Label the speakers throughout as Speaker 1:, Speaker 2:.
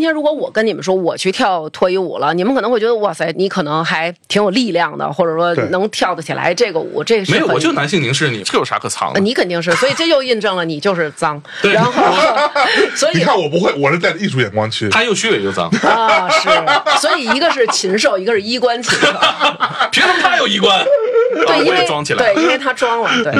Speaker 1: 今天如果我跟你们说我去跳脱衣舞了，你们可能会觉得哇塞，你可能还挺有力量的，或者说
Speaker 2: 对
Speaker 1: 能跳得起来这个舞，这是
Speaker 3: 没有，
Speaker 1: 很
Speaker 3: 我就男性凝视你，这有啥可藏
Speaker 1: 呃
Speaker 3: 的？
Speaker 1: 你肯定是，所以这又印证了你就是脏。
Speaker 3: 对
Speaker 1: 然后，所
Speaker 2: 你
Speaker 1: 以
Speaker 2: 看我不会，我是带着艺术眼光去。
Speaker 3: 他又虚伪又脏，
Speaker 1: 啊是，所以一个是禽兽，一个是衣冠禽 兽。
Speaker 3: 凭什么他有衣冠？啊
Speaker 1: 对，因
Speaker 3: 我也
Speaker 1: 为
Speaker 3: 装起来。
Speaker 1: 对，因为他装了，对。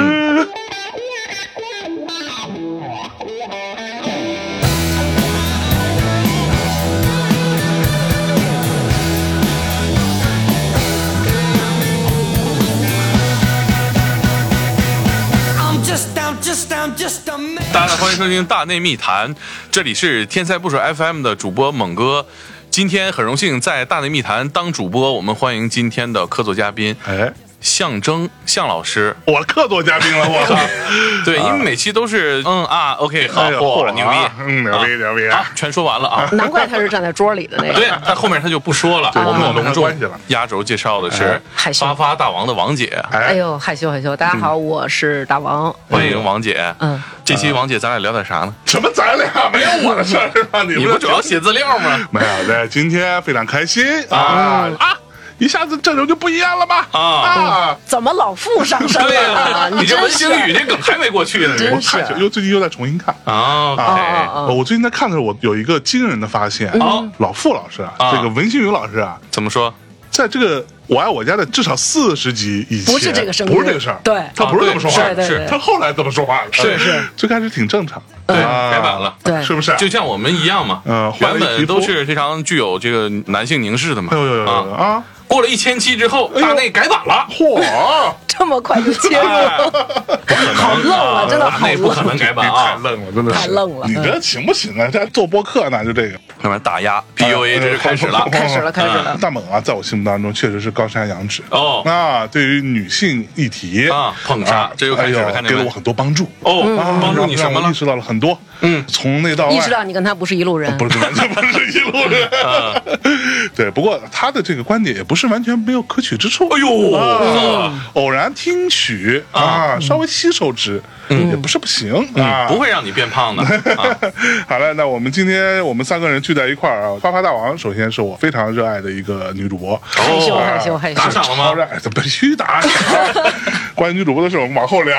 Speaker 4: I'm just, I'm just, I'm just a man.
Speaker 3: 大家好，欢迎收听《大内密谈》，这里是天才不水 FM 的主播猛哥。今天很荣幸在《大内密谈》当主播，我们欢迎今天的客座嘉宾
Speaker 2: 哎，
Speaker 3: 象征向老师。
Speaker 2: 我客座嘉宾了，我操！
Speaker 3: 对，因为每期都是嗯啊，OK，好，
Speaker 2: 啊哎哎呦
Speaker 3: 嚯、
Speaker 2: 嚯
Speaker 3: 牛逼
Speaker 2: 啊，嗯，牛逼，牛逼！
Speaker 3: 啊，全说完了啊。
Speaker 1: 难怪他是站在桌里的那
Speaker 3: 对
Speaker 1: 个。
Speaker 3: 他后面他就不说了，我们
Speaker 2: 跟我没
Speaker 3: 隆
Speaker 2: 有
Speaker 3: 重
Speaker 2: 关系了
Speaker 3: 压轴介绍的是
Speaker 1: 哎害羞
Speaker 3: 发发大王的王姐，
Speaker 1: 哎
Speaker 2: 哎，
Speaker 1: 呦，害羞害羞！大家好，我是大王。
Speaker 3: 欢迎王姐。
Speaker 1: 嗯，
Speaker 3: 这期王姐，咱俩聊点啥呢？
Speaker 2: 什么咱俩没有我的事儿是吧？你
Speaker 3: 你
Speaker 2: 们
Speaker 3: 不主要写资料吗？
Speaker 2: 没有？对，今天非常开心 啊
Speaker 1: 嗯
Speaker 2: 啊！一下子阵容就不一样了吧？
Speaker 3: 啊
Speaker 2: 啊！
Speaker 1: 怎么老妇上身
Speaker 3: 对呀、
Speaker 1: 了？
Speaker 3: 你这
Speaker 1: 啊真
Speaker 3: 文
Speaker 1: 是
Speaker 3: 星宇这梗还没过去呢。
Speaker 1: 真
Speaker 2: 我
Speaker 1: 是啊
Speaker 2: 看一下，因为最近又在重新看。
Speaker 3: 啊
Speaker 1: 哦
Speaker 3: ，OK，
Speaker 1: 哦
Speaker 2: 呃
Speaker 1: 哦，
Speaker 2: 我最近在看的时候，我有一个惊人的发
Speaker 1: 嗯
Speaker 2: 现
Speaker 3: 哦。
Speaker 2: 老傅老师啊，
Speaker 3: 啊
Speaker 2: 这个文星宇老师啊，
Speaker 3: 怎么说？
Speaker 2: 在这个《我爱我家》的至少四十集以前，
Speaker 1: 不是这个声音
Speaker 2: 不是这个事儿，
Speaker 1: 对啊
Speaker 2: 他不是这么说话
Speaker 1: 对
Speaker 2: 的，
Speaker 1: 对
Speaker 3: 是
Speaker 1: 对
Speaker 2: 他后来这么说话的，
Speaker 3: 是是，
Speaker 2: 最开始挺正常，
Speaker 3: 对，
Speaker 2: 啊
Speaker 3: 改版了。
Speaker 1: 对
Speaker 2: 是不是？
Speaker 3: 就像我们一样嘛，
Speaker 2: 嗯换了
Speaker 3: 原
Speaker 2: 一
Speaker 3: 本
Speaker 2: 皮肤
Speaker 3: 都是非常具有这个男性凝视的嘛。
Speaker 2: 哎呦呦呦呦呦
Speaker 3: 啊！
Speaker 2: 啊！
Speaker 3: 过了一千期之后，
Speaker 2: 呦
Speaker 3: 大内改版了。
Speaker 2: 嚯！
Speaker 3: 啊
Speaker 1: 这么快就切入
Speaker 3: 哎
Speaker 1: 了，好愣啊！真的
Speaker 3: 大
Speaker 1: 好
Speaker 3: 内不可
Speaker 1: 愣
Speaker 3: 能。改版
Speaker 2: 太
Speaker 3: 啊！
Speaker 2: 愣了，真的是
Speaker 1: 太愣了
Speaker 2: 你这行不行啊？这做播客呢，就这个呃
Speaker 3: 要不然打压 PUA 这就开始了。
Speaker 1: 开始了开始了
Speaker 2: 大猛啊，在我心目当中确实是高山仰止
Speaker 3: 哦
Speaker 2: 那对于女性议题
Speaker 3: 啊捧杀
Speaker 2: 啊
Speaker 3: 这又开始了
Speaker 2: 哎呦
Speaker 3: 看
Speaker 2: 给
Speaker 3: 见没
Speaker 2: 了我很多帮助。
Speaker 3: 哦，
Speaker 2: 啊
Speaker 3: 帮助你什
Speaker 2: 让
Speaker 3: 么
Speaker 2: 我
Speaker 3: 了
Speaker 2: 意？识到了很多，
Speaker 3: 嗯
Speaker 2: 从内到
Speaker 1: 意识
Speaker 2: 外。
Speaker 1: 到你跟他不是一路人，
Speaker 2: 不是，完全不是一路 人。
Speaker 3: 啊
Speaker 2: 对，不过他的这个观点也不是完全没有可取之处。
Speaker 3: 哎呦
Speaker 2: 啊偶然听取啊，稍微吸收之，也不是不行啊。
Speaker 3: 嗯不会让你变胖的。啊
Speaker 2: 好了，那我们今天我们三个人聚在一块儿啊，花花大王首先是我非常热爱的一个女主播，
Speaker 1: 害羞
Speaker 3: 哦
Speaker 1: 害羞害羞
Speaker 3: 打。赏了
Speaker 2: 超热
Speaker 3: 吗？
Speaker 2: 爱，哎这必须打赏。关于女主播的事，我们往后聊，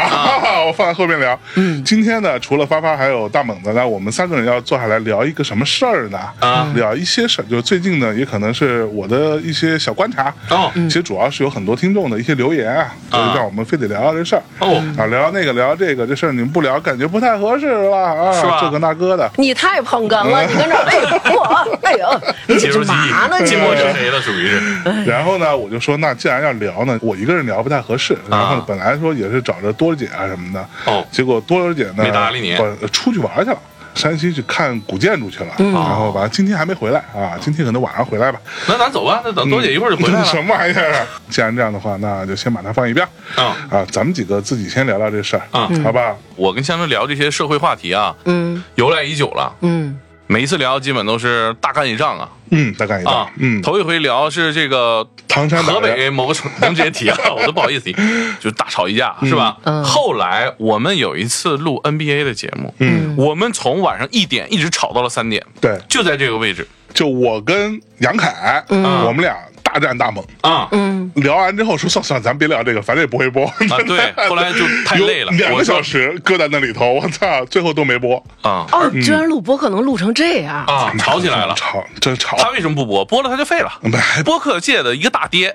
Speaker 3: 啊
Speaker 2: 我放在后面聊。嗯，今天呢，除了发发还有大猛子呢，我们三个人要坐下来聊一个什么事儿呢？
Speaker 3: 啊，
Speaker 2: 聊一些事儿，就是最近呢，也可能是我的一些小观察。
Speaker 3: 哦
Speaker 2: 其实主要是有很多听众的一些留言啊，就是
Speaker 3: 啊
Speaker 2: 让我们非得聊聊这事儿。
Speaker 3: 哦
Speaker 2: 啊，聊聊那个，聊聊这个，这事儿你们不聊，感觉不太合适是吧？啊，
Speaker 3: 是吧
Speaker 2: 这个那个的。
Speaker 1: 你太捧哏
Speaker 3: 嗯
Speaker 1: 了，你跟这儿哎我哎呦， 你
Speaker 3: 接
Speaker 1: 这
Speaker 3: 受
Speaker 1: 是
Speaker 3: 记
Speaker 1: 嘛呢？
Speaker 3: 忆，
Speaker 1: 你
Speaker 3: 近
Speaker 1: 这
Speaker 3: 墨
Speaker 1: 是
Speaker 3: 是谁了？属于是。
Speaker 2: 然后呢，我就说，那既然要聊呢，我一个人聊不太合适。然后呢本来说也是找着多儿姐啊什么的，
Speaker 3: 啊哦
Speaker 2: 结果多儿姐呢
Speaker 3: 没搭理你
Speaker 2: 呃出去玩去了。山西去看古建筑去了，
Speaker 3: 嗯
Speaker 2: 然后完了今天还没回来啊，今天可能晚上回来吧。
Speaker 3: 那咱走吧，那哦等多姐一会儿就回 来
Speaker 2: 什
Speaker 3: 了。
Speaker 2: 么玩意儿啊？既然这样的话，那就先把它放一边
Speaker 3: 嗯
Speaker 2: 啊，咱们几个自己先聊聊这事儿
Speaker 3: 啊
Speaker 2: 好吧？
Speaker 3: 我跟香橙聊这些社会话题啊，
Speaker 1: 嗯
Speaker 3: 由来已久了。
Speaker 1: 嗯，
Speaker 3: 每一次聊基本都是大干一仗啊
Speaker 2: 嗯，大概一道
Speaker 3: 啊，！
Speaker 2: 嗯，
Speaker 3: 头一回聊是这个
Speaker 2: 唐山打
Speaker 3: 河
Speaker 2: 人
Speaker 3: 北某个省，咱们直接提啊，我都不好意思 提，就是大吵一架是吧？
Speaker 1: 嗯
Speaker 3: 后来我们有一次录 NBA 的节目，
Speaker 2: 嗯，
Speaker 3: 我们从晚上一点一直吵到了三点，
Speaker 2: 对，
Speaker 3: 就在这个位置
Speaker 2: 就我跟杨凯，
Speaker 3: 嗯
Speaker 2: 我们俩大战大猛。
Speaker 3: 啊。
Speaker 2: 聊完之后说算了算了，咱别聊这个，反正也不会播。啊
Speaker 3: 对后来就太累了
Speaker 2: 两
Speaker 3: 我
Speaker 2: 个
Speaker 3: 说
Speaker 2: 小时搁在那里头，我操，最后都没播
Speaker 3: 啊
Speaker 1: 哦，居然录播客能录成这样，
Speaker 3: 啊！吵起来了。
Speaker 2: 吵真吵。哎
Speaker 3: 他为什么不播？播了他就废了
Speaker 2: 没。
Speaker 3: 播客界的一个大 跌，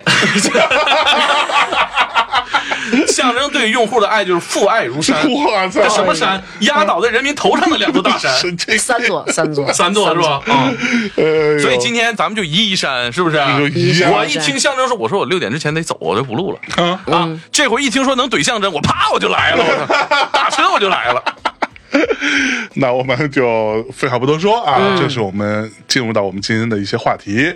Speaker 3: 象征对用户的爱就是父爱 如山。
Speaker 2: 我操
Speaker 3: 这什么山？压倒在人民头上的两座大山，
Speaker 2: 神经！
Speaker 1: 三座三座
Speaker 3: 三座是吧？嗯。
Speaker 2: 呃，
Speaker 3: 所以今天咱们就一依山，是不是？
Speaker 2: 就一
Speaker 1: 样
Speaker 3: 我一听象征说，我说我六点之前得走，我就不录了。
Speaker 2: 啊，
Speaker 3: 啊，这回一听说能怼象征，我啪我就来 了，我操，打车我就来了。
Speaker 2: 那我们就废话不多说啊，
Speaker 3: 嗯
Speaker 2: 这是我们进入到我们今天的一些话题，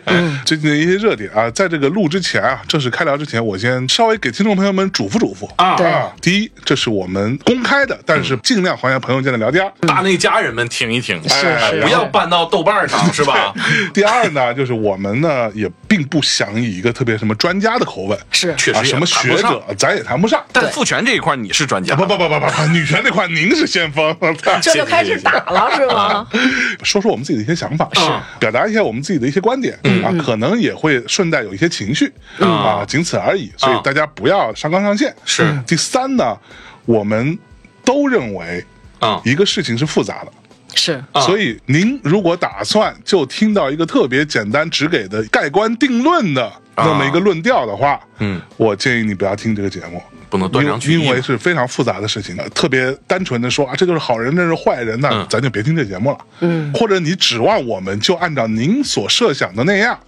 Speaker 2: 最近的一些热点啊。在这个录之前啊，正式开聊之前，我先稍微给听众朋友们嘱咐嘱咐
Speaker 3: 啊
Speaker 1: 对
Speaker 2: 啊。第一，这是我们公开的，但是尽量还原朋友间的聊天儿。
Speaker 3: 大内家人们听一听，
Speaker 1: 是
Speaker 2: 哎
Speaker 1: 是
Speaker 3: 不要搬到豆瓣上，是吧？
Speaker 2: 第二呢，就是我们呢也并不想以一个特别什么专家的口吻，
Speaker 1: 是
Speaker 3: 确实
Speaker 2: 啊，
Speaker 3: 也
Speaker 2: 什么
Speaker 3: 谈不
Speaker 2: 学
Speaker 3: 上
Speaker 2: 者咱也谈不上。哎
Speaker 3: 但父权这一块你是专家，
Speaker 2: 不不不不不不，女权这块您是先 锋。
Speaker 1: 这就开始打了是吗？
Speaker 3: 啊
Speaker 2: 说说我们自己的一些想法，
Speaker 3: 是
Speaker 2: 表达一下我们自己的一些观点、
Speaker 3: 嗯
Speaker 2: 啊，可能也会顺带有一些情绪、啊，仅此而已。所以
Speaker 3: 啊
Speaker 2: 大家不要上纲上线。
Speaker 3: 嗯是
Speaker 2: 嗯第三呢，我们都认为
Speaker 3: 嗯
Speaker 2: 一个事情是复杂的。
Speaker 1: 是，
Speaker 3: 啊
Speaker 2: 所以，您如果打算就听到一个特别简单只给的盖棺定论的那么一个论调的话，
Speaker 3: 啊嗯，
Speaker 2: 我建议你不要听这个节目，
Speaker 3: 不能断章取义
Speaker 2: 因为是非常复杂的事情的，特别单纯的说啊，这就是好人，这是坏人呢，
Speaker 3: 嗯
Speaker 2: 咱就别听这节目了。嗯，或者你指望我们就按照您所设想的那样，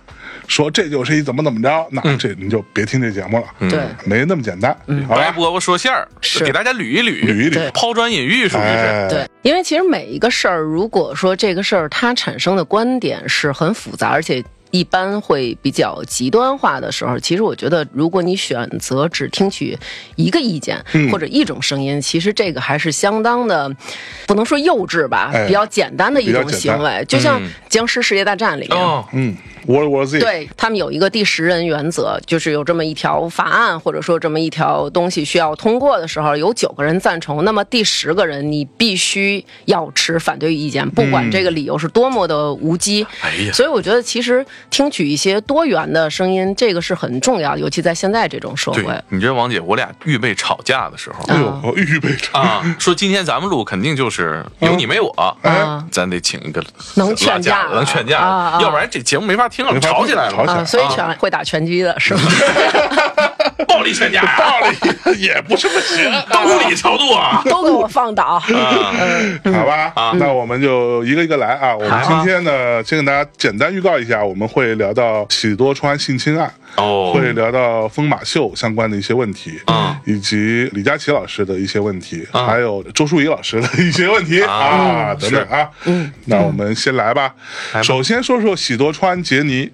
Speaker 2: 说这就是一怎么怎么着，
Speaker 3: 嗯
Speaker 2: 那这你就别听这节目了。嗯
Speaker 1: 对嗯
Speaker 2: 没那么简单，好
Speaker 3: 白
Speaker 2: 吧？
Speaker 3: 饽饽说馅儿，
Speaker 1: 是
Speaker 3: 给大家捋一捋，
Speaker 2: 捋一
Speaker 1: 对
Speaker 2: 捋，
Speaker 3: 抛砖引玉，属于是
Speaker 2: 哎，
Speaker 1: 对，因为其实每一个事儿，如果说这个事儿它产生的观点是很复杂，而且。一般会比较极端化的时候，其实我觉得，如果你选择只听取一个意见、
Speaker 2: 嗯
Speaker 1: 或者一种声音，其实这个还是相当的，不能说幼稚吧，
Speaker 2: 哎
Speaker 1: 比较简单的一种
Speaker 2: 比较简单
Speaker 1: 行为，就像《僵尸世界大战》里面，
Speaker 3: 哦，
Speaker 2: 嗯，World War Z，，
Speaker 1: 对他们有一个第十人原则，就是有这么一条法案或者说这么一条东西需要通过的时候，有九个人赞成，那么第十个人你必须要持反对意见，不管这个理由是多么的无稽。
Speaker 3: 哎呀
Speaker 1: 所以我觉得其实听取一些多元的声音，这个是很重要，尤其在现在这种社
Speaker 3: 对
Speaker 1: 会。
Speaker 3: 你知道王姐，我俩预备吵架的时候
Speaker 2: 哎呦，我预备着。
Speaker 3: 啊，说今天咱们录肯定就是有你没我，
Speaker 2: 嗯
Speaker 1: 啊
Speaker 3: 咱得请一个
Speaker 1: 能
Speaker 3: 拉
Speaker 1: 劝
Speaker 3: 架
Speaker 1: 架
Speaker 3: 的能劝架
Speaker 1: 啊啊
Speaker 3: 的，要不然这节目没法听了，
Speaker 2: 没法
Speaker 3: 吵起来
Speaker 2: 吵起
Speaker 3: 了，
Speaker 2: 来
Speaker 1: 啊，所以选会打拳击的是吗？
Speaker 3: 暴力 劝架，
Speaker 2: 道理 也不是不行，
Speaker 3: 到无理超度啊！
Speaker 1: 都给我放倒。
Speaker 2: 好吧？那我们就一个一个来啊。我们今天呢，先给大家简单预告一下，我们会聊到喜多川性侵案，
Speaker 3: 哦
Speaker 2: 会聊到疯马秀相关的一些问题，
Speaker 3: 嗯
Speaker 2: 以及李佳琦老师的一些问题，
Speaker 3: 嗯
Speaker 2: 还有周淑怡老师的一些问题啊，等等啊。嗯，那我们先来吧。首先说说喜多川杰尼，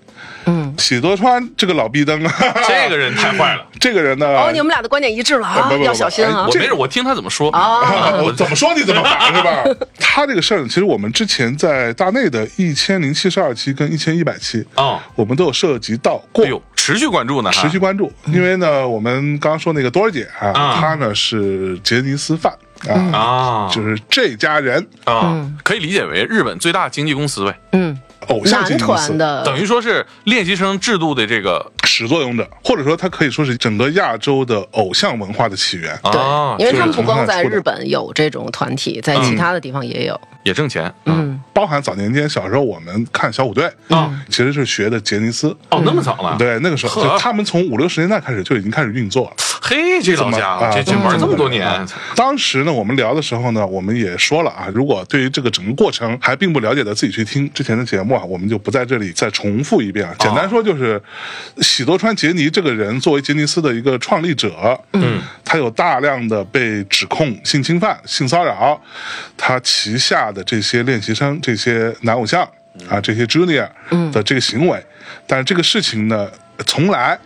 Speaker 2: 嗯，喜多川这个老壁灯啊，
Speaker 3: 这个人太坏了，
Speaker 2: 这个人呢，
Speaker 1: 哦，你们俩的观点一致了
Speaker 2: 不
Speaker 1: 啊
Speaker 2: 不，不
Speaker 1: 要小心啊
Speaker 2: 哎
Speaker 3: 我！没事，我听他怎么说
Speaker 1: 啊
Speaker 2: 我怎么说你怎么反是吧？ 他这个事儿，其实我们之前在大内的一千零七十二期跟一千一百期，
Speaker 3: 哦
Speaker 2: 我们都有涉及到过
Speaker 3: 哎，呦，持续关注呢，
Speaker 2: 持续关注。因为呢，我们刚刚说那个多儿姐啊，
Speaker 3: 啊
Speaker 2: 她呢是杰尼斯范啊，
Speaker 3: 啊
Speaker 2: 就是这家人
Speaker 3: 啊，可以理解为日本最大经纪公司呗，
Speaker 1: 嗯，
Speaker 2: 偶像杰
Speaker 1: 男
Speaker 2: 尼
Speaker 1: 团
Speaker 2: 斯
Speaker 1: 的
Speaker 3: 等于说是练习生制度的这个
Speaker 2: 始作俑者，或者说他可以说是整个亚洲的偶像文化的起源。
Speaker 3: 啊，
Speaker 1: 对，因为他们
Speaker 2: 哦就是
Speaker 1: 不光在
Speaker 2: 从那儿出的嗯
Speaker 1: 日本有这种团体，在其他的地方也有。
Speaker 3: 也挣钱，
Speaker 1: 嗯，
Speaker 2: 包含早年间小时候我们看小虎队
Speaker 3: 啊，
Speaker 2: 其实是学的杰尼斯。
Speaker 3: 哦，那么早了，
Speaker 2: 对，那个时候
Speaker 3: 呵
Speaker 2: 就他们从五六十年代开始就已经开始运作了。
Speaker 3: 嘿，这老家伙，
Speaker 2: 啊
Speaker 3: 这这玩这么多年，
Speaker 2: 当时呢，我们聊的时候呢，我们也说了啊，如果对于这个整个过程还并不了解的，自己去听之前的节目啊，我们就不在这里再重复一遍啊。简单说就是，喜多川杰尼这个人作为杰尼斯的一个创立者，嗯，他有大量的被指控性侵犯、性骚扰，他旗下的这些练习生、这些男偶像啊、这些 junior 的这个行为，但是这个事情呢，从来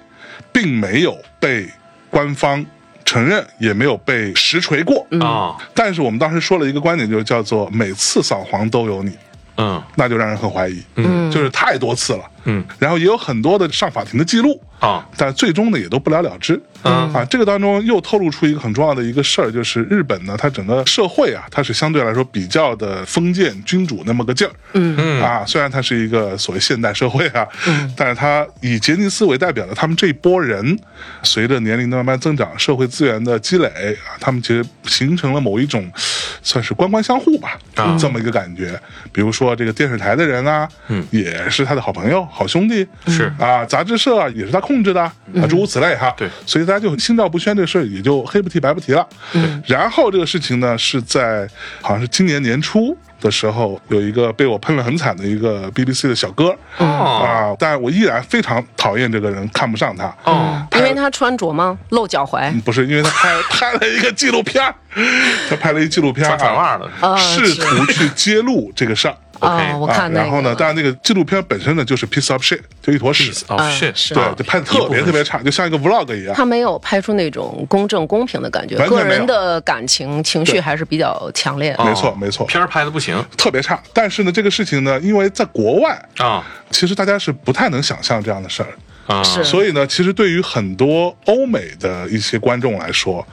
Speaker 2: 并没有被官方承认，也没有被实锤过。
Speaker 1: 嗯
Speaker 3: 啊，
Speaker 2: 但是我们当时说了一个观点，就叫做每次扫黄都有你，
Speaker 3: 嗯
Speaker 2: 那就让人很怀疑。嗯，就是太多次了。
Speaker 3: 嗯，
Speaker 2: 然后也有很多的上法庭的记录。
Speaker 3: 啊，
Speaker 2: 但最终呢，也都不了了之。
Speaker 3: 嗯
Speaker 2: 啊，这个当中又透露出一个很重要的一个事儿，就是日本呢，它整个社会啊，它是相对来说比较的封建君主那么个劲儿。嗯啊，虽然它是一个所谓现代社会啊，
Speaker 3: 嗯
Speaker 2: 但是它以杰尼斯为代表的他们这一波人，随着年龄的慢慢增长，社会资源的积累啊，他们其实形成了某一种算是官官相护吧，
Speaker 3: 啊
Speaker 2: 这么一个感觉。比如说这个电视台的人啊，
Speaker 3: 嗯
Speaker 2: 也是他的好朋友、好兄弟，
Speaker 3: 是
Speaker 2: 啊，杂志社啊也是他控制的啊，
Speaker 1: 嗯
Speaker 2: 诸如此类哈。
Speaker 3: 对
Speaker 2: 所以大家就心照不宣，这个事儿也就黑不提白不提了。
Speaker 1: 嗯
Speaker 2: 然后这个事情呢，是在好像是今年年初的时候，有一个被我喷了很惨的一个 BBC 的小哥、
Speaker 3: 哦
Speaker 2: 啊，但我依然非常讨厌这个人，看不上他。
Speaker 3: 哦，
Speaker 1: 因为他穿着吗？露脚踝
Speaker 2: 不是因为他拍 拍了一个纪录片儿，他拍了一纪录片儿
Speaker 3: 穿
Speaker 2: 啊
Speaker 3: 长袜了，
Speaker 1: 啊，
Speaker 2: 试图去揭露这个事儿。
Speaker 1: 啊，
Speaker 3: OK，
Speaker 1: 我
Speaker 2: 啊，
Speaker 1: 看那个。
Speaker 2: 然后呢，当然那个纪录片本身呢就是 piece of shit，就一坨屎，
Speaker 3: 哦
Speaker 1: 啊
Speaker 3: shit，
Speaker 1: 是
Speaker 2: 对，就拍的特别特别差，就像一个 vlog 一样。
Speaker 1: 他没有拍出那种公正公平的感觉，
Speaker 2: 完全
Speaker 1: 个
Speaker 2: 没有
Speaker 1: 人的感情情绪
Speaker 2: 对
Speaker 1: 还是比较强烈。
Speaker 2: 没错没错
Speaker 3: 片儿拍的不行
Speaker 2: 特别差，但是呢，这个事情呢，因为在国外，
Speaker 3: 啊
Speaker 2: 其实大家是不太能想象这样的事儿，
Speaker 3: 啊，
Speaker 1: 是
Speaker 2: 所以呢，其实对于很多欧美的一些观众来说，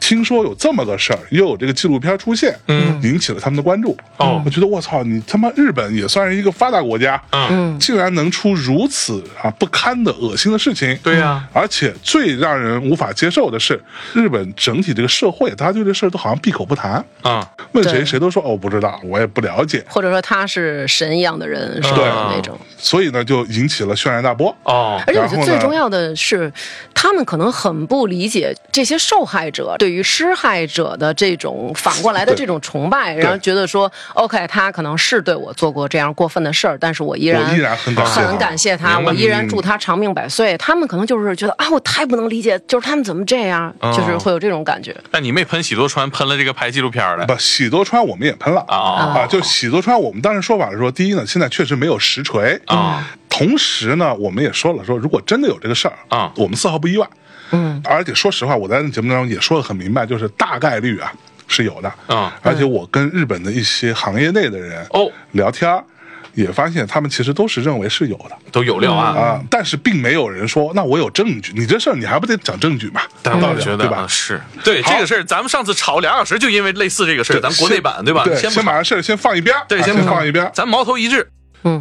Speaker 2: 听说有这么个事儿，又有这个纪录片出现，嗯，引起了他们的关注。
Speaker 3: 哦
Speaker 2: 我觉得我操，你他妈日本也算是一个发达国家，
Speaker 3: 嗯，
Speaker 2: 竟然能出如此啊不堪的恶心的事情，
Speaker 3: 对呀
Speaker 2: 而且最让人无法接受的是，日本整体这个社会，大家对这事儿都好像闭口不谈，
Speaker 3: 啊，
Speaker 2: 问
Speaker 1: 对
Speaker 2: 谁谁都说哦不知道，我也不了解，
Speaker 1: 或者说他是神一样的人，是
Speaker 3: 对
Speaker 1: 吧那种。
Speaker 2: 所以呢就引起了轩然大波。
Speaker 3: 哦，
Speaker 1: 而且我觉
Speaker 2: 嗯然
Speaker 1: 得
Speaker 2: 后
Speaker 1: 最
Speaker 2: 呢
Speaker 1: 重要的是，他们可能很不理解这些受害者对于施害者的这种反过来的
Speaker 2: 对
Speaker 1: 这种崇拜，然后觉得说，OK，他可能是对我做过这样过分的事儿，但是我依然
Speaker 2: 我依然很感谢他
Speaker 1: 很感谢他，
Speaker 3: 啊明白嗯
Speaker 1: 我依然祝他长命百岁。他们可能就是觉得啊，我太不能理解，就是他们怎么这样，
Speaker 3: 哦
Speaker 1: 就是会有这种感觉。
Speaker 3: 但你没喷喜多川，喷了这个拍纪录片儿 的
Speaker 2: 不，喜多川我们也喷了
Speaker 3: 啊啊
Speaker 2: 啊！就喜多川，我们当时说法是说，第一呢，现在确实没有实锤
Speaker 3: 啊。
Speaker 2: 同时呢，我们也说了说，如果真的有这个事儿
Speaker 3: 啊
Speaker 2: 我们丝毫不意外。嗯，而且说实话，我在节目当中也说的很明白，就是大概率啊是有的
Speaker 3: 啊
Speaker 2: 而且我跟日本的一些行业内的人
Speaker 3: 哦
Speaker 2: 聊天儿，也发现他们其实都是认为是有的。
Speaker 3: 都有料啊。
Speaker 2: 啊，但是并没有人说，那我有证据，你这事儿你还不得讲证据嘛？
Speaker 3: 但
Speaker 2: 道
Speaker 3: 我
Speaker 2: 理
Speaker 3: 觉得
Speaker 2: 嗯对吧
Speaker 3: 啊？是对
Speaker 2: 好
Speaker 3: 这个事儿，咱们上次吵俩小时，就因为类似这个事儿，
Speaker 2: 对
Speaker 3: 啊咱国内版对吧？
Speaker 2: 对，
Speaker 3: 先不
Speaker 2: 先把
Speaker 3: 吵，
Speaker 2: 这事儿先放一边儿，
Speaker 3: 对，
Speaker 2: 啊
Speaker 3: 先
Speaker 2: 先
Speaker 3: 不
Speaker 2: 放一边儿，
Speaker 3: 咱矛头一致，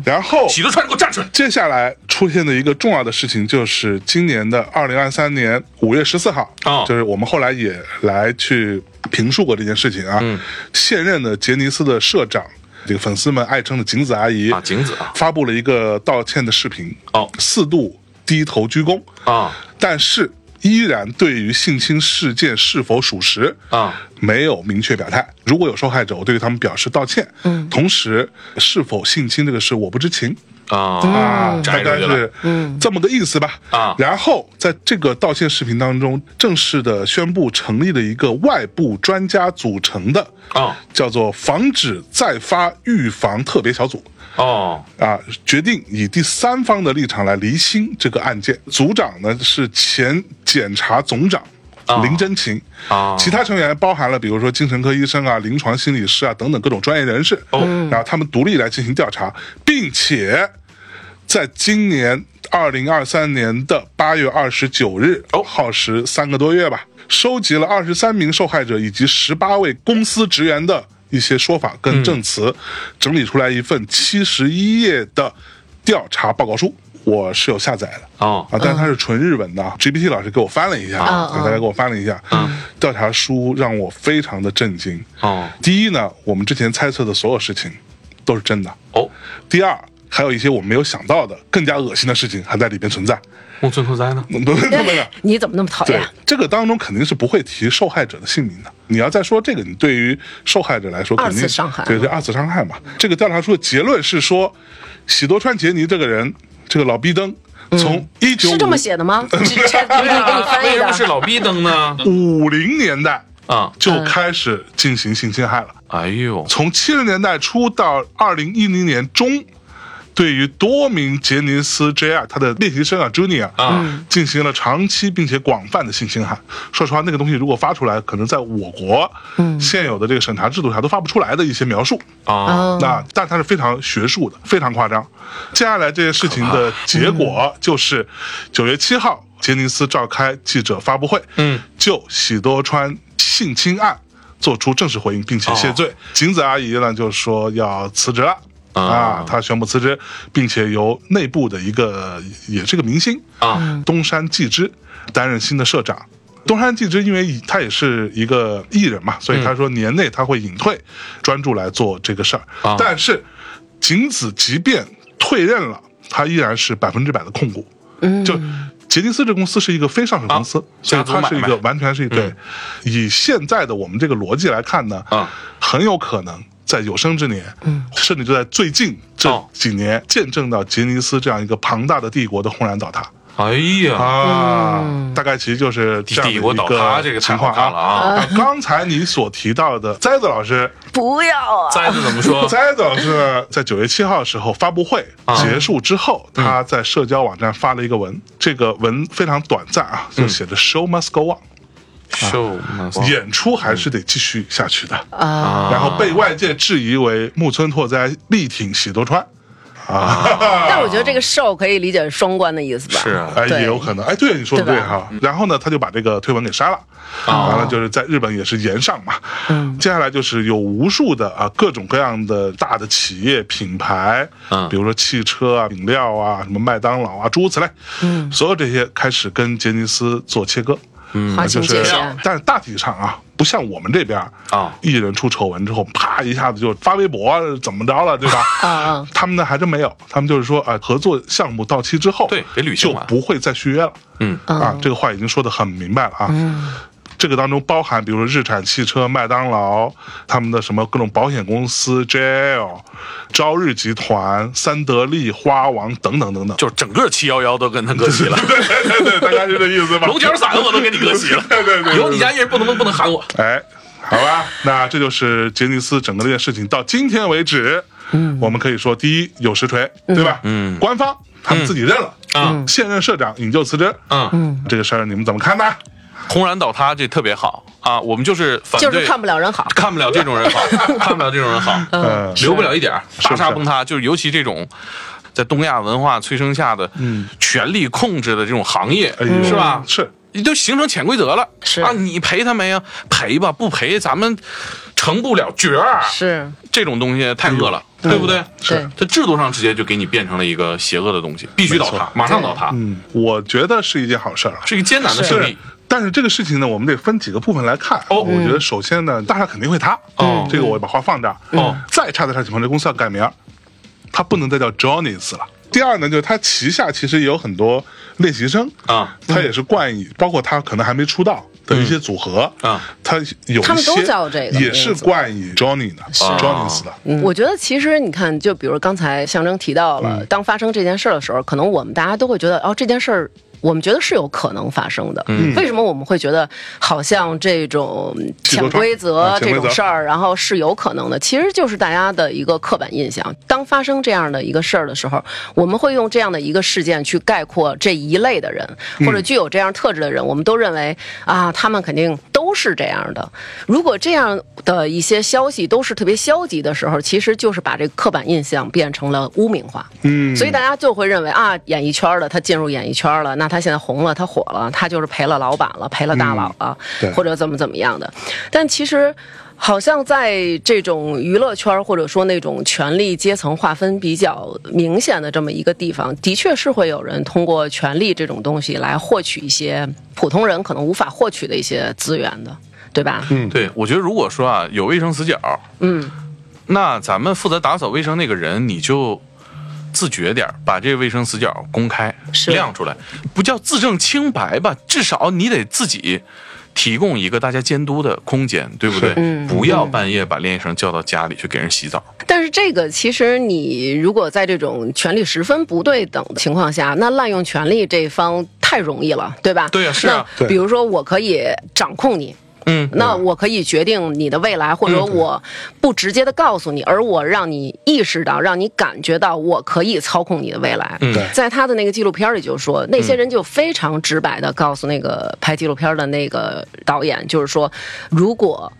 Speaker 2: 然后
Speaker 3: 喜多川给我站出来。
Speaker 2: 接下来出现的一个重要的事情就是今年的二零二三年五月十四号
Speaker 3: 哦
Speaker 2: 就是我们后来也来去评述过这件事情啊。
Speaker 3: 嗯
Speaker 2: 现任的杰尼斯的社长，这个粉丝们爱称的景子阿姨
Speaker 3: 啊景子啊
Speaker 2: 发布了一个道歉的视频，
Speaker 3: 哦
Speaker 2: 四度低头鞠躬，
Speaker 3: 啊
Speaker 2: 但是依然对于性侵事件是否属实
Speaker 3: 啊
Speaker 2: 没有明确表态。如果有受害者，我对他们表示道歉，嗯，同时是否性侵这个事我不知情。
Speaker 3: 啊！
Speaker 2: 啊，大
Speaker 3: 摘出
Speaker 2: 概
Speaker 3: 去了嗯
Speaker 2: 是这么个意思吧。
Speaker 3: 啊
Speaker 2: 然后在这个道歉视频当中，正式的宣布成立了一个外部专家组成的
Speaker 3: 哦
Speaker 2: 叫做防止再发预防特别小组。
Speaker 3: 哦
Speaker 2: 啊，决定以第三方的立场来厘清这个案件。组长呢是前检察总长。
Speaker 3: 啊
Speaker 2: 林真琴
Speaker 3: 啊
Speaker 2: 其他成员包含了比如说精神科医生啊、临床心理师啊等等各种专业人士。
Speaker 3: 哦
Speaker 2: 然后他们独立来进行调查，并且在今年二零二三年的八月二十九日，哦，耗时三个多月吧，收集了二十三名受害者以及十八位公司职员的一些说法跟证词，
Speaker 3: 嗯
Speaker 2: 整理出来一份七十一页的调查报告书。我是有下载的
Speaker 3: 哦
Speaker 2: 啊，但是它是纯日文的、啊 g p t 老师给我翻了一下，
Speaker 1: 啊
Speaker 2: 大家给我翻了一下，调查书让我非常的震惊。
Speaker 3: 嗯哦
Speaker 2: 第一呢，我们之前猜测的所有事情都是真的，
Speaker 3: 哦，
Speaker 2: 第二，还有一些我们没有想到的更加恶心的事情还在里边存在。
Speaker 3: 木村拓哉呢？
Speaker 2: 不不不不，
Speaker 1: 哎你怎么那么讨
Speaker 2: 对
Speaker 1: 厌？，
Speaker 2: 这个当中肯定是不会提受害者的姓名的。你要再说这个，你对于受害者来说，
Speaker 1: 二
Speaker 2: 肯
Speaker 1: 次
Speaker 2: 定
Speaker 1: 伤害
Speaker 2: 对对，二次伤害嘛。这个调查出的结论是说，喜多川杰尼这个人，这个老逼灯，
Speaker 1: 嗯
Speaker 2: 从一九
Speaker 1: 是这么写的 吗？这这这不是给你翻
Speaker 3: 啊
Speaker 1: 译
Speaker 3: 为什么是
Speaker 1: 的。
Speaker 3: 老逼登呢？
Speaker 2: 五零年代
Speaker 3: 啊，
Speaker 2: 就
Speaker 1: 嗯
Speaker 2: 开始进行性侵害了。
Speaker 3: 哎呦，
Speaker 2: 从七十年代初到二零一零年中，对于多名杰尼斯 JR 他的练习生啊 Junior
Speaker 3: 啊，
Speaker 2: 进行了长期并且广泛的性侵害。说实话，那个东西如果发出来，可能在我国现有的这个审查制度下都发不出来的一些描述。
Speaker 3: 啊
Speaker 1: 哦
Speaker 2: 那但它是非常学术的，非常夸张。接下来这件事情的结果就是九月七号，杰尼斯召开记者发布会，
Speaker 3: 嗯，
Speaker 2: 就喜多川性侵案做出正式回应，并且谢罪。景子阿姨呢就说要辞职了。
Speaker 3: 啊
Speaker 2: 啊，她宣布辞职，并且由内部的一个也是个明星
Speaker 3: 啊
Speaker 2: 东山纪之担任新的社长。东山纪之，因为他也是一个艺人嘛，所以他说年内他会隐退，专注来做这个事儿。
Speaker 3: 啊
Speaker 2: 但是景子即便退任了，他依然是百分之百的控股。嗯，就杰尼斯这公司是一个非上市公司，
Speaker 3: 啊
Speaker 2: 所以
Speaker 3: 家族
Speaker 2: 它
Speaker 3: 买卖嗯
Speaker 2: 是一个完全是一对。以现在的我们这个逻辑来看呢，
Speaker 3: 啊
Speaker 2: 很有可能在有生之年，嗯，甚至就在最近这
Speaker 3: 哦
Speaker 2: 几年，见证到杰尼斯这样一个庞大的帝国的轰然倒塌。
Speaker 3: 哎呀，
Speaker 2: 啊，大概其实就是这样的
Speaker 3: 底我
Speaker 2: 一
Speaker 3: 倒塌这
Speaker 2: 个
Speaker 3: 个
Speaker 2: 情
Speaker 3: 太好
Speaker 2: 况
Speaker 3: 看了
Speaker 2: 啊。
Speaker 3: 啊！
Speaker 2: 啊，刚才你所提到的栽子老师，
Speaker 1: 不要啊！
Speaker 3: 栽子怎么 说？
Speaker 2: 栽子老师呢，在九月七号的时候发布会
Speaker 3: 哦啊嗯
Speaker 2: 结束之后，他在社交网站发了一个文，这个文非常短暂啊，
Speaker 3: 嗯
Speaker 2: 就写着 “show must go on”，
Speaker 3: 秀
Speaker 2: 啊演出还
Speaker 3: 嗯
Speaker 2: 是得继续下去的。
Speaker 1: 啊，
Speaker 2: 然后被外界质疑为木村拓哉力挺喜多川，
Speaker 1: 但是我觉得这个 show 可以理解双关的意思吧？
Speaker 3: 是 啊
Speaker 2: 哎，
Speaker 1: 对
Speaker 2: 也有可能，哎，对，你说的
Speaker 1: 对
Speaker 2: 对
Speaker 1: 吧嗯哦
Speaker 2: 哈。然后呢，他就把这个推文给删了，完了就是在日本也是延上嘛。
Speaker 1: 嗯
Speaker 2: 接下来就是有无数的啊各种各样的大的企业品牌
Speaker 3: 嗯，
Speaker 2: 比如说汽车啊、饮料啊、什么麦当劳啊，诸如此类，
Speaker 1: 嗯
Speaker 2: 所有这些开始跟杰尼斯做切割。
Speaker 1: 划
Speaker 2: 就
Speaker 1: 清
Speaker 2: 是
Speaker 1: 界限，，
Speaker 2: 但是大体上啊，不像我们这边
Speaker 3: 啊
Speaker 2: 艺人出丑闻之后，啪一下子就发微博怎么着了，对吧？
Speaker 1: 啊啊
Speaker 2: 他们呢还真没有，他们就是说啊、合作项目到期之后，
Speaker 3: 对得履行
Speaker 2: 就
Speaker 3: 完
Speaker 2: 不会再续约了。
Speaker 3: 嗯
Speaker 2: 啊，这个话已经说得很明白了啊。这个当中包含，比如说日产汽车、麦当劳，他们的什么各种保险公司、JL、朝日集团、三得利、花王等等等等。
Speaker 3: 就是整个七幺幺都跟他割 席了，
Speaker 2: 对对对，大概是这意思吧。
Speaker 3: 龙角散我都跟你割席 了。
Speaker 2: 对对对对
Speaker 3: 以后你家艺人不能不能喊 我。
Speaker 2: 哎，好吧，那这就是杰尼斯整个这件事情到今天为止，嗯，我们可以说第一有实锤，对吧？嗯，官方他们自己认了
Speaker 3: 嗯嗯
Speaker 2: 现任社长引咎辞职，
Speaker 3: 嗯，
Speaker 2: 这个事儿你们怎么看呢？
Speaker 3: 轰然倒塌这特别好啊，我们就是反对，
Speaker 1: 就是看不了人好。
Speaker 3: 看不了这种人好， 看不了这种人好。
Speaker 2: 嗯，
Speaker 3: 留不了一点儿，
Speaker 2: 不
Speaker 3: 大
Speaker 2: 是
Speaker 3: 厦崩塌，就是尤其这种在东亚文化催生下的，嗯，权力控制的这种行业，
Speaker 2: 哎呦
Speaker 3: 是吧？
Speaker 2: 是
Speaker 3: 你都形成潜规则了，
Speaker 1: 是
Speaker 3: 啊，你赔他没啊？赔吧，不赔咱们成不了角儿。
Speaker 1: 是，
Speaker 3: 这种东西太恶了，
Speaker 2: 嗯
Speaker 3: 对不对？
Speaker 1: 是
Speaker 3: 它制度上直接就给你变成了一个邪恶的东西，必须倒
Speaker 2: 没
Speaker 3: 塌
Speaker 2: 错，
Speaker 3: 马上倒塌，
Speaker 2: 嗯，我觉得是一件好事儿啊。
Speaker 3: 是一个艰难的胜利。
Speaker 2: 但是这个事情呢，我们得分几个部分来看。啊
Speaker 3: 哦
Speaker 2: 我觉得首先呢，大厦肯定会塌。
Speaker 1: 嗯
Speaker 3: 哦
Speaker 2: 这个我把话放这儿。
Speaker 3: 哦
Speaker 2: 再差的差情况，这公司要改名儿，它不能再叫 Johnny's 了。第二呢，就是它旗下其实也有很多练习生
Speaker 3: 啊，
Speaker 2: 它也是冠以，包括它可能还没出道的一些组合
Speaker 3: 啊，
Speaker 2: 它有
Speaker 1: 他
Speaker 2: 一
Speaker 1: 们都
Speaker 2: 些
Speaker 1: 叫这个
Speaker 2: 也是
Speaker 1: 名字
Speaker 2: 冠以 Johnny 的，Johnny's
Speaker 3: 啊
Speaker 2: 的。
Speaker 1: 我觉得其实你看，就比如刚才象征提到
Speaker 2: 嗯
Speaker 1: 了，当发生这件事儿的时候，可能我们大家都会觉得，哦，这件事儿。我们觉得是有可能发生的，
Speaker 2: 嗯
Speaker 1: 为什么我们会觉得好像这种
Speaker 2: 企图
Speaker 1: 潜
Speaker 2: 上
Speaker 1: 规则
Speaker 2: 啊潜
Speaker 1: 这
Speaker 2: 规则
Speaker 1: 种事儿，然后是有可能的？其实就是大家的一个刻板印象。当发生这样的一个事儿的时候，我们会用这样的一个事件去概括这一类的人，或者具有这样特质的人，我们都认为啊，他们肯定都是这样的。如果这样的一些消息都是特别消极的时候，其实就是把这个刻板印象变成了污名化。嗯，所以大家就会认为啊，演艺圈的他进入演艺圈了，那他现在红了，他火了，他就是赔了老板了，赔了大佬了，
Speaker 2: 对
Speaker 1: 或者怎么怎么样的。但其实。好像在这种娱乐圈或者说那种权力阶层划分比较明显的这么一个地方，的确是会有人通过权力这种东西来获取一些普通人可能无法获取的一些资源的，对吧？嗯，
Speaker 3: 对，我觉得如果说啊有卫生死角，
Speaker 1: 嗯，
Speaker 3: 那咱们负责打扫卫生那个人，你就自觉点儿，把这卫生死角公开
Speaker 1: 是
Speaker 3: 亮出来，不叫自证清白吧，至少你得自己。提供一个大家监督的空间，对不对？不要半夜把练习生叫到家里去给人洗澡。
Speaker 1: 但是这个其实你如果在这种权力十分不对等的情况下，那滥用权力这一方太容易了，对吧？
Speaker 3: 对啊是啊
Speaker 1: 那
Speaker 2: 对
Speaker 1: 比如说，我可以掌控你。
Speaker 3: 嗯，
Speaker 1: 那我可以决定你的未来，或者我不直接的告诉你，而我让你意识到，让你感觉到我可以操控你的未来。
Speaker 3: 嗯对
Speaker 1: 在他的那个纪录片里就说，那些人就非常直白的告诉那个拍纪录片的那个导演，就是说，如果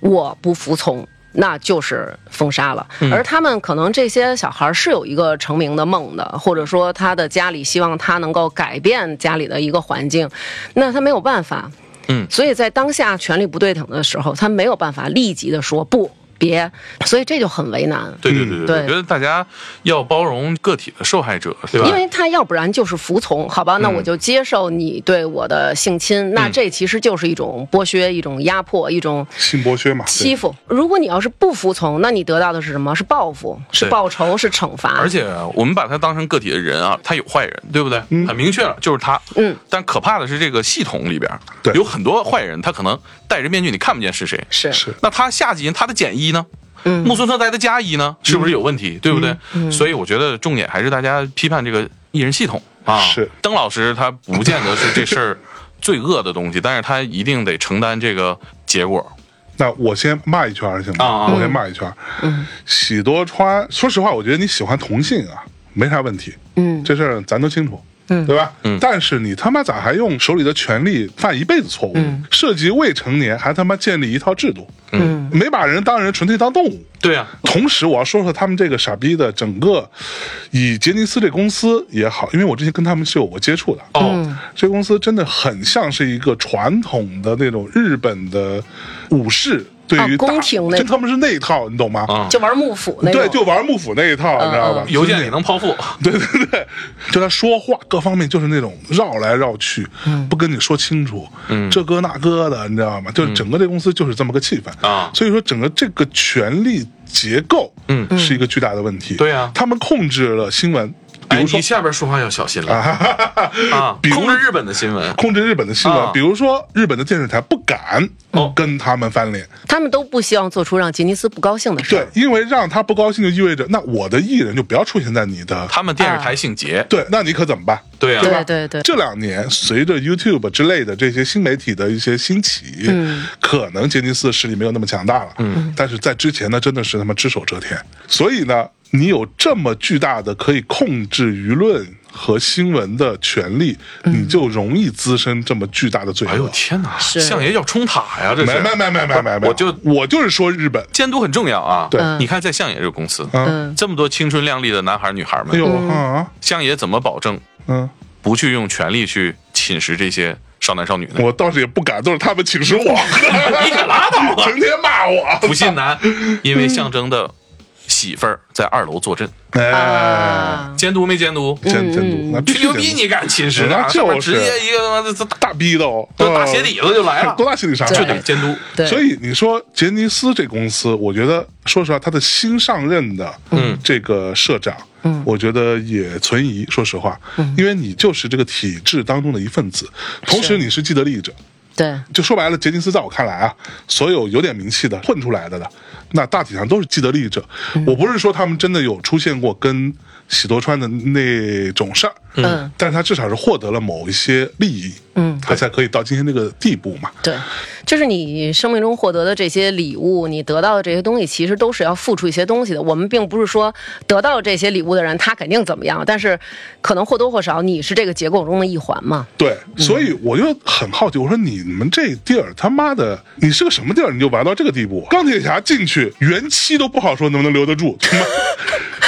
Speaker 1: 我不服从。那就是封杀了，
Speaker 3: 嗯
Speaker 1: 而他们可能这些小孩是有一个成名的梦的，或者说他的家里希望他能够改变家里的一个环境，那他没有办法，
Speaker 3: 嗯
Speaker 1: 所以在当下权力不对等的时候，他没有办法立即的说不别，所以这就很为难。
Speaker 3: 对对对对，
Speaker 1: 对
Speaker 3: 我觉得大家要包容个体的受害者，对吧？嗯
Speaker 1: 因为他要不然就是服从，好吧，那我就接受你对我的性侵，那这其实就是一种剥削、一种压迫、一种
Speaker 2: 新剥削嘛，
Speaker 1: 欺负。如果你要是不服从，那你得到的是什么？是报复，是
Speaker 3: 对
Speaker 1: 报仇，是惩罚。
Speaker 3: 而且我们把他当成个体的人啊，他有坏人，对不对？
Speaker 2: 嗯
Speaker 3: 很明确了，就是他。
Speaker 1: 嗯。
Speaker 3: 但可怕的是，这个系统里边
Speaker 2: 对
Speaker 3: 有很多坏人，他可能戴着面具，你看不见是谁。
Speaker 1: 是
Speaker 2: 是
Speaker 3: 那他下级他的减一呢？
Speaker 1: 嗯
Speaker 3: 木村拓哉
Speaker 2: 嗯
Speaker 3: 的加一呢？是不是有问题？对不对？所以我觉得重点还是大家批判这个艺人系统，啊。
Speaker 2: 是
Speaker 3: 邓老师他不见得是这 事儿最恶的东西，但是他一定得承担这个结果。
Speaker 2: 那我先骂一圈儿行吗？
Speaker 3: 啊啊
Speaker 2: 我先骂一圈。嗯，喜多川，说实话，我觉得你喜欢同性啊，没啥问题。嗯，这事儿咱都清楚。嗯，对吧？嗯，但是你他妈咋还用手里的权力犯一辈子错误？涉及未成年还他妈建立一套制度，嗯，没把人当人，纯粹当动物。
Speaker 3: 对啊，
Speaker 2: 同时，我要说说他们这个傻逼的整个，以杰尼斯这公司也好，因为我之前跟他们是有过接触的。
Speaker 3: 哦，
Speaker 1: 嗯
Speaker 2: 这公司真的很像是一个传统的那种日本的武士对于
Speaker 1: 啊
Speaker 2: 打
Speaker 1: 宫廷那
Speaker 2: 真他们是那一套，你懂吗？
Speaker 3: 啊
Speaker 1: 就玩幕府那种。嗯
Speaker 2: 对，就玩幕府那一套，你知道吧？
Speaker 3: 邮件里能剖腹，
Speaker 2: 对对对，就他说话各方面就是那种绕来绕去，
Speaker 1: 嗯
Speaker 2: 不跟你说清楚，
Speaker 3: 嗯
Speaker 2: 这哥那哥的，你知道吗？就是整个这公司就是这么个气氛
Speaker 3: 啊
Speaker 2: 所以说，整个这个权力结构，嗯，是一个巨大的问题。
Speaker 3: 对啊
Speaker 2: 他们控制了新闻，比
Speaker 3: 哎，
Speaker 2: 如说
Speaker 3: 你下边说话要小心 了啊！
Speaker 2: 比如
Speaker 3: 控制日本的新闻，
Speaker 2: 控制日本的新闻，
Speaker 3: 啊哦
Speaker 2: 比如说日本的电视台不敢跟他们翻脸，
Speaker 1: 他们都不希望做出让杰尼斯不高兴的事
Speaker 2: 对
Speaker 1: 儿。，
Speaker 2: 因为让他不高兴就意味着，那我的艺人就不要出现在你的，
Speaker 3: 他们电视台姓杰，
Speaker 2: 对，那你可怎么办？
Speaker 3: 对啊，
Speaker 1: 对对对，
Speaker 2: 这两年随着 YouTube 之类的这些新媒体的一些兴起，可能杰尼斯的势力没有那么强大了，嗯，但是在之前呢，真的是他妈只手遮天，所以呢，你有这么巨大的可以控制舆论。和新闻的权利，你就容易滋生这么巨大的罪恶。
Speaker 3: 嗯哎呦天哪，
Speaker 1: 是
Speaker 3: 相爷要冲塔呀，这
Speaker 2: 没
Speaker 3: 是
Speaker 2: 没没没没没没，
Speaker 3: 我就
Speaker 2: 我就是说日本，
Speaker 3: 监督很重要啊。
Speaker 2: 对
Speaker 3: 你看在相爷这个公司，
Speaker 1: 嗯，
Speaker 3: 这么多青春靓丽的男孩女孩
Speaker 2: 哎
Speaker 3: 们，
Speaker 2: 呦啊
Speaker 3: 相爷怎么保证
Speaker 2: 嗯，
Speaker 3: 不去用权力去侵蚀这些少男少女呢？
Speaker 2: 我倒是也不敢，都是他们请 示我，你
Speaker 3: 可拉倒 吧
Speaker 2: 成天骂我，
Speaker 3: 不 信男，因为象征的媳妇儿在二楼坐镇，
Speaker 2: 哎，
Speaker 1: 啊，嗯
Speaker 3: 监督没监督？
Speaker 2: 监监督，那必
Speaker 3: 吹
Speaker 2: 须
Speaker 3: 牛
Speaker 2: 监
Speaker 3: 逼
Speaker 2: 督
Speaker 3: 你敢侵蚀
Speaker 2: 那
Speaker 3: 啊？
Speaker 2: 就是
Speaker 3: 上面直接一个他妈
Speaker 2: 大逼斗，
Speaker 3: 的大鞋底子就来
Speaker 2: 呃
Speaker 3: 了，
Speaker 2: 多大心理啥？
Speaker 3: 就得监督。
Speaker 1: 对，
Speaker 2: 所以你说杰尼斯这公司，我觉得说实话，他的新上任的
Speaker 3: 嗯
Speaker 2: 这个社长，嗯，我觉得也存疑。说实话，
Speaker 1: 嗯
Speaker 2: 因为你就是这个体制当中的一份子，同时你是既得利益者。
Speaker 1: 对
Speaker 2: 就说白了，杰尼斯在我看来啊，所有有点名气的混出来的的，那大体上都是既得利益者。
Speaker 1: 嗯
Speaker 2: 我不是说他们真的有出现过跟喜多川的那种事儿，
Speaker 1: 嗯，
Speaker 2: 但是他至少是获得了某一些利益，
Speaker 1: 嗯，
Speaker 2: 他才可以到今天这个地步嘛。
Speaker 1: 对，就是你生命中获得的这些礼物，你得到的这些东西，其实都是要付出一些东西的。我们并不是说得到这些礼物的人他肯定怎么样，但是可能或多或少你是这个结构中的一环嘛。
Speaker 2: 对，所以我就很好奇，我说你们这地儿他妈的，你是个什么地儿，你就玩到这个地步？钢铁侠进去原期都不好说能不能留得住，他妈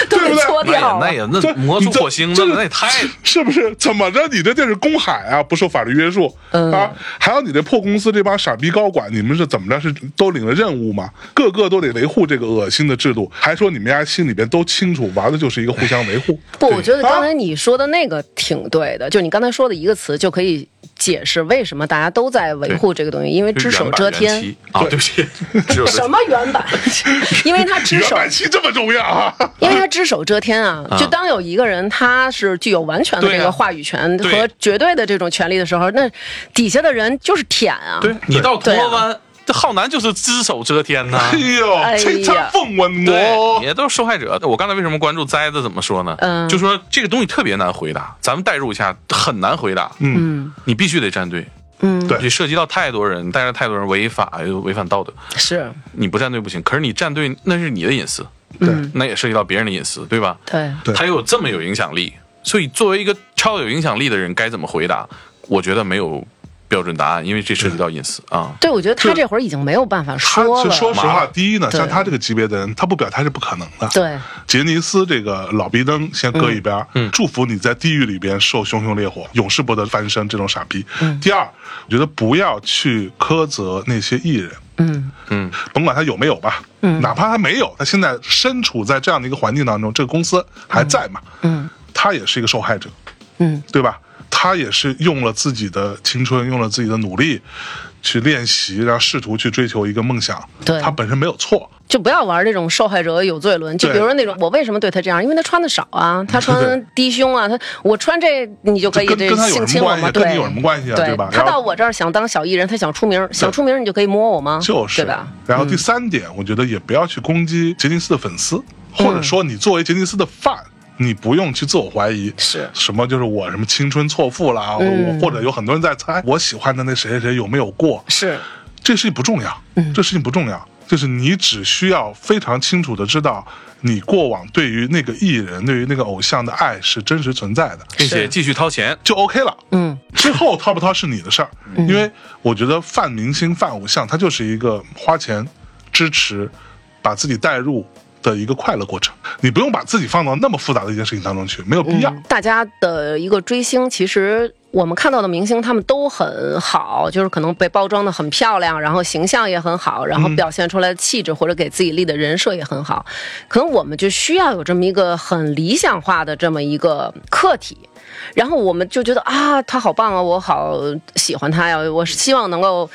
Speaker 1: 都
Speaker 2: 对
Speaker 1: 给搓
Speaker 2: 不对？
Speaker 3: 那也
Speaker 1: 掉
Speaker 3: 那
Speaker 1: 了。
Speaker 3: 也那魔
Speaker 2: 你
Speaker 3: 术
Speaker 2: 这
Speaker 3: 火星
Speaker 2: 这
Speaker 3: 那那也太
Speaker 2: 是 是不是？怎么着？你这地儿是公海啊，不受法律约束、
Speaker 1: 嗯
Speaker 2: 啊！还有你这破公司这帮傻逼高管，你们是怎么着？是都领了任务吗？个个都得维护这个恶心的制度，还说你们家心里边都清楚，玩的就是一个互相维护。啊
Speaker 1: 不，
Speaker 3: 对
Speaker 1: 我觉得刚才你说的那个挺对的，就你刚才说的一个词就可以解释为什么大家都在维护这个东西，因为只手遮
Speaker 3: 原版
Speaker 1: 天
Speaker 3: 原。期啊！对不起，只有这
Speaker 1: 什么原版？ 因为他 只
Speaker 2: 原
Speaker 1: 手
Speaker 2: 版期这么重要啊！
Speaker 1: 因为他只手遮天啊，就当有一个人他是具有完全的
Speaker 3: 对啊
Speaker 1: 这个话语权
Speaker 3: 对
Speaker 1: 和绝对的这种权利的时候，那底下的人就是舔啊。
Speaker 3: 对你到铜
Speaker 1: 对
Speaker 3: 锣
Speaker 1: 啊
Speaker 3: 湾，这浩南就是只手遮天呐。
Speaker 2: 哎
Speaker 1: 哎
Speaker 2: 呦，
Speaker 1: 呀
Speaker 2: 吹插凤吻
Speaker 3: 对，
Speaker 2: 我。
Speaker 3: 也都是受害者。我刚才为什么关注灾的怎么说呢？
Speaker 1: 嗯
Speaker 3: 就说这个东西特别难回答，咱们代入一下，很难回答。
Speaker 2: 嗯，
Speaker 3: 你必须得站队，
Speaker 1: 嗯，
Speaker 2: 对
Speaker 3: 你涉及到太多人，但是太多人违法又违反道德，
Speaker 1: 是，
Speaker 3: 你不站队不行。可是你站队那是你的隐私，
Speaker 2: 对
Speaker 1: 嗯
Speaker 3: 那也涉及到别人的隐私，对吧？
Speaker 1: 对，
Speaker 2: 对
Speaker 3: 他又有这么有影响力，所以作为一个超有影响力的人，该怎么回答？我觉得没有标准答案，因为这涉及到隐私啊。
Speaker 1: 对，我觉得他这会儿已经没有办法
Speaker 2: 他
Speaker 1: 说
Speaker 2: 是
Speaker 1: 了。
Speaker 2: 说实
Speaker 3: 麻
Speaker 2: 话，
Speaker 3: 了
Speaker 2: 第一呢，
Speaker 1: 对
Speaker 2: 像他这个级别的人，他不表态是不可能的。
Speaker 1: 对，
Speaker 2: 杰尼斯这个老逼灯先搁一边儿，
Speaker 3: 嗯嗯
Speaker 2: 祝福你在地狱里边受熊熊烈火，永世不得翻身这种傻逼。
Speaker 1: 嗯
Speaker 2: 第二，我觉得不要去苛责那些艺人，
Speaker 1: 嗯，
Speaker 3: 嗯，
Speaker 2: 甭管他有没有吧，哪怕他没有，他现在身处在这样的一个环境当中，这个公司还在嘛，
Speaker 1: 嗯，
Speaker 2: 他也是一个受害者，
Speaker 1: 嗯，
Speaker 2: 对吧？他也是用了自己的青春，用了自己的努力去练习，然后试图去追求一个梦想。
Speaker 1: 对
Speaker 2: 他本身没有错，
Speaker 1: 就不要玩这种受害者有罪论。就
Speaker 2: 对
Speaker 1: 比如说那种，我为什么对他这样？因为他穿的少 啊，他
Speaker 2: 对
Speaker 1: 穿低胸啊，他我穿这你就可以
Speaker 2: 就
Speaker 1: 这
Speaker 2: 跟跟他有
Speaker 1: 性
Speaker 2: 什
Speaker 1: 侵
Speaker 2: 么
Speaker 1: 我
Speaker 2: 关
Speaker 1: 吗？
Speaker 2: 系？
Speaker 1: 对，
Speaker 2: 跟你有什么关系啊？
Speaker 1: 对
Speaker 2: 吧？
Speaker 1: 他
Speaker 2: 然
Speaker 1: 到
Speaker 2: 后
Speaker 1: 我这儿想当小艺人，他想出名，想出名你就可以摸我吗？
Speaker 2: 就是
Speaker 1: 对吧？？
Speaker 2: 然后第
Speaker 1: 嗯
Speaker 2: 三点，我觉得也不要去攻击杰尼斯的粉丝，或者说你作为杰尼斯的饭，你不用去自我怀疑，
Speaker 1: 是
Speaker 2: 什么就是我什么青春错付啦，我
Speaker 1: 嗯
Speaker 2: 我或者有很多人在猜我喜欢的那谁谁谁有没有过，
Speaker 1: 是，嗯
Speaker 2: 这事情不重要，这事情不重要，就是你只需要非常清楚的知道你过往对于那个艺人、对于那个偶像的爱是真实存在的，
Speaker 3: 并且继续掏钱。
Speaker 2: 就 OK 了。
Speaker 1: 嗯，
Speaker 2: 之后掏不掏是你的事儿，因为我觉得泛明星、泛偶像，它就是一个花钱支持，把自己带入的一个快乐过程。你不用把自己放到那么复杂的一件事情当中去，没有必要。
Speaker 1: 大家的一个追星，其实我们看到的明星他们都很好，就是可能被包装的很漂亮，然后形象也很好，然后表现出来的气质或者给自己立的人设也很好。可能我们就需要有这么一个很理想化的这么一个客体。然后我们就觉得啊，他好棒啊，我好喜欢他呀，我希望能够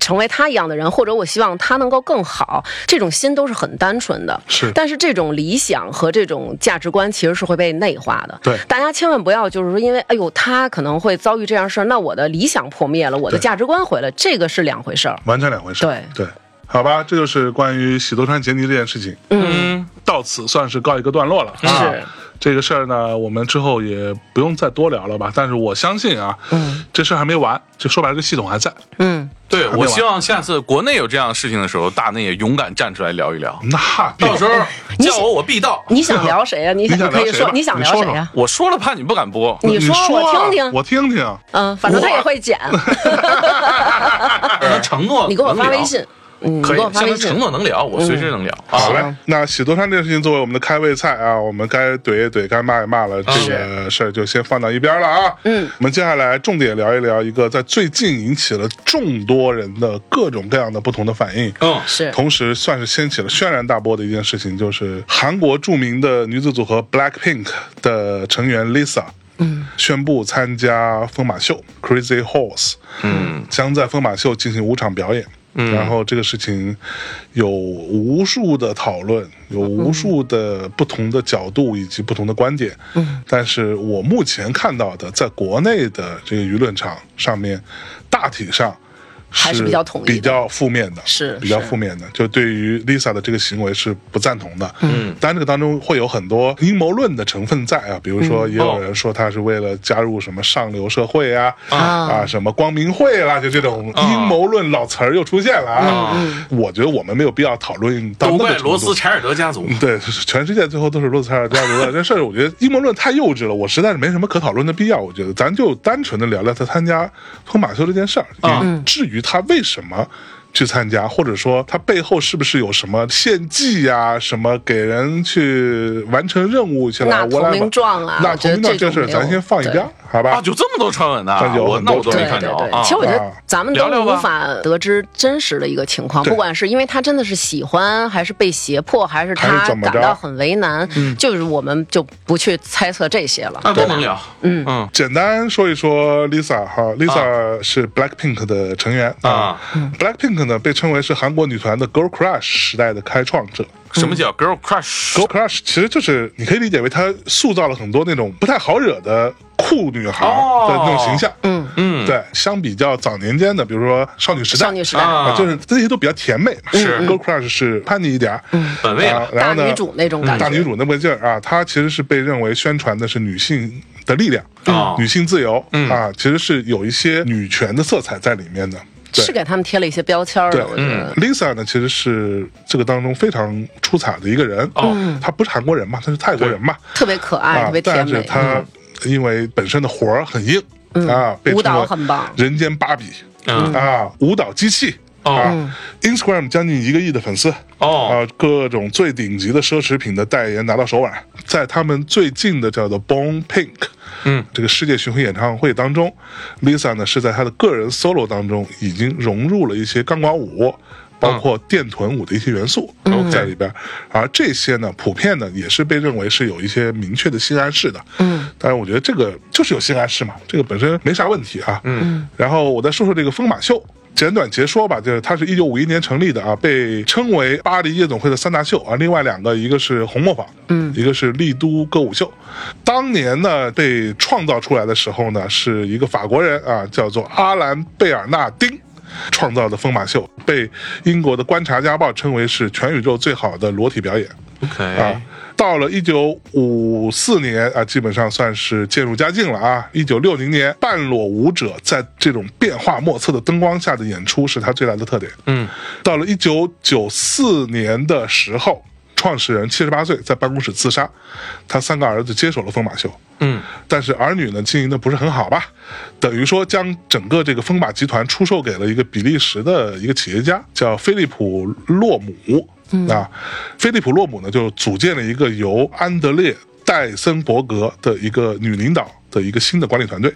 Speaker 1: 成为他一样的人，或者我希望他能够更好，这种心都是很单纯的。
Speaker 2: 是
Speaker 1: 但是这种理想和这种价值观其实是会被内化的。
Speaker 2: 对
Speaker 1: 大家千万不要就是说，因为哎呦，他可能会遭遇这样事儿，那我的理想破灭了，我的
Speaker 2: 对
Speaker 1: 价值观毁了，这个是两回事儿。
Speaker 2: 完全两回事。
Speaker 1: 对
Speaker 2: 对，好吧，这就是关于喜多川杰尼这件事情。
Speaker 3: 嗯，
Speaker 2: 到此算是告一个段落了。啊
Speaker 1: 是，
Speaker 2: 这个事儿呢，我们之后也不用再多聊了吧？但是我相信啊，嗯，这事儿还没完，就说白了，这系统还在。
Speaker 1: 嗯，
Speaker 3: 对，
Speaker 2: 没
Speaker 3: 我
Speaker 2: 完
Speaker 3: 希望下次国内有这样的事情的时候，大内也勇敢站出来聊一聊。
Speaker 2: 那必
Speaker 3: 到时候叫我，我必到。
Speaker 1: 你想聊谁呀、啊你
Speaker 2: 你想
Speaker 1: 可以
Speaker 2: 聊谁
Speaker 1: 说
Speaker 2: 吧
Speaker 1: 你想
Speaker 2: 你
Speaker 1: 聊
Speaker 2: 说
Speaker 1: 谁啊
Speaker 2: 说
Speaker 1: 呀、
Speaker 3: 我说了，怕你不敢播。
Speaker 1: 你
Speaker 2: 说
Speaker 1: 说我听听
Speaker 2: 我听听。
Speaker 1: 嗯，反正他也会 剪，
Speaker 3: 让他承诺
Speaker 1: 你给我发
Speaker 3: 能聊
Speaker 1: 微信，嗯，你
Speaker 3: 可以
Speaker 1: 给我，发
Speaker 3: 向
Speaker 1: 微
Speaker 3: 他
Speaker 1: 信
Speaker 3: 承。诺能聊，我随时能聊。
Speaker 2: 好
Speaker 3: 啊，
Speaker 2: 嘞，那喜多川这个事情作为我们的开胃菜啊，我们该怼也怼，该骂也骂了，这个事儿就先放到一边了啊。嗯，我们接下来重点聊一聊一个在最近引起了众多人的各种各样的不同的反应。
Speaker 3: 嗯，
Speaker 1: 是
Speaker 2: 同时，算是掀起了轩然大波的一件事情，就是韩国著名的女子组合 BLACKPINK 的成员 Lisa，嗯，宣布参加疯马秀 Crazy Horse，嗯，将在疯马秀进行五场表演。嗯，然后这个事情有无数的讨论，有无数的不同的角度以及不同的观点。嗯，但是我目前看到的，在国内的这个舆论场上面，大体上
Speaker 1: 还是比较统一的
Speaker 2: 比较负面的，
Speaker 1: 是
Speaker 2: 比较
Speaker 1: 是
Speaker 2: 负面的，就对于 Lisa 的这个行为是不赞同的。嗯，当然这个当中会有很多阴谋论的成分在啊，比如
Speaker 1: 嗯
Speaker 2: 说也有人说她是为了加入什么上流社会啊，
Speaker 1: 哦
Speaker 2: 啊什么光明会啦，就这种阴谋论老词儿又出现了啊。
Speaker 1: 嗯
Speaker 2: 我觉得我们没有必要讨论到
Speaker 3: 都
Speaker 2: 那个
Speaker 3: 怪
Speaker 2: 程
Speaker 3: 罗斯
Speaker 2: 度。
Speaker 3: 柴尔德家族。
Speaker 2: 对，全世界最后都是罗斯柴尔德家族的这事儿，我觉得阴谋论太幼稚了，我实在是没什么可讨论的必要。我觉得咱就单纯的聊聊他参加托马修这件事儿，
Speaker 1: 嗯
Speaker 2: 以至于他为什么。去参加，或者说他背后是不是有什么献祭呀、什么给人去完成任务去了
Speaker 1: 纳？投
Speaker 2: 我来
Speaker 1: 名状啊
Speaker 2: 纳
Speaker 1: 我
Speaker 2: 投
Speaker 1: 觉得
Speaker 2: 名状
Speaker 1: 这
Speaker 2: 这
Speaker 1: 种
Speaker 2: 事儿
Speaker 1: 没有
Speaker 2: 咱先放一边，好吧？
Speaker 3: 啊，就这么多传闻呢、
Speaker 2: 啊有
Speaker 3: 我
Speaker 2: 很
Speaker 3: 那
Speaker 2: 多
Speaker 3: 我都没
Speaker 1: 对
Speaker 3: 看着
Speaker 1: 对对，
Speaker 3: 啊
Speaker 1: 其。实我觉得
Speaker 2: 啊
Speaker 1: 咱们
Speaker 3: 聊聊
Speaker 1: 都
Speaker 3: 吧
Speaker 1: 无法得知真实的一个情况，
Speaker 2: 对
Speaker 1: 不管是因为他真的是喜欢，还是被胁迫，还是
Speaker 2: 还
Speaker 1: 他
Speaker 2: 是怎么着嗯
Speaker 1: 感到很为难，就是我们就不去猜测这些了。
Speaker 2: 啊
Speaker 3: 那
Speaker 1: 对
Speaker 3: 都
Speaker 1: 吧
Speaker 3: 能聊。嗯嗯
Speaker 2: 简单说一说 Lisa 哈，Lisa 是 BLACKPINK 的成员
Speaker 3: 啊。
Speaker 2: BLACKPINK 呢被称为是韩国女团的 Girl Crush 时代的开创者。
Speaker 3: 什么叫 girl crush？
Speaker 2: Girl Crush 其实就是你可以理解为她塑造了很多那种不太好惹的酷女孩
Speaker 3: 哦
Speaker 2: 的那种形象。
Speaker 1: 嗯
Speaker 2: 嗯，对，相比较早年间的，比如说少女时代，
Speaker 1: 少女时代
Speaker 3: 啊
Speaker 2: 就是这些都比较甜美嘛。
Speaker 3: 是
Speaker 2: Girl Crush 是叛逆一点儿，嗯，
Speaker 3: 本位了
Speaker 2: 然后呢
Speaker 1: 大
Speaker 2: 嗯
Speaker 1: 女主那种感觉
Speaker 2: 大女主那么劲儿啊，她其实是被认为宣传的是女性的力量。
Speaker 1: 嗯
Speaker 3: 啊
Speaker 2: 女性自由、啊，其实是有一些女权的色彩在里面的。对
Speaker 1: 是给他们贴了一些标签儿
Speaker 2: 对
Speaker 3: 嗯
Speaker 2: 嗯
Speaker 1: 的，我觉得。
Speaker 2: ，Lisa 呢，其实是这个当中非常出彩的一个人。
Speaker 3: 哦，
Speaker 2: 她不是韩国人嘛，她是泰国人嘛，
Speaker 1: 特别可爱，
Speaker 2: 啊
Speaker 1: 嗯特别，甜
Speaker 2: 但是
Speaker 1: 美。
Speaker 3: 嗯
Speaker 1: 嗯
Speaker 2: 她因为本身的活儿很硬、啊，被
Speaker 1: 舞
Speaker 2: 称为
Speaker 1: 蹈很棒
Speaker 2: 人间芭比
Speaker 3: 嗯
Speaker 2: 啊，舞蹈机器。
Speaker 3: 哦
Speaker 2: 啊，Instagram 将近一个亿的粉丝
Speaker 3: 哦
Speaker 2: 啊，各种最顶级的奢侈品的代言拿到手腕，在他们最近的叫做 Bone Pink，
Speaker 3: 嗯，
Speaker 2: 这个世界巡回演唱会当中，Lisa 呢是在她的个人 solo 当中已经融入了一些钢管舞。包括电臀舞的一些元素都在里边，而这些呢，普遍呢也是被认为是有一些明确的性暗示的。嗯，但是我觉得这个就是有性暗示嘛，这个本身没啥问题啊。嗯，然后我再说说这个疯马秀，简短截说吧，就是它是一九五一年成立的啊，被称为巴黎夜总会的三大秀啊。另外两个，一个是红磨坊，嗯，一个是丽都歌舞秀。当年呢，被创造出来的时候呢，是一个法国人啊，叫做阿兰贝尔纳丁。创造的疯马秀被英国的《观察家报》称为是全宇宙最好的裸体表演
Speaker 3: ，OK，
Speaker 2: 啊！到了一九五四年啊，基本上算是渐入佳境了啊。一九六零年，半裸舞者在这种变化莫测的灯光下的演出是他最大的特点。
Speaker 3: 嗯，
Speaker 2: 到了一九九四年的时候，创始人七十八岁在办公室自杀，他三个儿子接手了疯马秀。
Speaker 3: 嗯，
Speaker 2: 但是儿女呢经营的不是很好吧，等于说将整个这个风马集团出售给了一个比利时的一个企业家，叫菲利普·洛姆。啊，菲利普·洛姆呢就组建了一个由安德烈·戴森伯格的一个女领导的一个新的管理团队。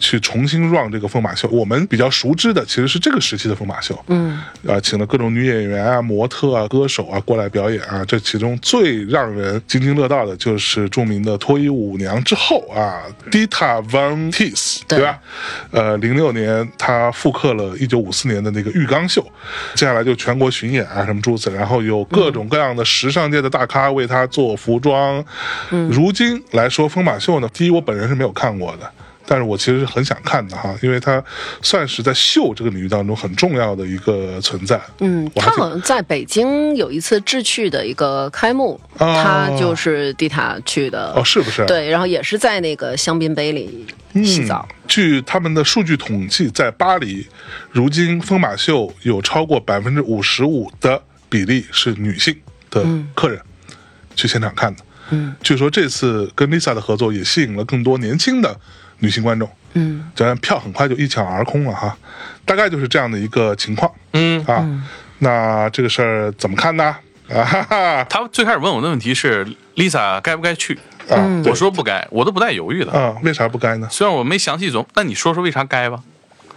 Speaker 2: 去重新 run 这个疯马秀，我们比较熟知的其实是这个时期的疯马秀，嗯，啊，请了各种女演员啊、模特啊、歌手啊过来表演啊，这其中最让人津津乐道的就是著名的脱衣舞娘之后啊，Dita Von Teese，
Speaker 1: 对
Speaker 2: 对吧？呃，零六年他复刻了一九五四年的那个浴缸秀，接下来就全国巡演啊，什么诸此，然后有各种各样的时尚界的大咖为他做服装。如今来说，疯马秀呢，第一我本人是没有看过的。但是我其实是很想看的哈，因为它算是在秀这个领域当中很重要的一个存在。
Speaker 1: 嗯，
Speaker 2: 我
Speaker 1: 他
Speaker 2: 还挺
Speaker 1: 好像在北京有一次智趣的一个开幕，他就是蒂塔去的，
Speaker 2: 哦，是不是？，
Speaker 1: 对，然后也是在那个香槟杯里洗澡。
Speaker 2: 嗯据他们的数据统计，在巴黎，如今疯马秀有超过百分之五十五的比例是女性的客人、去现场看的。嗯，据说这次跟 Lisa 的合作也吸引了更多年轻的女性观众。嗯，当然票很快就一抢而空了哈，大概就是这样的一个情况。
Speaker 3: 嗯
Speaker 2: 啊，那这个事儿怎么看呢？啊哈哈
Speaker 3: 他最开始问我的问题是 Lisa 该不该去，
Speaker 2: 啊，对
Speaker 3: 我说不该，我都不带犹豫的。
Speaker 2: 啊，为啥不该呢？
Speaker 3: 虽然我没详细总，那你说说为啥该吧？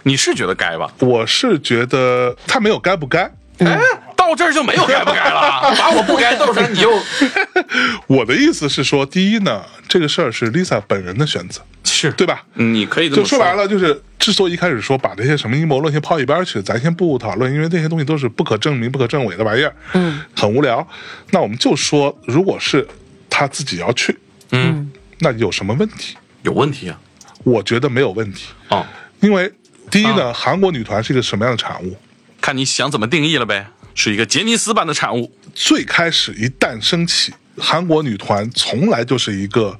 Speaker 3: 你是觉得该吧？
Speaker 2: 我是觉得他没有该不该，
Speaker 3: 哎，到这儿就没有该不该 了，啊把我不该斗上，你又
Speaker 2: 我的意思是说，第一呢，这个事儿是 Lisa 本人的选择，
Speaker 3: 是
Speaker 2: 对，吧？
Speaker 3: 你可以这
Speaker 2: 就
Speaker 3: 么
Speaker 2: 说白，了，就是之所以一开始说把这些什么阴谋论先抛一边儿去，咱先不讨论，因为那些东西都是不可证明、不可证伪的玩意儿，嗯，很无聊。那我们就说，如果是他自己要去，
Speaker 3: 嗯，
Speaker 2: 那有什么问题？
Speaker 3: 有问题啊，
Speaker 2: 我觉得没有问题，
Speaker 3: 哦，
Speaker 2: 因为第一呢，
Speaker 3: 啊
Speaker 2: 韩国女团是一个什么样的产物？
Speaker 3: 看你想怎么定义了呗，是一个杰尼斯般的产物，
Speaker 2: 最开始一诞生起，韩国女团从来就是一个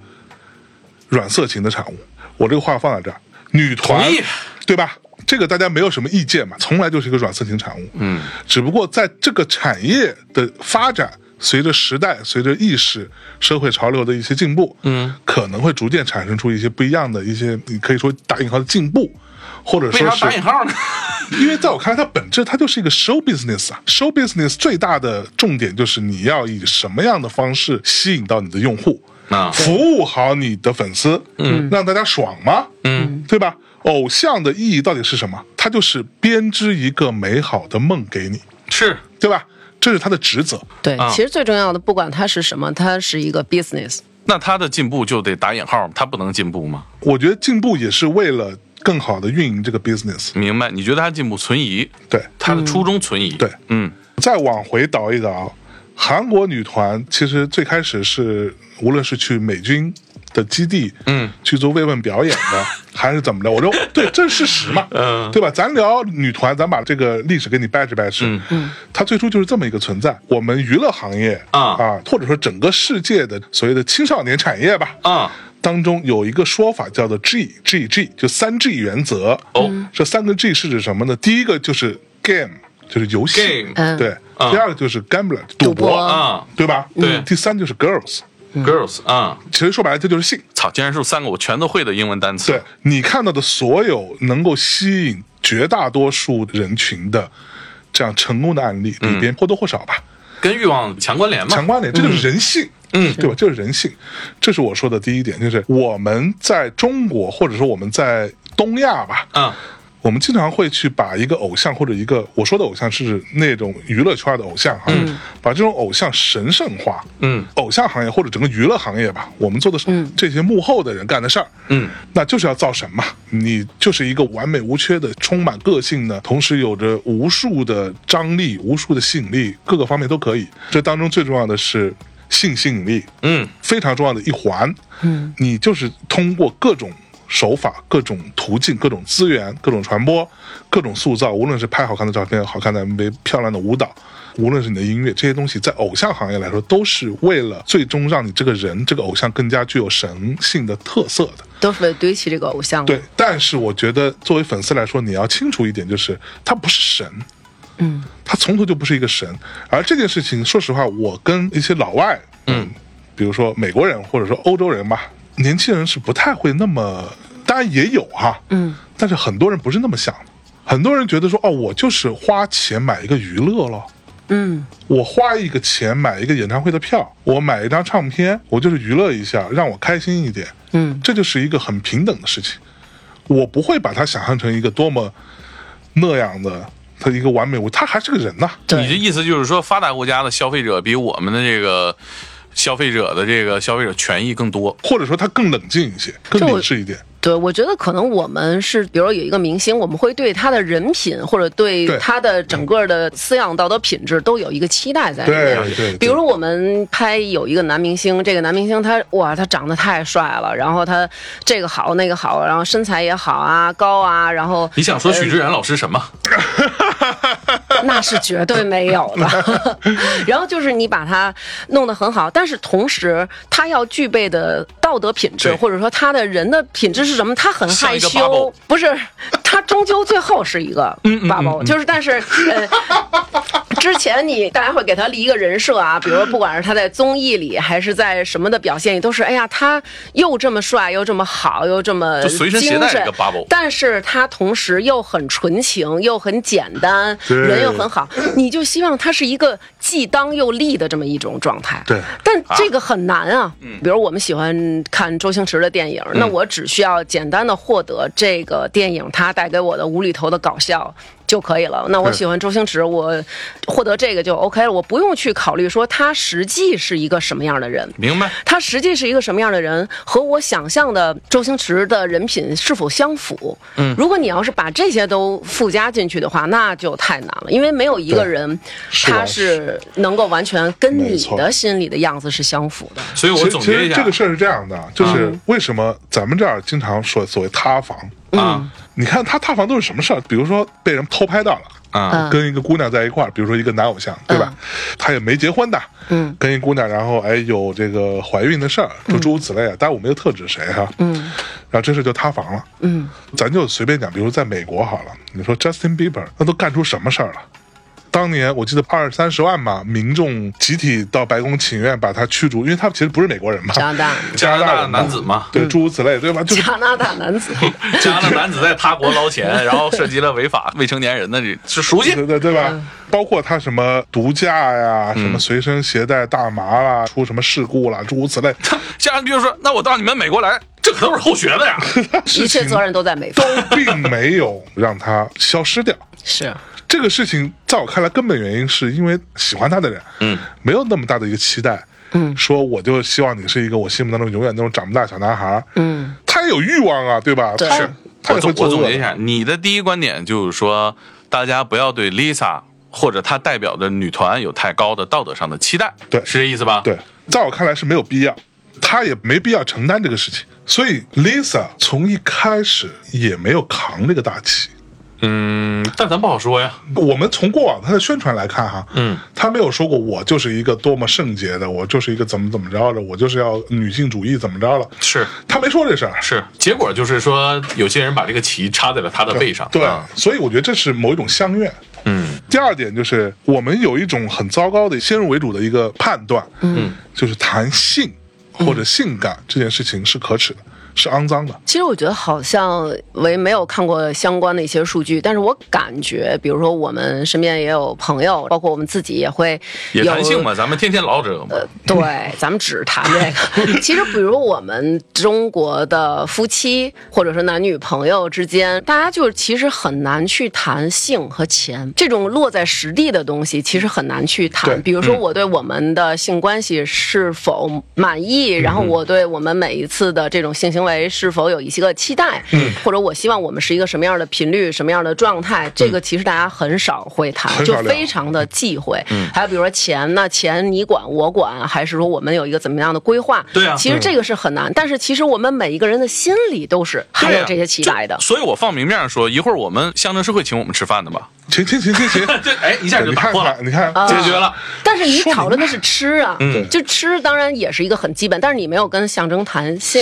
Speaker 2: 软色情的产物。我这个话放在这儿，女团
Speaker 3: 同意
Speaker 2: 对吧？这个大家没有什么意见嘛，从来就是一个软色情产物。嗯，只不过在这个产业的发展，随着时代、随着意识、社会潮流的一些进步，嗯，可能会逐渐产生出一些不一样的一些，你可以说打引号的进步，或者
Speaker 3: 为
Speaker 2: 说
Speaker 3: 啥
Speaker 2: 是
Speaker 3: 打引号呢？
Speaker 2: 因为在我看来，它本质它就是一个 show business 啊。show business 最大的重点就是你要以什么样的方式吸引到你的用户，
Speaker 3: 啊
Speaker 2: 服务好你的粉丝，嗯，让大家爽吗？嗯，对吧？偶像的意义到底是什么？它就是编织一个美好的梦给你，
Speaker 3: 是，
Speaker 2: 对吧？这是他的职责。
Speaker 1: 对，
Speaker 3: 啊
Speaker 1: 其实最重要的，不管它是什么，它是一个 business。
Speaker 3: 那他的进步就得打引号，他不能进步吗？
Speaker 2: 我觉得进步也是为了更好的运营这个 business。
Speaker 3: 明白？你觉得他进步存疑，
Speaker 2: 对，
Speaker 3: 他的初衷存疑，
Speaker 2: 对
Speaker 3: 嗯，
Speaker 2: 再往回倒一倒，韩国女团其实最开始是无论是去美军的基地，
Speaker 3: 嗯，
Speaker 2: 去做慰问表演 的，还是怎么着？我说对，这是事实嘛，
Speaker 3: 嗯
Speaker 2: 对吧？咱聊女团，咱把这个历史给你掰扯掰扯，嗯，它最初就是这么一个存在。我们娱乐行业
Speaker 3: 啊
Speaker 2: 啊，或者说整个世界的所谓的青少年产业吧，
Speaker 3: 啊，
Speaker 2: 当中有一个说法叫做 G G G，就三 G 原则。
Speaker 3: 哦嗯，
Speaker 2: 这三个 G 是指什么呢？第一个就是 game，就是游戏
Speaker 3: Game，
Speaker 1: 嗯
Speaker 2: 对。
Speaker 3: 嗯
Speaker 2: 第二个就是 gambler，
Speaker 1: 赌
Speaker 2: 赌
Speaker 1: 博嗯
Speaker 2: 博，
Speaker 3: 啊
Speaker 2: 对吧？
Speaker 3: 对
Speaker 2: 第三就是 girls，
Speaker 3: ，girls 啊，
Speaker 2: 其实说白了这就是性。
Speaker 3: 操，竟然是三个我全都会的英文单词，
Speaker 2: 对你看到的所有能够吸引绝大多数人群的这样成功的案例里
Speaker 3: 嗯
Speaker 2: 边，或多或少吧，
Speaker 3: 跟欲望强关联嘛，
Speaker 2: 强关联，这就是人性，嗯，对吧？这是人性，这是我说的第一点，就是我们在中国，或者说我们在东亚吧，
Speaker 3: 啊，
Speaker 2: 我们经常会去把一个偶像或者一个我说的偶像是指那种娱乐圈的偶像哈，把这种偶像神圣化。
Speaker 3: 嗯，
Speaker 2: 偶像行业或者整个娱乐行业吧，我们做的是这些幕后的人干的事儿。
Speaker 3: 嗯，
Speaker 2: 那就是要造神嘛，你就是一个完美无缺的、充满个性的，同时有着无数的张力、无数的吸引力，各个方面都可以。这当中最重要的是性吸引力。
Speaker 3: 嗯，
Speaker 2: 非常重要的一环。嗯，你就是通过各种手法、各种途径、各种资源、各种传播、各种塑造，无论是拍好看的照片、好看的 MV、漂亮的舞蹈，无论是你的音乐，这些东西在偶像行业来说，都是为了最终让你这个人、这个偶像更加具有神性的特色的。
Speaker 1: 都是为了堆砌这个偶像。
Speaker 2: 对，，但是我觉得作为粉丝来说，你要清楚一点，就是他不是神，嗯，他从头就不是一个神。而这件事情，说实话，我跟一些老外，嗯，比如说美国人或者说欧洲人吧，年轻人是不太会那么，当然也有哈，嗯，但是很多人不是那么想的，很多人觉得说，哦，我就是花钱买一个娱乐了。
Speaker 1: 嗯，
Speaker 2: 我花一个钱买一个演唱会的票，我买一张唱片，我就是娱乐一下，让我开心一点。
Speaker 1: 嗯，
Speaker 2: 这就是一个很平等的事情。我不会把它想象成一个多么那样的，他一个完美无，他还是个人呐、
Speaker 3: 你的
Speaker 1: 对，
Speaker 3: 意思就是说，发达国家的消费者比我们的这个消费者的这个消费者权益更多。
Speaker 2: 或者说他更冷静一些，更
Speaker 1: 这我
Speaker 2: 理智一点。
Speaker 1: 对，我觉得可能我们是，比如有一个明星，我们会对他的人品或者对
Speaker 2: 对
Speaker 1: 他的整个的饲养道德品质都有一个期待在里面。
Speaker 2: 对对
Speaker 1: 比如说我们拍有一个男明星，这个男明星他哇，他长得太帅了，然后他这个好那个好，然后身材也好啊，高啊，然后
Speaker 3: 你想
Speaker 2: 哎
Speaker 3: 说许志远老师什么？
Speaker 1: 那是绝对没有 的。然后就是你把它弄得很好，但是同时他要具备的道德品质，
Speaker 3: 对
Speaker 1: 或者说他的人的品质是什么？他很害
Speaker 3: 像一个嗯 bubble
Speaker 1: 羞，不是他终究最后是一个八包，就是但是呃。 之前你大家会给他立一个人设啊，比如说不管是他在综艺里还是在什么的表现里，都是哎呀，他又这么帅，又这么好，又这么
Speaker 3: 就随身携带
Speaker 1: 精神
Speaker 3: 一个 bubble
Speaker 1: 但是他同时又很纯情，又很简单，
Speaker 2: 对
Speaker 1: 人又很好，你就希望他是一个既当又立的这么一种状态。
Speaker 2: 对嗯
Speaker 1: 但这个很难啊。比如我们喜欢看周星驰的电影，那我只需要简单的获得这个电影它带给我的无厘头的搞笑。就可以了。那我
Speaker 2: 对
Speaker 1: 喜欢周星驰，我获得这个就 OK 了，我不用去考虑说他实际是一个什么样的人。
Speaker 3: 明白？
Speaker 1: 他实际是一个什么样的人，和我想象的周星驰的人品是否相符？嗯，如果你要是把这些都附加进去的话，那就太难了，因为没有一个人
Speaker 2: 是的
Speaker 1: 他是能够完全跟
Speaker 2: 没
Speaker 1: 你
Speaker 2: 错
Speaker 1: 的心里的样子是相符 的。
Speaker 3: 所以我
Speaker 2: 其实
Speaker 3: 总
Speaker 2: 其
Speaker 3: 结
Speaker 2: 实
Speaker 3: 一
Speaker 2: 这
Speaker 3: 下
Speaker 2: 个事儿是这样的，就是为什么咱们这儿经常说所谓塌房？
Speaker 3: 啊
Speaker 2: 你看他塌房都是什么事儿？比如说被人偷拍到了。
Speaker 3: 啊，
Speaker 1: 嗯
Speaker 2: 跟一个姑娘在一块儿，比如说一个男偶像，对吧？他也没结婚的，
Speaker 1: 嗯，
Speaker 2: 跟一姑娘，然后哎有这个怀孕的事儿，诸诸如此
Speaker 1: 嗯
Speaker 2: 类啊。当然我没有特指谁哈，嗯，然后这事就塌房了，
Speaker 1: 嗯，
Speaker 2: 咱就随便讲，比如在美国好了，你说 Justin Bieber 那都干出什么事儿了？当年我记得二三十万吧，民众集体到白宫请愿把他驱逐，因为他其实不是美国人嘛，
Speaker 1: 加拿大，嗯
Speaker 3: 加拿
Speaker 2: 拿
Speaker 3: 大
Speaker 2: 人
Speaker 3: 男子嘛
Speaker 2: 对，诸如此类，对吧？就是
Speaker 1: 加拿大男子，
Speaker 2: 嗯
Speaker 3: 加拿大男子在他国捞钱，然后涉及了违法未成年人的这是赎
Speaker 2: 对
Speaker 3: 金。
Speaker 2: 对对吧？
Speaker 3: 嗯
Speaker 2: 包括他什么毒驾呀，什么随身携带大麻啦，出什么事故啦，诸如此 类，
Speaker 3: 加比如说，那我到你们美国来，这可都是后学的呀。
Speaker 1: 一切责任都在美方。
Speaker 2: 都并没有让他消失掉。
Speaker 1: 是，
Speaker 2: 这个事情在我看来，根本原因是因为喜欢他的人，嗯，没有那么大的一个期待，嗯，说我就希望你是一个我心目当中永远那种长不大小男孩，嗯，他也有欲望啊，对吧？
Speaker 1: 对
Speaker 2: 他
Speaker 1: 是
Speaker 2: 他
Speaker 3: 我
Speaker 2: 也
Speaker 3: 总
Speaker 2: 会做
Speaker 3: 我总
Speaker 2: 恶
Speaker 3: 结一
Speaker 2: 的。
Speaker 3: 下，你的第一观点就是说，大家不要对 Lisa 或者她代表的女团有太高的道德上的期待，
Speaker 2: 对
Speaker 3: 是这意思吧？
Speaker 2: 对，在我看来是没有必要，他也没必要承担这个事情。所以 Lisa 从一开始也没有扛这个大旗。
Speaker 3: 嗯，但咱不好说呀。
Speaker 2: 我们从过往他的宣传来看哈，
Speaker 3: 嗯，
Speaker 2: 他没有说过我就是一个多么圣洁的，我就是一个怎么怎么着的，我就是要女性主义怎么着了，
Speaker 3: 是
Speaker 2: 他没说这事儿。
Speaker 3: 是，结果就是说，有些人把这个旗插在了他的背上。
Speaker 2: 对
Speaker 3: 啊，
Speaker 2: 所以我觉得这是某一种相怨。
Speaker 3: 嗯，
Speaker 2: 第二点就是我们有一种很糟糕的先入为主的一个判断，嗯，就是谈性或者性感这件事情是可耻的，是肮脏的。
Speaker 1: 其实我觉得好像为没有看过相关的一些数据，但是我感觉，比如说我们身边也有朋友，包括我们自己也会
Speaker 3: 也
Speaker 1: 有
Speaker 3: 弹性嘛，咱们天天老者
Speaker 1: 呃
Speaker 3: 嘛。
Speaker 1: 对，咱们只谈这个。 其实，比如我们中国的夫妻，或者说男女朋友之间，大家就其实很难去谈性和钱这种落在实地的东西，其实很难去谈。
Speaker 2: 对嗯
Speaker 1: 比如说，我对
Speaker 2: 嗯
Speaker 1: 我们的性关系是否满意，然后我对我们每一次的这种性行行为是否有一些个期待，嗯，或者我希望我们是一个什么样的频率、什么样的状态，这个其实大家很少会谈，
Speaker 2: 很
Speaker 1: 就
Speaker 2: 少聊
Speaker 1: 非常的忌讳。还有比如说钱呢，钱你管我管，还是说我们有一个怎么样的规划？
Speaker 3: 对啊
Speaker 1: 其实这个是很难，但是其实我们每一个人的心里都是还
Speaker 3: 对
Speaker 1: 有
Speaker 3: 呀
Speaker 1: 这些期待的
Speaker 3: 就。所以我放明面上说，一会儿我们乡镇是会请我们吃饭的吧？
Speaker 2: 行行行行行，
Speaker 3: 这哎，一下就
Speaker 2: 你
Speaker 3: 打
Speaker 2: 看
Speaker 3: 破了，
Speaker 2: 看，你看，
Speaker 1: 啊
Speaker 3: 解决了。
Speaker 1: 但是你讨论的是吃啊，
Speaker 3: 嗯
Speaker 1: 就吃当然也是一个很基本，但是你没有跟象征谈性，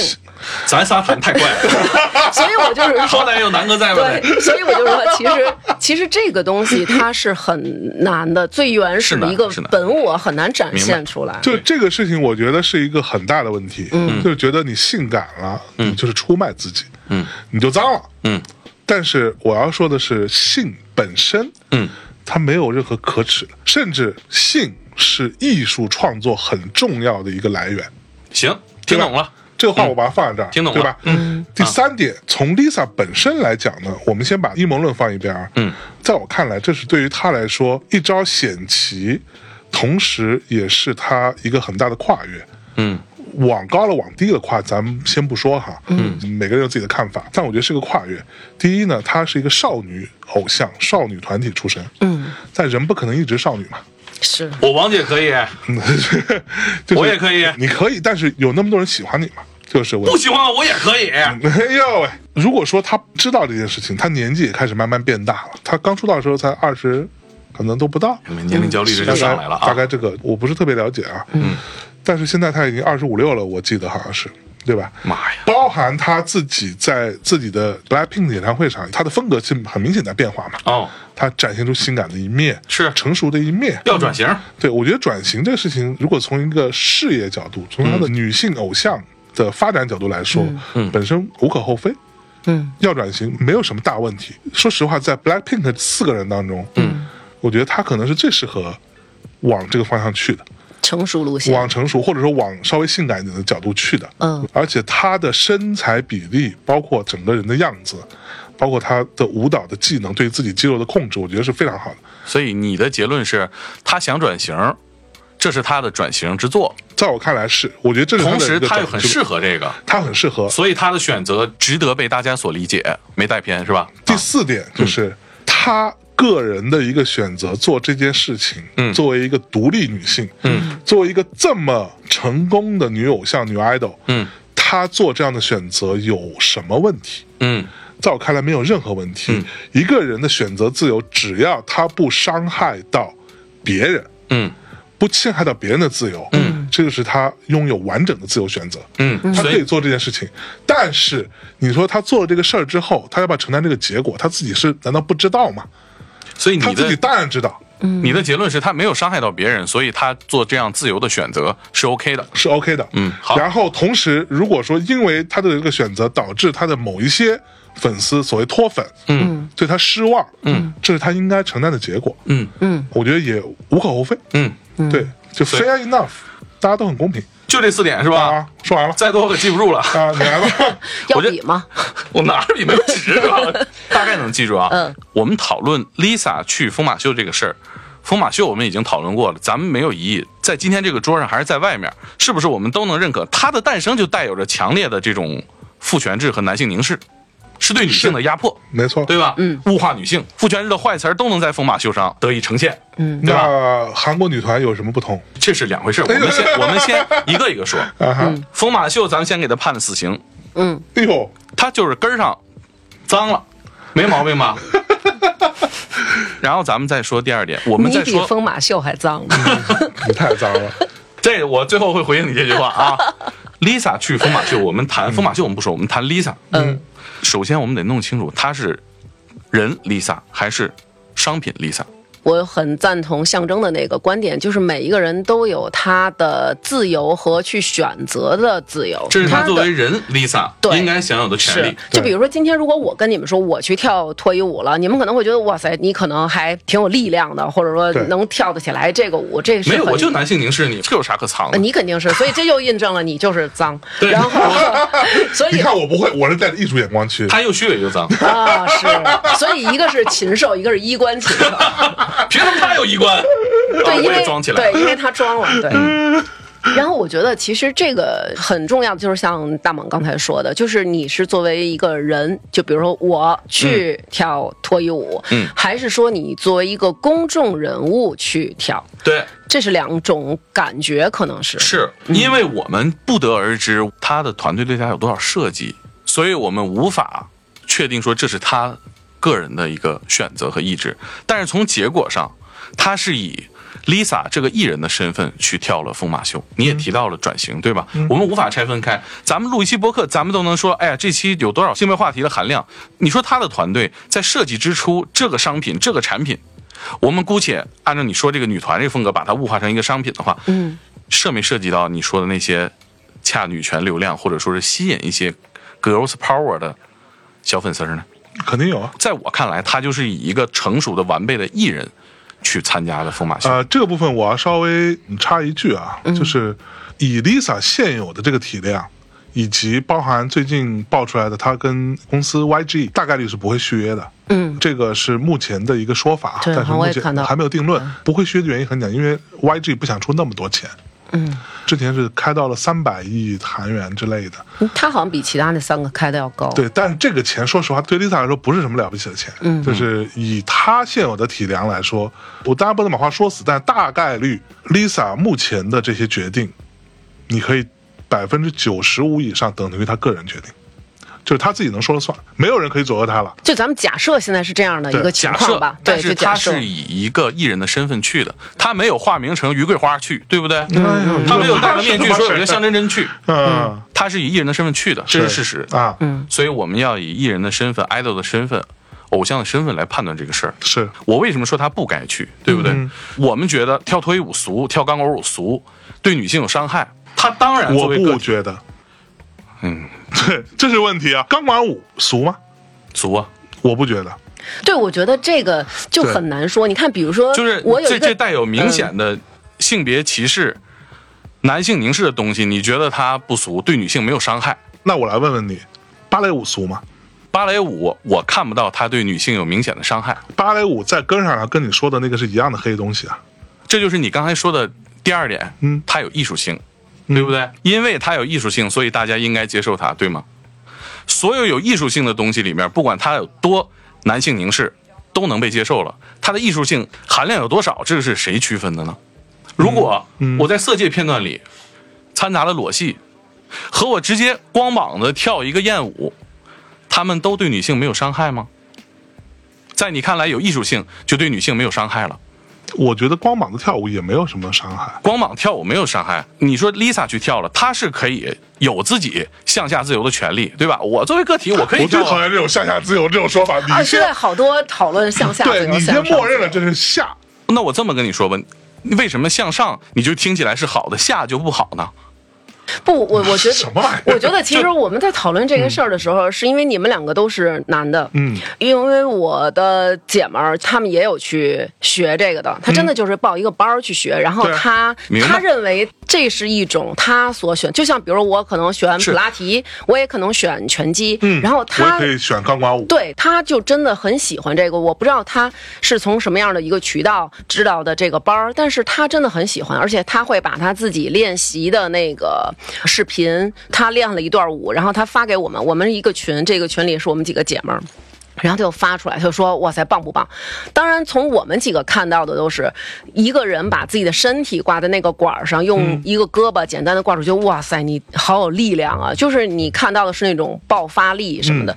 Speaker 3: 咱仨谈太快了，
Speaker 1: 所以 我 就是
Speaker 3: 好
Speaker 1: 说。
Speaker 3: 歹有南哥在吧？
Speaker 1: 对，所以我就说，其实其实这个东西它是很难的，最原始
Speaker 3: 是
Speaker 1: 的
Speaker 3: 难
Speaker 1: 一个
Speaker 3: 是难
Speaker 1: 本我很难展现出来。
Speaker 2: 就这个事情，我觉得是一个很大的问题，
Speaker 3: 嗯
Speaker 2: 就是觉得你性感了，你就是出卖自己，嗯，你就脏了，
Speaker 3: 嗯。
Speaker 2: 但是我要说的是，性本身，
Speaker 3: 嗯，
Speaker 2: 它没有任何可耻的，甚至性是艺术创作很重要的一个来源。
Speaker 3: 行，听懂了。
Speaker 2: 这个话我把它放在这儿，
Speaker 3: 听懂了啊
Speaker 2: 对吧？嗯。第三点，从 Lisa 本身来讲呢，我们先把阴谋论放一边儿。
Speaker 3: 嗯，
Speaker 2: 在我看来，这是对于她来说一招险棋，同时也是她一个很大的跨越。
Speaker 3: 嗯，
Speaker 2: 往高了往低了跨，咱们先不说哈，嗯，每个人有自己的看法，但我觉得是个跨越。第一呢，她是一个少女偶像、少女团体出身，嗯，但人不可能一直少女嘛，
Speaker 1: 是，
Speaker 3: 我王姐可以，
Speaker 2: 就是
Speaker 3: 我也可以
Speaker 2: 你可以，但是有那么多人喜欢你嘛，就是我
Speaker 3: 不喜欢我也可以。
Speaker 2: 哎呦喂！如果说他知道这件事情，他年纪也开始慢慢变大了。他刚出道的时候才二十，可能都不到，
Speaker 3: 你们年龄焦虑这就上来了
Speaker 2: 嗯大
Speaker 3: 啊！
Speaker 2: 概这个我不是特别了解啊。嗯，但是现在他已经二十五六了，我记得好像是，对吧？
Speaker 3: 妈呀，
Speaker 2: 包含他自己在自己的 BLACKPINK 的演唱会上，他的风格是很明显在变化嘛。
Speaker 3: 哦，
Speaker 2: 他展现出性感的一面，
Speaker 3: 是
Speaker 2: 成熟的一面。
Speaker 3: 要转型，
Speaker 2: 对，我觉得转型这个事情，如果从一个事业角度，从她
Speaker 1: 嗯
Speaker 2: 的女性偶像的发展角度来说，
Speaker 3: 嗯
Speaker 2: 本身无可厚非。
Speaker 1: 嗯，
Speaker 2: 要转型没有什么大问题。说实话，在 BLACKPINK 四个人当中，嗯，我觉得她可能是最适合往这个方向去的，
Speaker 1: 成熟路线，
Speaker 2: 往成熟或者说往稍微性感一点的角度去的。
Speaker 1: 嗯，
Speaker 2: 而且她的身材比例，包括整个人的样子。包括她的舞蹈的技能，对自己肌肉的控制，我觉得是非常好的。
Speaker 3: 所以你的结论是，他想转型，这是他的转型之作，
Speaker 2: 在我看来是，我觉得这是她的
Speaker 3: 同
Speaker 2: 一
Speaker 3: 时
Speaker 2: 个
Speaker 3: 他又
Speaker 2: 转
Speaker 3: 很
Speaker 2: 型
Speaker 3: 适合这个，
Speaker 2: 他很适合。
Speaker 3: 所以他的选择值得被大家所理解，没带偏是吧？啊
Speaker 2: 第四点
Speaker 3: 嗯
Speaker 2: 就是他个人的一个选择做这件事情，
Speaker 3: 嗯
Speaker 2: 作为一个独立女性，嗯，作为一个这么成功的女偶像、女 idol，
Speaker 3: 嗯，
Speaker 2: 她做这样的选择有什么问题？
Speaker 3: 嗯，
Speaker 2: 在我看来没有任何问题。
Speaker 3: 嗯
Speaker 2: 一个人的选择自由，只要他不伤害到别人，
Speaker 3: 嗯
Speaker 2: 不侵害到别人的自由，嗯，这就是他拥有完整的自由选择，
Speaker 3: 嗯，
Speaker 2: 他
Speaker 3: 所
Speaker 2: 可以
Speaker 3: 以
Speaker 2: 做这件事情，但是你说他做了这个事儿之后，他要不要承担这个结果？他自己是难道不知道吗？
Speaker 3: 所以
Speaker 2: 他
Speaker 3: 你
Speaker 2: 自己
Speaker 3: 的
Speaker 2: 当然知道，
Speaker 3: 你的结论是他没有伤害到别人，所以他做这样自由的选择是 OK 的。
Speaker 2: 是 OK 的。
Speaker 3: 嗯好
Speaker 2: 然后同时，如果说因为他的这个选择导致他的某一些粉丝所谓脱粉，嗯，对他失望，嗯，这是他应该承担的结果。
Speaker 3: 嗯
Speaker 2: 嗯，我觉得也无可厚非。
Speaker 3: 嗯，
Speaker 2: 对，就 fair enough，大家都很公平
Speaker 3: 就这四点是吧？
Speaker 2: 啊。说完了
Speaker 3: 再多我可记不住了。
Speaker 2: 啊，你来吧。
Speaker 1: 要
Speaker 3: 我觉
Speaker 1: 比吗？
Speaker 3: 我哪儿也没有指着， 大概能记住啊。嗯，我们讨论 Lisa 去疯马秀这个事儿，疯马秀我们已经讨论过了，咱们没有疑义。在今天这个桌上还是在外面，是不是我们都能认可它的诞生就带有着强烈的这种父权制和男性凝视，是对女性的压迫，
Speaker 2: 没错，
Speaker 3: 对吧？嗯，物化女性，父权制的坏词儿都能在疯马秀上得以呈现，嗯，对吧？
Speaker 2: 那韩国女团有什么不同？
Speaker 3: 这是两回事儿。我们先我们先一个一 个说，
Speaker 2: 啊哈，
Speaker 3: 疯马秀咱们先给他判了死刑，
Speaker 1: 嗯，
Speaker 2: 哎呦，
Speaker 3: 他就是根儿上脏了，没毛病 吧？然后咱们再说第二点，我们
Speaker 1: 你
Speaker 3: 再
Speaker 1: 比
Speaker 3: 说
Speaker 1: 风马秀还脏呢。
Speaker 2: 你太脏了。
Speaker 3: 这，我最后会回应你这句话啊。Lisa 去疯马秀，我们谈疯马秀，我们不说，我们谈 Lisa。
Speaker 1: 嗯，
Speaker 3: 首先我们得弄清楚她是人 Lisa 还是商品 Lisa。
Speaker 1: 我很赞同象征的那个观点，就是每一个人都有他的自由和去选择的自由。
Speaker 3: 这是她
Speaker 1: 的
Speaker 3: 作为人 Lisa
Speaker 1: 对
Speaker 3: 应该享有的权
Speaker 1: 是
Speaker 3: 利。，
Speaker 1: 就
Speaker 2: 对
Speaker 1: 比如说今天，如果我跟你们说我去跳脱衣舞了，你们可能会觉得哇塞，你可能还挺有力量的，或者说
Speaker 2: 对
Speaker 1: 能跳得起来这个舞，这个是
Speaker 3: 没有，
Speaker 1: 很
Speaker 3: 我就男性凝视你，这有啥可藏
Speaker 1: 呃
Speaker 3: 的？
Speaker 1: 你肯定是，所以这又印证了你就是脏。
Speaker 3: 对
Speaker 1: 然后，所
Speaker 2: 你
Speaker 1: 以
Speaker 2: 看我不会，我是带着艺术眼光去。
Speaker 3: 她又虚伪 又脏，
Speaker 1: 啊是，所以一个是禽兽，一个是衣冠禽兽。
Speaker 3: 凭什么她有衣冠？啊
Speaker 1: 对，因
Speaker 3: 我也
Speaker 1: 为
Speaker 3: 装起来。嗯
Speaker 1: 对，因为他装了。对，然后我觉得其实这个很重要的就是像大猛刚才说的，就是你是作为一个人，就比如说我去跳脱衣舞，
Speaker 3: 嗯
Speaker 1: 还是说你作为一个公众人物去跳，
Speaker 3: 对，
Speaker 1: 这是两种感觉，可能是
Speaker 3: 是因为我们不得而知他的团队对他有多少设计，所以我们无法确定说这是他个人的一个选择和意志。但是从结果上，他是以 Lisa 这个艺人的身份去跳了疯马秀。你也提到了转型，对吧？我们无法拆分开。咱们录一期播客，咱们都能说，哎呀，这期有多少性别话题的含量？你说他的团队在设计之初，这个商品、这个产品，我们姑且按照你说这个女团这个风格，把它物化成一个商品的话，嗯，涉没涉及到你说的那些恰女权流量，或者说是吸引一些 girls power 的小粉丝儿呢？
Speaker 2: 肯定有啊。
Speaker 3: 在我看来，他就是以一个成熟的、完备的艺人去参加的疯马秀。
Speaker 2: 啊、这个部分我要稍微插一句啊，
Speaker 1: 嗯
Speaker 2: 就是以 Lisa 现有的这个体量，以及包含最近爆出来的，她跟公司 YG 大概率是不会续约的。
Speaker 1: 嗯，
Speaker 2: 这个是目前的一个说法，啊
Speaker 1: 对
Speaker 2: 但是
Speaker 1: 我
Speaker 2: 目
Speaker 1: 也看到
Speaker 2: 前还没有定论。不会续约的原因很简单，因为 YG 不想出那么多钱。
Speaker 1: 嗯，
Speaker 2: 之前是开到了三百亿韩元之类的，
Speaker 1: 他好像比其他那三个开的要高，
Speaker 2: 对，但这个钱，说实话，对 Lisa 来说不是什么了不起的钱，
Speaker 1: 嗯
Speaker 2: 就是以她现有的体量来说，我当然不能把话说死，但大概率 Lisa 目前的这些决定，你可以百分之九十五以上等同于她个人决定，就是她自己能说了算，没有人可以左右她了。
Speaker 1: 就咱们假设现在是这样的一个
Speaker 2: 对
Speaker 1: 情
Speaker 3: 假
Speaker 1: 况
Speaker 3: 设
Speaker 1: 吧，
Speaker 3: 但
Speaker 1: 对，就是假
Speaker 3: 他
Speaker 1: 设
Speaker 3: 是以一个艺人的身份去的，他没有化名成于桂花去，对不对？
Speaker 2: 嗯
Speaker 3: 他没有戴着面具说我叫向
Speaker 2: 真，
Speaker 3: 真真去，
Speaker 2: 嗯，
Speaker 3: 他是以艺人的身份去的，这是事实。
Speaker 2: 啊，
Speaker 1: 嗯
Speaker 3: 所以我们要以艺人的身份、idol 的身份、偶像的身份来判断这个事儿。
Speaker 2: 是
Speaker 3: 我为什么说他不该去，对不对？
Speaker 2: 嗯
Speaker 3: 我们觉得跳脱衣舞俗、跳钢管舞俗，对女性有伤害。他当然作
Speaker 2: 我
Speaker 3: 为个
Speaker 2: 不
Speaker 3: 体
Speaker 2: 觉得，
Speaker 3: 嗯，
Speaker 2: 对， 这是问题啊。钢管舞俗吗？
Speaker 3: 俗啊，
Speaker 2: 我不觉得，
Speaker 1: 对，我觉得这个就
Speaker 2: 对
Speaker 1: 很难说。你看，比如说，
Speaker 3: 就是
Speaker 1: 呃我有
Speaker 3: 这
Speaker 1: 一个嗯
Speaker 3: 这带有明显的性别歧视、男性凝视的东西，你觉得它不俗，对女性没有伤害？
Speaker 2: 那我来问问你，芭蕾舞俗吗？
Speaker 3: 芭蕾舞我看不到它对女性有明显的伤害，
Speaker 2: 芭蕾舞在根上上跟你说的那个是一样的黑东西啊。
Speaker 3: 这就是你刚才说的第二点，
Speaker 2: 嗯
Speaker 3: 它有艺术性，
Speaker 2: 嗯
Speaker 3: 对不对？因为它有艺术性，所以大家应该接受它，对吗？所有有艺术性的东西里面，不管它有多男性凝视，都能被接受了。它的艺术性含量有多少，这个是谁区分的呢？如果
Speaker 2: 嗯
Speaker 3: 我在色戒片段里掺杂了裸戏，和我直接光膀子跳一个艳舞，他们都对女性没有伤害吗？在你看来，有艺术性就对女性没有伤害了。
Speaker 2: 我觉得光膀子跳舞也没有什么伤害。
Speaker 3: 光膀跳舞没有伤害。你说 Lisa 去跳了，她是可以有自己向下自由的权利，对吧？我作为个体，我可以
Speaker 2: 我最
Speaker 3: 跳啊、
Speaker 2: 讨厌这种向下自由这种说法，
Speaker 1: 啊，
Speaker 2: 你
Speaker 1: 现
Speaker 2: 先、
Speaker 1: 在好多讨论向下，
Speaker 2: 对
Speaker 1: 自由
Speaker 2: 你
Speaker 1: 向
Speaker 2: 先
Speaker 1: 上
Speaker 2: 默认了这是下，
Speaker 3: 那我这么跟你说吧，为什么向上你就听起来是好的，下就不好呢？
Speaker 1: 不，我我觉得
Speaker 2: 什么玩意 儿
Speaker 1: 我觉得其实我们在讨论这个事儿的时候，是因为你们两个都是男的，
Speaker 2: 嗯，
Speaker 1: 因为我的姐们儿她们也有去学这个的，她真的就是报一个班儿去学，然后
Speaker 2: 嗯对
Speaker 1: 她
Speaker 3: 明白
Speaker 1: 她认为这是一种她所选，就像比如我可能选普
Speaker 3: 是
Speaker 1: 拉提，我也可能选拳击，
Speaker 2: 嗯，
Speaker 1: 然后
Speaker 2: 我也
Speaker 1: 她
Speaker 2: 可以选钢管舞，
Speaker 1: 对，他就真的很喜欢这个。我不知道他是从什么样的一个渠道知道的这个班儿，但是他真的很喜欢，而且他会把他自己练习的那个视频，他练了一段舞，然后他发给我们，我们一个群，这个群里是我们几个姐们儿。然后他就发出来，他就说：“哇塞，棒不棒？”当然，从我们几个看到的都是一个人把自己的身体挂在那个管儿上，用一个胳膊简单的挂住，就哇塞，你好有力量啊！就是你看到的是那种爆发力什么的。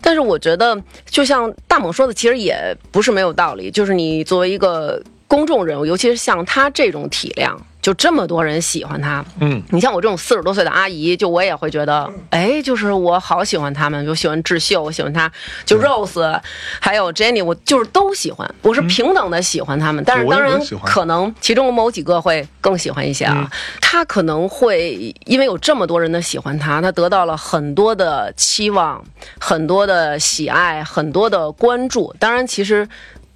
Speaker 1: 但是我觉得，就像大猛说的，其实也不是没有道理。就是你作为一个公众人物，尤其是像他这种体量，就这么多人喜欢他，
Speaker 2: 嗯，
Speaker 1: 你像我这种四十多岁的阿姨，就我也会觉得，哎，就是我好喜欢他们，就喜欢智秀，我喜欢他，就 Rose，、还有 Jenny，我就是都喜欢，我是平等的喜欢他们。但是
Speaker 2: 嗯我也
Speaker 1: 当然
Speaker 2: 很喜欢
Speaker 1: 可能其中某几个会更喜欢一些啊，他可能会因为有这么多人的喜欢他，他得到了很多的期望、很多的喜爱、很多的关注。当然，其实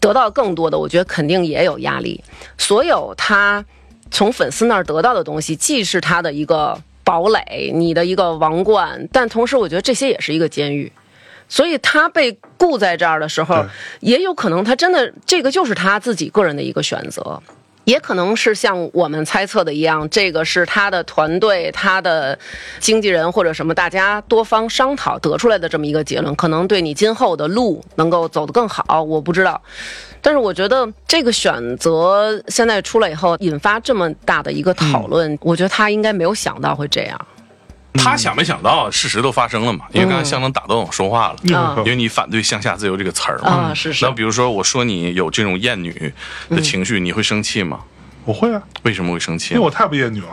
Speaker 1: 得到更多的，我觉得肯定也有压力。所有他从粉丝那儿得到的东西，既是他的一个堡垒，你的一个王冠，但同时我觉得这些也是一个监狱。所以他被固在这儿的时候
Speaker 2: 对，
Speaker 1: 也有可能他真的这个就是他自己个人的一个选择。也可能是像我们猜测的一样，这个是他的团队、他的经纪人或者什么，大家多方商讨得出来的这么一个结论，可能对你今后的路能够走得更好，我不知道。但是我觉得这个选择现在出来以后，引发这么大的一个讨
Speaker 3: 嗯
Speaker 1: 论，我觉得他应该没有想到会这样。
Speaker 3: 哦
Speaker 2: 嗯
Speaker 3: 他想没想到，事实都发生了嘛？因为刚才向能打断我说话了，
Speaker 2: 嗯
Speaker 3: 因为你反对“向下自由”这个词儿嘛。嗯
Speaker 1: 啊是是
Speaker 3: 那比如说，我说你有这种厌女的情绪，你会生气吗？
Speaker 2: 我会啊，
Speaker 3: 为什么会生气
Speaker 2: 因为？我太不厌女了。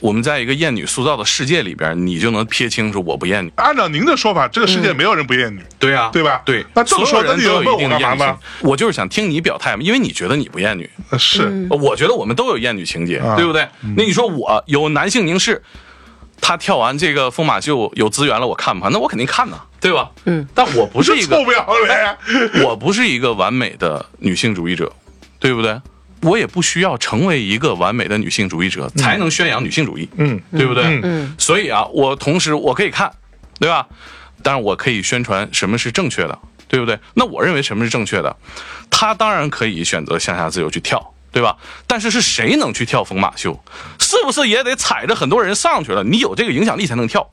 Speaker 3: 我们在一个厌女塑造的世界里边，你就能撇清说我不厌女。
Speaker 2: 按照您的说法，这个
Speaker 1: 嗯
Speaker 2: 世界没有人不厌女，
Speaker 3: 对呀、
Speaker 2: 对吧
Speaker 3: 对，
Speaker 2: 那这么说
Speaker 3: 所有人
Speaker 2: 那你
Speaker 3: 都
Speaker 2: 问
Speaker 3: 有一
Speaker 2: 我
Speaker 3: 定的
Speaker 2: 干嘛
Speaker 3: 厌女
Speaker 2: 呢
Speaker 3: 情我就是想听你表态嘛，因为你觉得你不厌女，
Speaker 2: 呃
Speaker 1: 嗯
Speaker 2: 是
Speaker 3: 我觉得我们都有厌女情节，
Speaker 2: 啊
Speaker 3: 对不对？
Speaker 2: 嗯
Speaker 3: 那你说我有男性凝视，他跳完这个疯马秀有资源了，我看不看？那我肯定看呐，对吧？嗯，但我不是一
Speaker 2: 臭
Speaker 3: 个，
Speaker 2: 不要脸。
Speaker 3: 我不是一个完美的女性主义者，对不对？我也不需要成为一个完美的女性主义者才能宣扬女性主义，
Speaker 2: 嗯，
Speaker 3: 对不对？
Speaker 2: 嗯
Speaker 3: 所以啊，我同时我可以看，对吧？但是我可以宣传什么是正确的，对不对？那我认为什么是正确的，他当然可以选择向下自由去跳，对吧？但是是谁能去跳疯马秀？是不是也得踩着很多人上去了？你有这个影响力才能跳。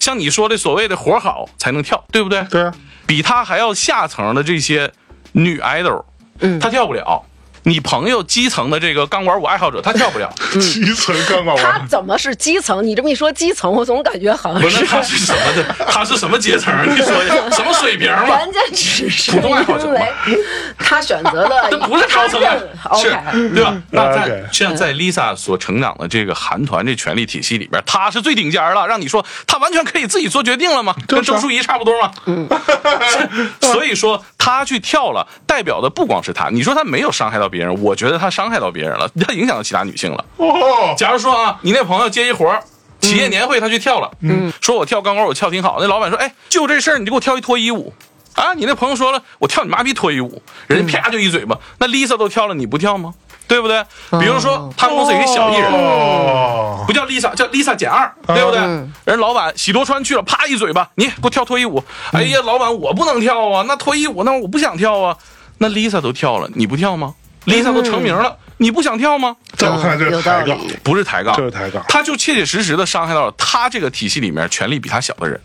Speaker 3: 像你说的所谓的活好才能跳，对不对？
Speaker 2: 对啊，
Speaker 3: 比他还要下层的这些女 idol，嗯，她跳不了。你朋友基层的这个钢管舞爱好者，他跳不了，
Speaker 2: 基层钢
Speaker 1: 嗯
Speaker 2: 管
Speaker 1: 他
Speaker 2: 王，
Speaker 1: 怎么是基层？你这么一说基层，我总感觉好像
Speaker 3: 不是
Speaker 1: 是
Speaker 3: 他是什么的？他是什么阶层？你说一下，什么水平嘛？
Speaker 1: 人家只是
Speaker 3: 普通爱好者
Speaker 1: 因为他选择 了
Speaker 3: 这不是高层啊，
Speaker 1: 他
Speaker 3: 是
Speaker 1: 认 OK，
Speaker 3: 对吧？那在
Speaker 2: 嗯 OK
Speaker 3: 像在 Lisa 所成长的这个韩团这权力体系里边，她是最顶尖了，让你说她完全可以自己做决定了吗？跟
Speaker 2: 是啊
Speaker 3: 周淑怡差不多吗？嗯， 所以说她去跳了，代表的不光是她。你说她没有伤害到别人，我觉得她伤害到别人了，她影响到其他女性了。
Speaker 2: 哦，
Speaker 3: 假如说啊，你那朋友接一活儿。企业年会他去跳了，嗯，说我跳钢管舞跳挺好，那老板说，哎，就这事儿你就给我跳一脱衣舞，啊，你那朋友说了，我跳你妈逼脱衣舞，人家啪就一嘴巴，那 Lisa 都跳了，你不跳吗？对不对？比如说他们公司有一小艺人，
Speaker 2: 哦，
Speaker 1: 嗯
Speaker 3: 不叫 Lisa，叫 Lisa 减二，对不对？人老板喜多川去了，啪一嘴巴，你给我跳脱衣舞。哎呀，老板，我不能跳啊，那脱衣舞那我不想跳啊。那 Lisa 都跳了，你不跳吗？Lisa 都成名了，你不想跳吗？
Speaker 2: 在我看来这是
Speaker 1: 有道
Speaker 2: 抬
Speaker 1: 理
Speaker 2: 杠，
Speaker 3: 不是抬杠，
Speaker 2: 这是抬杠
Speaker 3: 他就切切实实的伤害到了他这个体系里面权力比他小的人。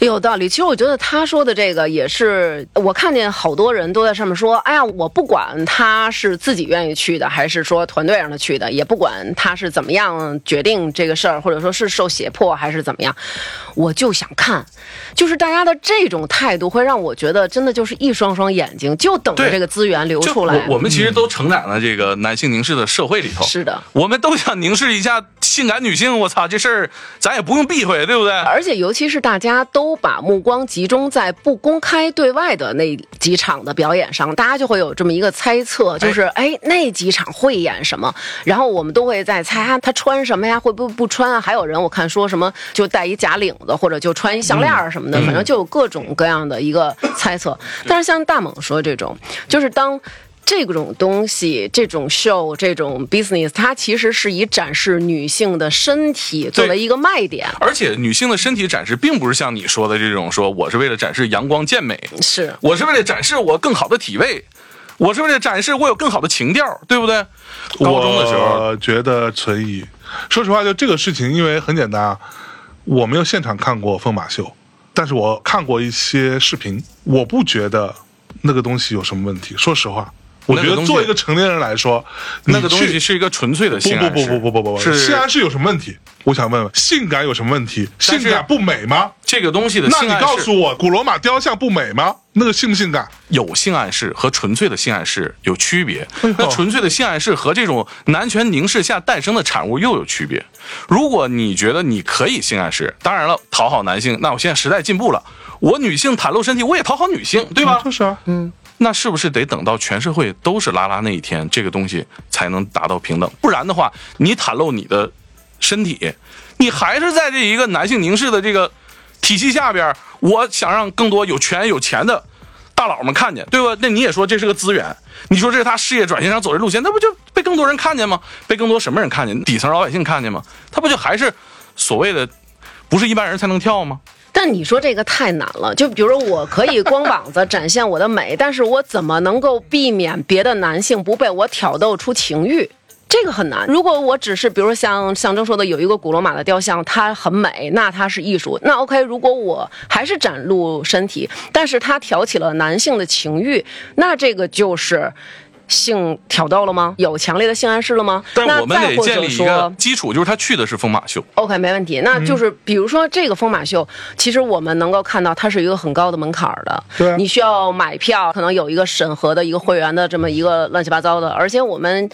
Speaker 1: 有道理。其实我觉得他说的这个也是，我看见好多人都在上面说，哎呀，我不管他是自己愿意去的，还是说团队让他去的，也不管他是怎么样决定这个事儿，或者说是受胁迫还是怎么样，我就想看。就是大家的这种态度，会让我觉得真的就是一双双眼睛，就等着
Speaker 3: 对
Speaker 1: 这个资源流
Speaker 3: 就
Speaker 1: 出来。
Speaker 3: 我我们其实都成长在这个男性凝视的社会里头，
Speaker 1: 是的，
Speaker 3: 我们都想凝视一下性感女性。我操，这事儿咱也不用避讳，对不对？
Speaker 1: 而且，尤其是大家都把目光集中在不公开对外的那几场的表演上，大家就会有这么一个猜测，就是哎，那几场会演什么？然后我们都会在猜啊，他穿什么呀？会不会不穿啊？还有人我看说什么就戴一假领子，或者就穿一项链儿什么的，反正就有各种各样的一个猜测。但是像大猛说这种，就是当。这种东西，这种 show，这种 business，它其实是以展示女性的身体作
Speaker 3: 对
Speaker 1: 为一个卖点，
Speaker 3: 而且女性的身体展示，并不是像你说的这种，说我是为了展示阳光健美，
Speaker 1: 是。
Speaker 3: 我是为了展示我更好的体位，我是为了展示我有更好的情调，对不对？高中的时候，
Speaker 2: 我觉得存疑。说实话，就这个事情，因为很简单，啊，我没有现场看过疯马秀，但是我看过一些视频，我不觉得那个东西有什么问题。说实话，我觉
Speaker 3: 那个
Speaker 2: 得
Speaker 3: 东西
Speaker 2: 作为一个成年人来说，
Speaker 3: 那
Speaker 2: 你
Speaker 3: 个东
Speaker 2: 去
Speaker 3: 西是一个纯粹的性
Speaker 2: 不
Speaker 3: 暗
Speaker 2: 不
Speaker 3: 示，
Speaker 2: 不不不不不，
Speaker 3: 是
Speaker 2: 性暗示有什么问题？我想问问，性感有什么问题？
Speaker 3: 但
Speaker 2: 性
Speaker 3: 是
Speaker 2: 感不美吗？
Speaker 3: 这个东西的
Speaker 2: 那
Speaker 3: 性
Speaker 2: 你
Speaker 3: 暗示。
Speaker 2: 告诉我，古罗马雕像不美吗？那个性不性感？
Speaker 3: 有性暗示和纯粹的性暗示有区别。那纯粹的性暗示和这种男权凝视下诞生的产物又有区别。如果你觉得你可以性暗示，当然了，讨好男性，那我现在时代进步了，我女性袒露身体，我也讨好女性，对吧
Speaker 2: 就？是啊，
Speaker 3: 那是不是得等到全社会都是拉拉那一天，这个东西才能达到平等？不然的话，你袒露你的身体，你还是在这一个男性凝视的这个体系下边儿。我想让更多有权有钱的大佬们看见，对吧？那你也说这是个资源，你说这是他事业转型上走的路线，那不就被更多人看见吗？被更多什么人看见？底层老百姓看见吗？他不就还是所谓的不是一般人才能跳吗？
Speaker 1: 但你说这个太难了，就比如说我可以光膀子展现我的美，但是我怎么能够避免别的男性不被我挑逗出情欲？这个很难。如果我只是比如说像象征说的，有一个古罗马的雕像，它很美，那它是艺术。那 OK，如果我还是展露身体，但是它挑起了男性的情欲，那这个就是。性挑逗了吗？有强烈的性暗示了吗？
Speaker 3: 但
Speaker 1: 那
Speaker 3: 我们
Speaker 1: 再
Speaker 3: 得
Speaker 1: 或者
Speaker 3: 建立一
Speaker 1: 说
Speaker 3: 个基础，就是他去的是疯马秀，
Speaker 1: OK，没问题。
Speaker 2: 嗯
Speaker 1: 那就是比如说这个疯马秀，其实我们能够看到它是一个很高的门槛儿的，
Speaker 2: 对啊
Speaker 1: 你需要买票，可能有一个审核的一个会员的这么一个乱七八糟的，而且我们。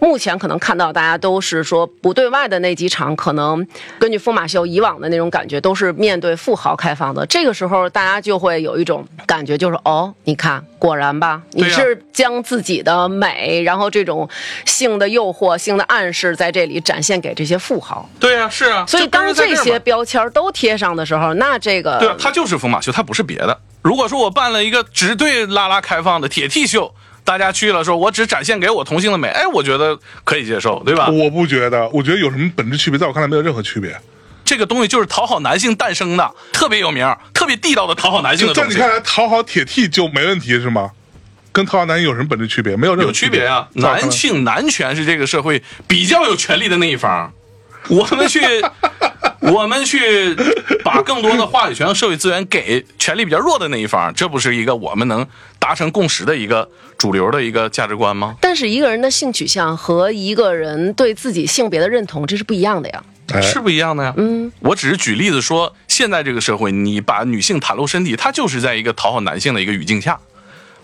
Speaker 1: 目前可能看到大家都是说不对外的那几场，可能根据疯马秀以往的那种感觉，都是面对富豪开放的。这个时候，大家就会有一种感觉，就是哦，你看，果然吧，你
Speaker 3: 对
Speaker 2: 啊
Speaker 3: 呀
Speaker 1: 是将自己的美，然后这种性的诱惑、性的暗示，在这里展现给这些富豪。
Speaker 3: 对呀、是啊，
Speaker 1: 所以
Speaker 3: 就根
Speaker 1: 当
Speaker 3: 儿在
Speaker 1: 这
Speaker 3: 儿嘛
Speaker 1: 些标签儿都贴上的时候，那这个
Speaker 3: 对啊，它就是疯马秀，它不是别的。如果说我办了一个只对拉拉开放的铁 T 秀，大家去了说，我只展现给我同性的美，哎，我觉得可以接受，对吧？
Speaker 2: 我不觉得，我觉得有什么本质区别，在我看来没有任何区别。
Speaker 3: 这个东西就是讨好男性诞生的，特别有名，特别地道的讨好男性
Speaker 2: 就
Speaker 3: 的
Speaker 2: 在
Speaker 3: 东
Speaker 2: 你
Speaker 3: 西。
Speaker 2: 看来，讨好铁 T 就没问题是吗？跟讨好男性有什么本质区别？没有任何
Speaker 3: 有区别啊，
Speaker 2: 在我看来
Speaker 3: 男性男权是这个社会比较有权利的那一方，我们去。我们去把更多的话语权和社会资源给权力比较弱的那一方，这不是一个我们能达成共识的一个主流的一个价值观吗？
Speaker 1: 但是一个人的性取向和一个人对自己性别的认同，这是不一样的呀。
Speaker 2: 哎
Speaker 3: 是不一样的呀。嗯，我只是举例子说，现在这个社会，你把女性袒露身体，它就是在一个讨好男性的一个语境下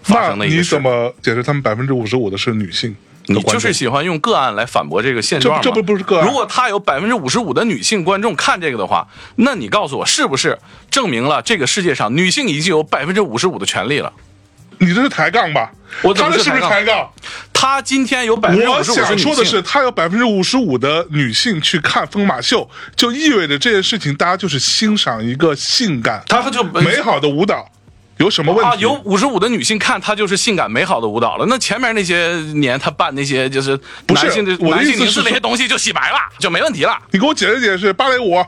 Speaker 3: 发生
Speaker 2: 那
Speaker 3: 的一
Speaker 2: 你
Speaker 3: 个事
Speaker 2: 怎。么解释他们百分之五十五的是女性的
Speaker 3: 你
Speaker 2: 观
Speaker 3: 就
Speaker 2: 众？
Speaker 3: 是喜欢用个案来反驳这个现状嘛
Speaker 2: 这不这不不是个案
Speaker 3: 如果他有百分之五十五的女性观众看这个的话，那你告诉我，是不是证明了这个世界上女性已经有百分之五十五的权利了？
Speaker 2: 你这是抬杠吧？
Speaker 3: 我怎
Speaker 2: 他
Speaker 3: 么
Speaker 2: 这
Speaker 3: 是
Speaker 2: 是不是抬
Speaker 3: 抬
Speaker 2: 杠？
Speaker 3: 她今天有百分之
Speaker 2: 我
Speaker 3: 五十五
Speaker 2: 想说的
Speaker 3: 女
Speaker 2: 是，
Speaker 3: 性，
Speaker 2: 他有百分之五十五的女性去看疯马秀，就意味着这件事情，大家就是欣赏一个性感、
Speaker 3: 她就
Speaker 2: 美好的舞蹈，有什么问
Speaker 3: 啊，
Speaker 2: 题？
Speaker 3: 有五十五的女性看她就是性感美好的舞蹈了。那前面那些年她办那些就是
Speaker 2: 是
Speaker 3: 男性的
Speaker 2: 我的
Speaker 3: 男
Speaker 2: 意思
Speaker 3: 性凝
Speaker 2: 是
Speaker 3: 视那
Speaker 2: 说
Speaker 3: 些东西就洗白了，就没问题了。
Speaker 2: 你给我解释解释芭蕾舞。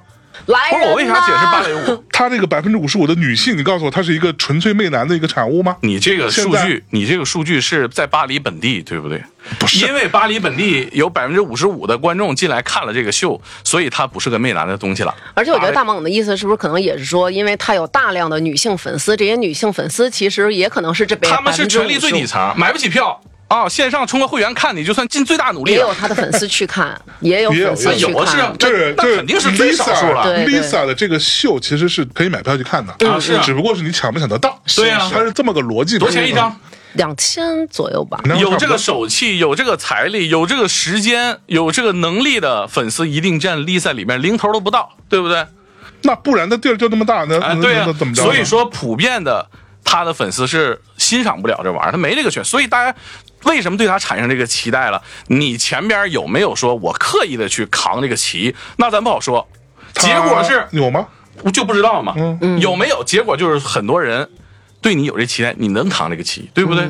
Speaker 1: 来
Speaker 3: 不
Speaker 1: 人
Speaker 3: 是
Speaker 1: 呐，
Speaker 3: 我为啥解释芭蕾舞？
Speaker 2: 他这个百分之五十五的女性，你告诉我，她是一个纯粹媚男的一个产物吗？
Speaker 3: 你这个数
Speaker 2: 现在
Speaker 3: 据，你这个数据是在巴黎本地，对不对？
Speaker 2: 不是
Speaker 3: 因为巴黎本地有百分之五十五的观众进来看了这个秀，所以它不是个媚男的东西了。哎
Speaker 1: 而且我觉得大
Speaker 3: 芭蕾
Speaker 1: 猛的意思是不是可能也是说，因为他有大量的女性粉丝，这些女性粉丝其实也可能是这边
Speaker 3: 他们是权力最底层，买不起票啊，线上充个会员看你就算尽最大努力
Speaker 1: 也有
Speaker 3: 了。
Speaker 1: 他的粉丝去看，也有
Speaker 2: 也有
Speaker 1: 粉丝
Speaker 2: 也有
Speaker 1: 去
Speaker 3: 啊有是啊
Speaker 1: 看。
Speaker 2: 这个
Speaker 3: 那
Speaker 2: 这个
Speaker 3: 肯定是最少数了
Speaker 2: Lisa-
Speaker 1: 对对
Speaker 2: Lisa 的这个秀其实是可以买票去看的
Speaker 3: 啊是啊
Speaker 2: 只不过是你抢不抢得到。
Speaker 3: 对啊
Speaker 2: 它是这么个逻辑。
Speaker 3: 多少钱一张？？
Speaker 1: 两千左右吧。
Speaker 2: 那差嗯
Speaker 3: 有
Speaker 2: 不
Speaker 3: 这
Speaker 2: 多
Speaker 3: 个手气，有这个财力，有这个时间，有这个能力的粉丝一定占 Lisa 里面零头都不到，对不对？
Speaker 2: 那不然的地儿就那么大，那
Speaker 3: 啊，
Speaker 2: 那
Speaker 3: 对呀、
Speaker 2: 那怎么着呢？
Speaker 3: 所以说，普遍的他的粉丝是欣赏不了这玩意儿，他没这个权，所以大家。为什么对他产生这个期待了？你前边有没有说我刻意的去扛这个旗？那咱不好说，
Speaker 2: 她
Speaker 3: 结果是
Speaker 2: 啊有吗？
Speaker 3: 就不知道嘛。
Speaker 2: 嗯
Speaker 3: 有没有结果就是很多人对你有这期待，你能扛这个旗，对不对？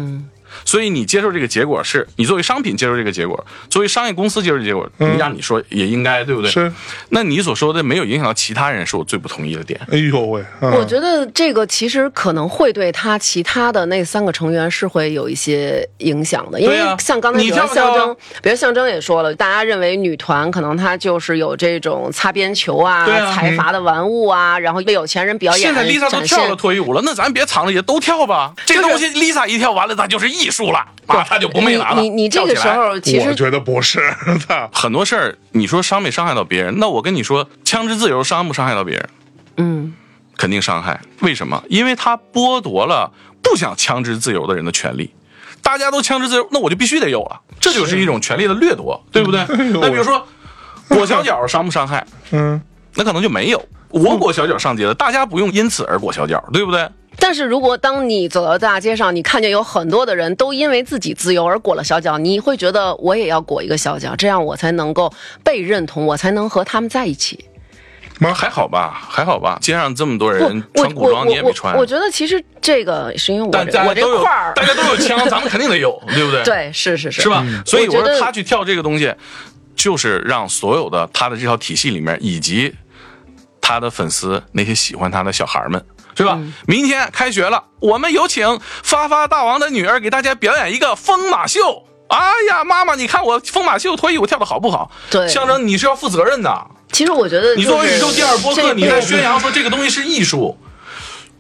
Speaker 3: 所以你接受这个结果是，你作为商品接受这个结果，作为商业公司接受这个结果，你让你说也应该，对不
Speaker 2: 嗯
Speaker 3: 对？
Speaker 2: 是。
Speaker 3: 那你所说的没有影响到其他人，是我最不同意的点。
Speaker 2: 哎呦喂！
Speaker 3: 嗯
Speaker 2: 啊
Speaker 1: 我觉得这个其实可能会对他其他的那三个成员是会有一些影响的，因为
Speaker 3: 对啊
Speaker 1: 像刚才
Speaker 3: 你
Speaker 1: 比如说
Speaker 3: 跳不
Speaker 1: 象
Speaker 3: 跳啊
Speaker 1: 征，比如象征也说了，大家认为女团可能她就是有这种擦边球啊、
Speaker 3: 对啊
Speaker 1: 财阀的玩物啊，然后被有钱人表演，
Speaker 3: 现在 Lisa 都
Speaker 1: 哎展
Speaker 3: 跳
Speaker 1: 现
Speaker 3: 了脱衣舞了，那咱别藏着掖，都跳吧。这东西 Lisa 一跳完了，咱就是艺术了，啊，她就不媚男了。
Speaker 1: 你你你这个
Speaker 3: 跳起
Speaker 1: 时
Speaker 3: 来
Speaker 1: 候其
Speaker 2: 我
Speaker 1: 实
Speaker 2: 觉得不是， 操
Speaker 3: 很多事儿，你说伤没伤害到别人？那我跟你说，枪支自由伤不伤害到别人？
Speaker 1: 嗯，
Speaker 3: 肯定伤害。为什么？因为他剥夺了不想枪支自由的人的权利。大家都枪支自由，那我就必须得有了，这就是一种权利的掠夺，对不对？ 那比如说裹小脚伤不伤害？
Speaker 2: 嗯，
Speaker 3: 那可能就没有。
Speaker 1: 嗯
Speaker 3: 我裹小脚上街了，大家不用因此而裹小脚，对不对？
Speaker 1: 但是如果当你走到大街上，你看见有很多的人都因为自己自由而裹了小脚，你会觉得我也要裹一个小脚，这样我才能够被认同，我才能和他们在一起。
Speaker 2: 妈
Speaker 3: 还好吧，还好吧。街上这么多人
Speaker 1: 不我
Speaker 3: 穿古装，你也没穿
Speaker 1: 我我我。我觉得其实这个是因为我
Speaker 3: 但
Speaker 1: 这
Speaker 3: 大家
Speaker 1: 我这
Speaker 3: 都有，
Speaker 1: 块儿
Speaker 3: 大，家都有枪， 咱们肯定得有，对不对？，
Speaker 1: 对，是是是，
Speaker 3: 是吧？所以
Speaker 1: 我
Speaker 3: 我
Speaker 1: 觉
Speaker 3: 说
Speaker 1: 得
Speaker 3: 他去跳这个东西，就是让所有的他的这套体系里面，以及他的粉丝那些喜欢他的小孩们。是吧？
Speaker 1: 嗯
Speaker 3: 明天开学了，我们有请发发大王的女儿给大家表演一个疯马秀。哎呀，妈妈，你看我疯马秀脱衣舞跳的好不好？
Speaker 1: 对
Speaker 3: 象征你是要负责任的。
Speaker 1: 其实我觉得、就是，
Speaker 3: 你作为宇宙第二播客，
Speaker 1: 这
Speaker 3: 你在宣扬说这个东西是艺术，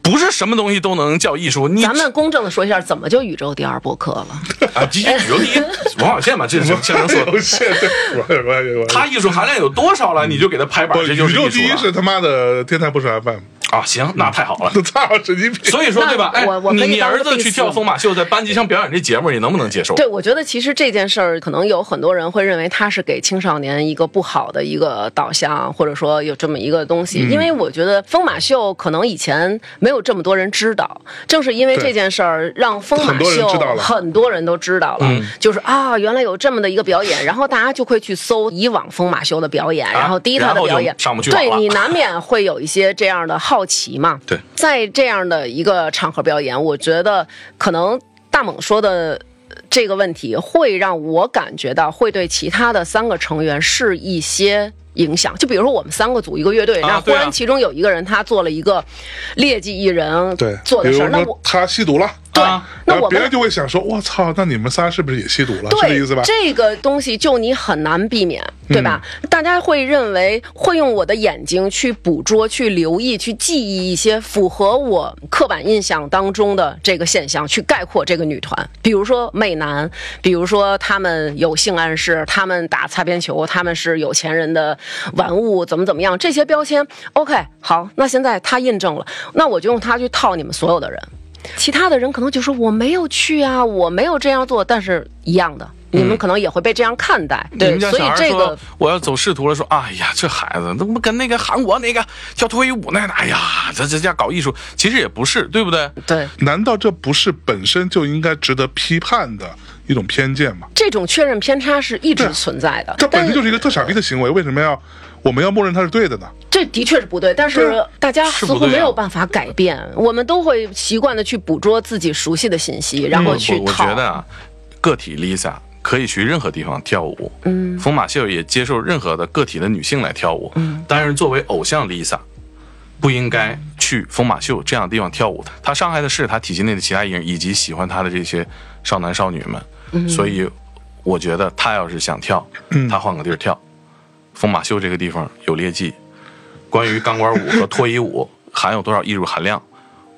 Speaker 3: 不是什么东西都能叫艺术。你
Speaker 1: 咱们公正的说一下，怎么就宇宙第二播客了？
Speaker 3: 啊，这这宇宙 第一王小贱嘛，这是象征所。
Speaker 2: 有限，对，我我我我
Speaker 3: 他艺术含量有多少了？你就给他拍板
Speaker 2: 不，，
Speaker 3: 这就
Speaker 2: 宇
Speaker 3: 是艺
Speaker 2: 宙
Speaker 3: 术
Speaker 2: 第一
Speaker 3: 了
Speaker 2: 是他妈的天台不是 FM，
Speaker 3: 啊，行，那太好了。
Speaker 2: 操，神经病！
Speaker 3: 所以说，
Speaker 1: 那
Speaker 3: 对吧？哎
Speaker 1: 我我，可以
Speaker 3: 你你
Speaker 1: 当个
Speaker 3: 儿子
Speaker 1: 第
Speaker 3: 去
Speaker 1: 四
Speaker 3: 跳疯马秀，在班级上表演这节目，你能不能接受？
Speaker 1: 对，我觉得其实这件事儿，可能有很多人会认为它是给青少年一个不好的一个导向，或者说有这么一个东西。
Speaker 3: 嗯
Speaker 1: 因为我觉得疯马秀可能以前没有这么多人知道，正是因为
Speaker 2: 对
Speaker 1: 这件事儿，让疯马
Speaker 2: 很多人
Speaker 1: 秀
Speaker 2: 知道了
Speaker 1: 很多人都知道了，
Speaker 3: 嗯
Speaker 1: 就是啊，原来有这么的一个表演，然后大家就会去搜以往疯马秀的表演，然后第一他
Speaker 3: 啊然
Speaker 1: 的
Speaker 3: 后
Speaker 1: 表
Speaker 3: 就
Speaker 1: 演，
Speaker 3: 上不去
Speaker 1: 对
Speaker 3: 网了
Speaker 1: 你难免会有一些这样的好奇嘛。
Speaker 3: 对，
Speaker 1: 在这样的一个场合表演，我觉得可能大猛说的。这个问题会让我感觉到会对其他的三个成员是一些影响。就比如说我们三个组一个乐队，
Speaker 3: 啊
Speaker 1: 那忽
Speaker 3: 对啊
Speaker 1: 然其中有一个人他做了一个劣迹艺人
Speaker 2: 对，
Speaker 1: 做的
Speaker 2: 比
Speaker 1: 事
Speaker 2: 如
Speaker 1: 儿，那
Speaker 2: 说
Speaker 1: 我
Speaker 2: 他吸毒了，
Speaker 1: 对
Speaker 3: 啊，
Speaker 1: 那
Speaker 2: 然后
Speaker 1: 我
Speaker 2: 别
Speaker 1: 们
Speaker 2: 人就会想说，我操，那你们仨是不是也吸毒了？是
Speaker 1: 对，
Speaker 2: 这意思吧？嗯
Speaker 1: 这个东西就你很难避免，对吧？大家会认为会用我的眼睛去捕捉、去留意、去记忆一些符合我刻板印象当中的这个现象，去概括这个女团。比如说媚男，比如说他们有性暗示，他们打擦边球，他们是有钱人的玩物，怎么怎么样，这些标签。OK，好，那现在他印证了，那我就用它去套你们所有的人。其他的人可能就说我没有去啊，我没有这样做，但是一样的，你们可能也会被这样看待。
Speaker 3: 嗯你
Speaker 1: 对，
Speaker 3: 们家
Speaker 1: 所以
Speaker 3: 小孩
Speaker 1: 这
Speaker 3: 说
Speaker 1: 个
Speaker 3: 我要走仕途了，说哎呀，这孩子那不跟那个韩国那个跳脱衣舞那个，哎呀，这这家搞艺术，其实也不是，对不对？
Speaker 1: 对
Speaker 2: 难道这不是本身就应该值得批判的一种偏见吗？
Speaker 1: 这种确认偏差是一
Speaker 3: 啊
Speaker 1: 直存在的
Speaker 2: 这，本
Speaker 1: 但
Speaker 2: 身
Speaker 1: 是
Speaker 2: 就是一个特傻逼的行为，为什么要我们要默认它是对的呢？
Speaker 1: 这的确是不对。但
Speaker 2: 对
Speaker 1: 是大家
Speaker 3: 是
Speaker 1: 似
Speaker 3: 不
Speaker 1: 乎
Speaker 3: 对啊
Speaker 1: 没有办法改变，我们都会习惯的去捕捉自己熟悉的信息，然后去
Speaker 3: 我我
Speaker 1: 套。
Speaker 3: 觉得啊，个体 Lisa 可以去任何地方跳舞，嗯，疯马秀也接受任何的个体的女性来跳舞，嗯，但是作为偶像 Lisa，不应该去疯马秀这样的地方跳舞的，她伤害的是她体系内的其他艺人以及喜欢她的这些少男少女们，
Speaker 1: 嗯
Speaker 3: 所以我觉得她要是想跳，她换个地儿跳，疯马秀这个地方有劣迹，关于钢管舞和脱衣舞含有多少艺术含量，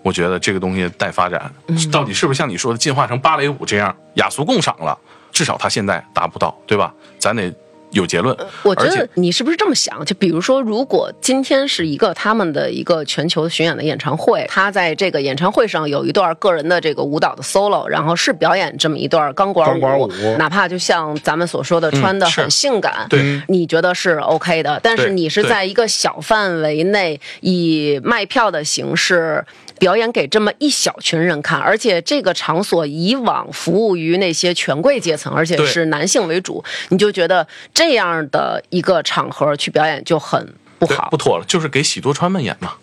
Speaker 3: 我觉得这个东西待发展，到底是不是像你说的进化成芭蕾舞这样雅俗共赏了？至少它现在达不到，对吧？咱得有结论。
Speaker 1: 呃我觉
Speaker 3: 而且
Speaker 1: 得你是不是这么想？就比如说，如果今天是一个他们的一个全球巡演的演唱会，他在这个演唱会上有一段个人的这个舞蹈的 solo，然后是表演这么一段钢管舞，
Speaker 2: 钢管舞
Speaker 1: 哪怕就像咱们所说的穿的
Speaker 3: 嗯是
Speaker 1: 很性感，
Speaker 3: 对
Speaker 1: 你觉得是 OK 的，但是
Speaker 3: 对
Speaker 1: 你是
Speaker 3: 对
Speaker 1: 在一个小范围内以卖票的形式。表演给这么一小群人看，而且这个场所以往服务于那些权贵阶层，而且
Speaker 3: 对
Speaker 1: 是男性为主，你就觉得这样的一个场合去表演就很不
Speaker 3: 对
Speaker 1: 好。
Speaker 3: 不妥了，就是给喜多川们演 嘛。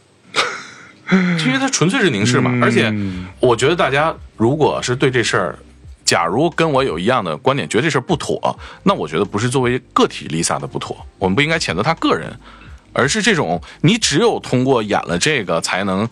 Speaker 3: 因为它纯粹是凝视嘛，
Speaker 1: 嗯
Speaker 3: 而且我觉得大家如果是对这事儿，假如跟我有一样的观点，觉得这事儿不妥，那我觉得不是作为个体 Lisa 的不妥，我们不应该谴责她个人，而是这种你只有通过演了这个才能。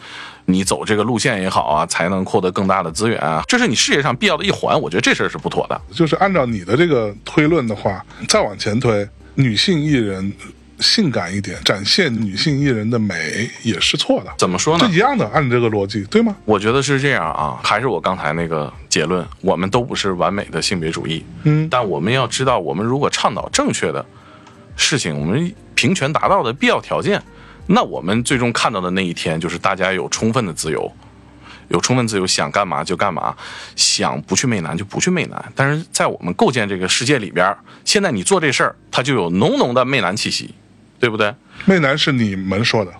Speaker 3: 你走这个路线也好啊，才能获得更大的资源啊，这是你事业上必要的一环。我觉得这事儿是不妥的。
Speaker 2: 就是按照你的这个推论的话，再往前推，女性艺人性感一点，展现女性艺人的美也是错的，
Speaker 3: 怎么说呢？
Speaker 2: 这一样的，按你这个逻辑，对吗？
Speaker 3: 我觉得是这样啊，还是我刚才那个结论，我们都不是完美的性别主义，
Speaker 2: 嗯
Speaker 3: 但我们要知道，我们如果倡导正确的事情，我们平权达到的必要条件，那我们最终看到的那一天，就是大家有充分的自由，有充分自由，想干嘛就干嘛，想不去媚男就不去媚男。但是在我们构建这个世界里边儿，现在你做这事儿，它就有浓浓的媚男气息，对不对？
Speaker 2: 媚男是你们说的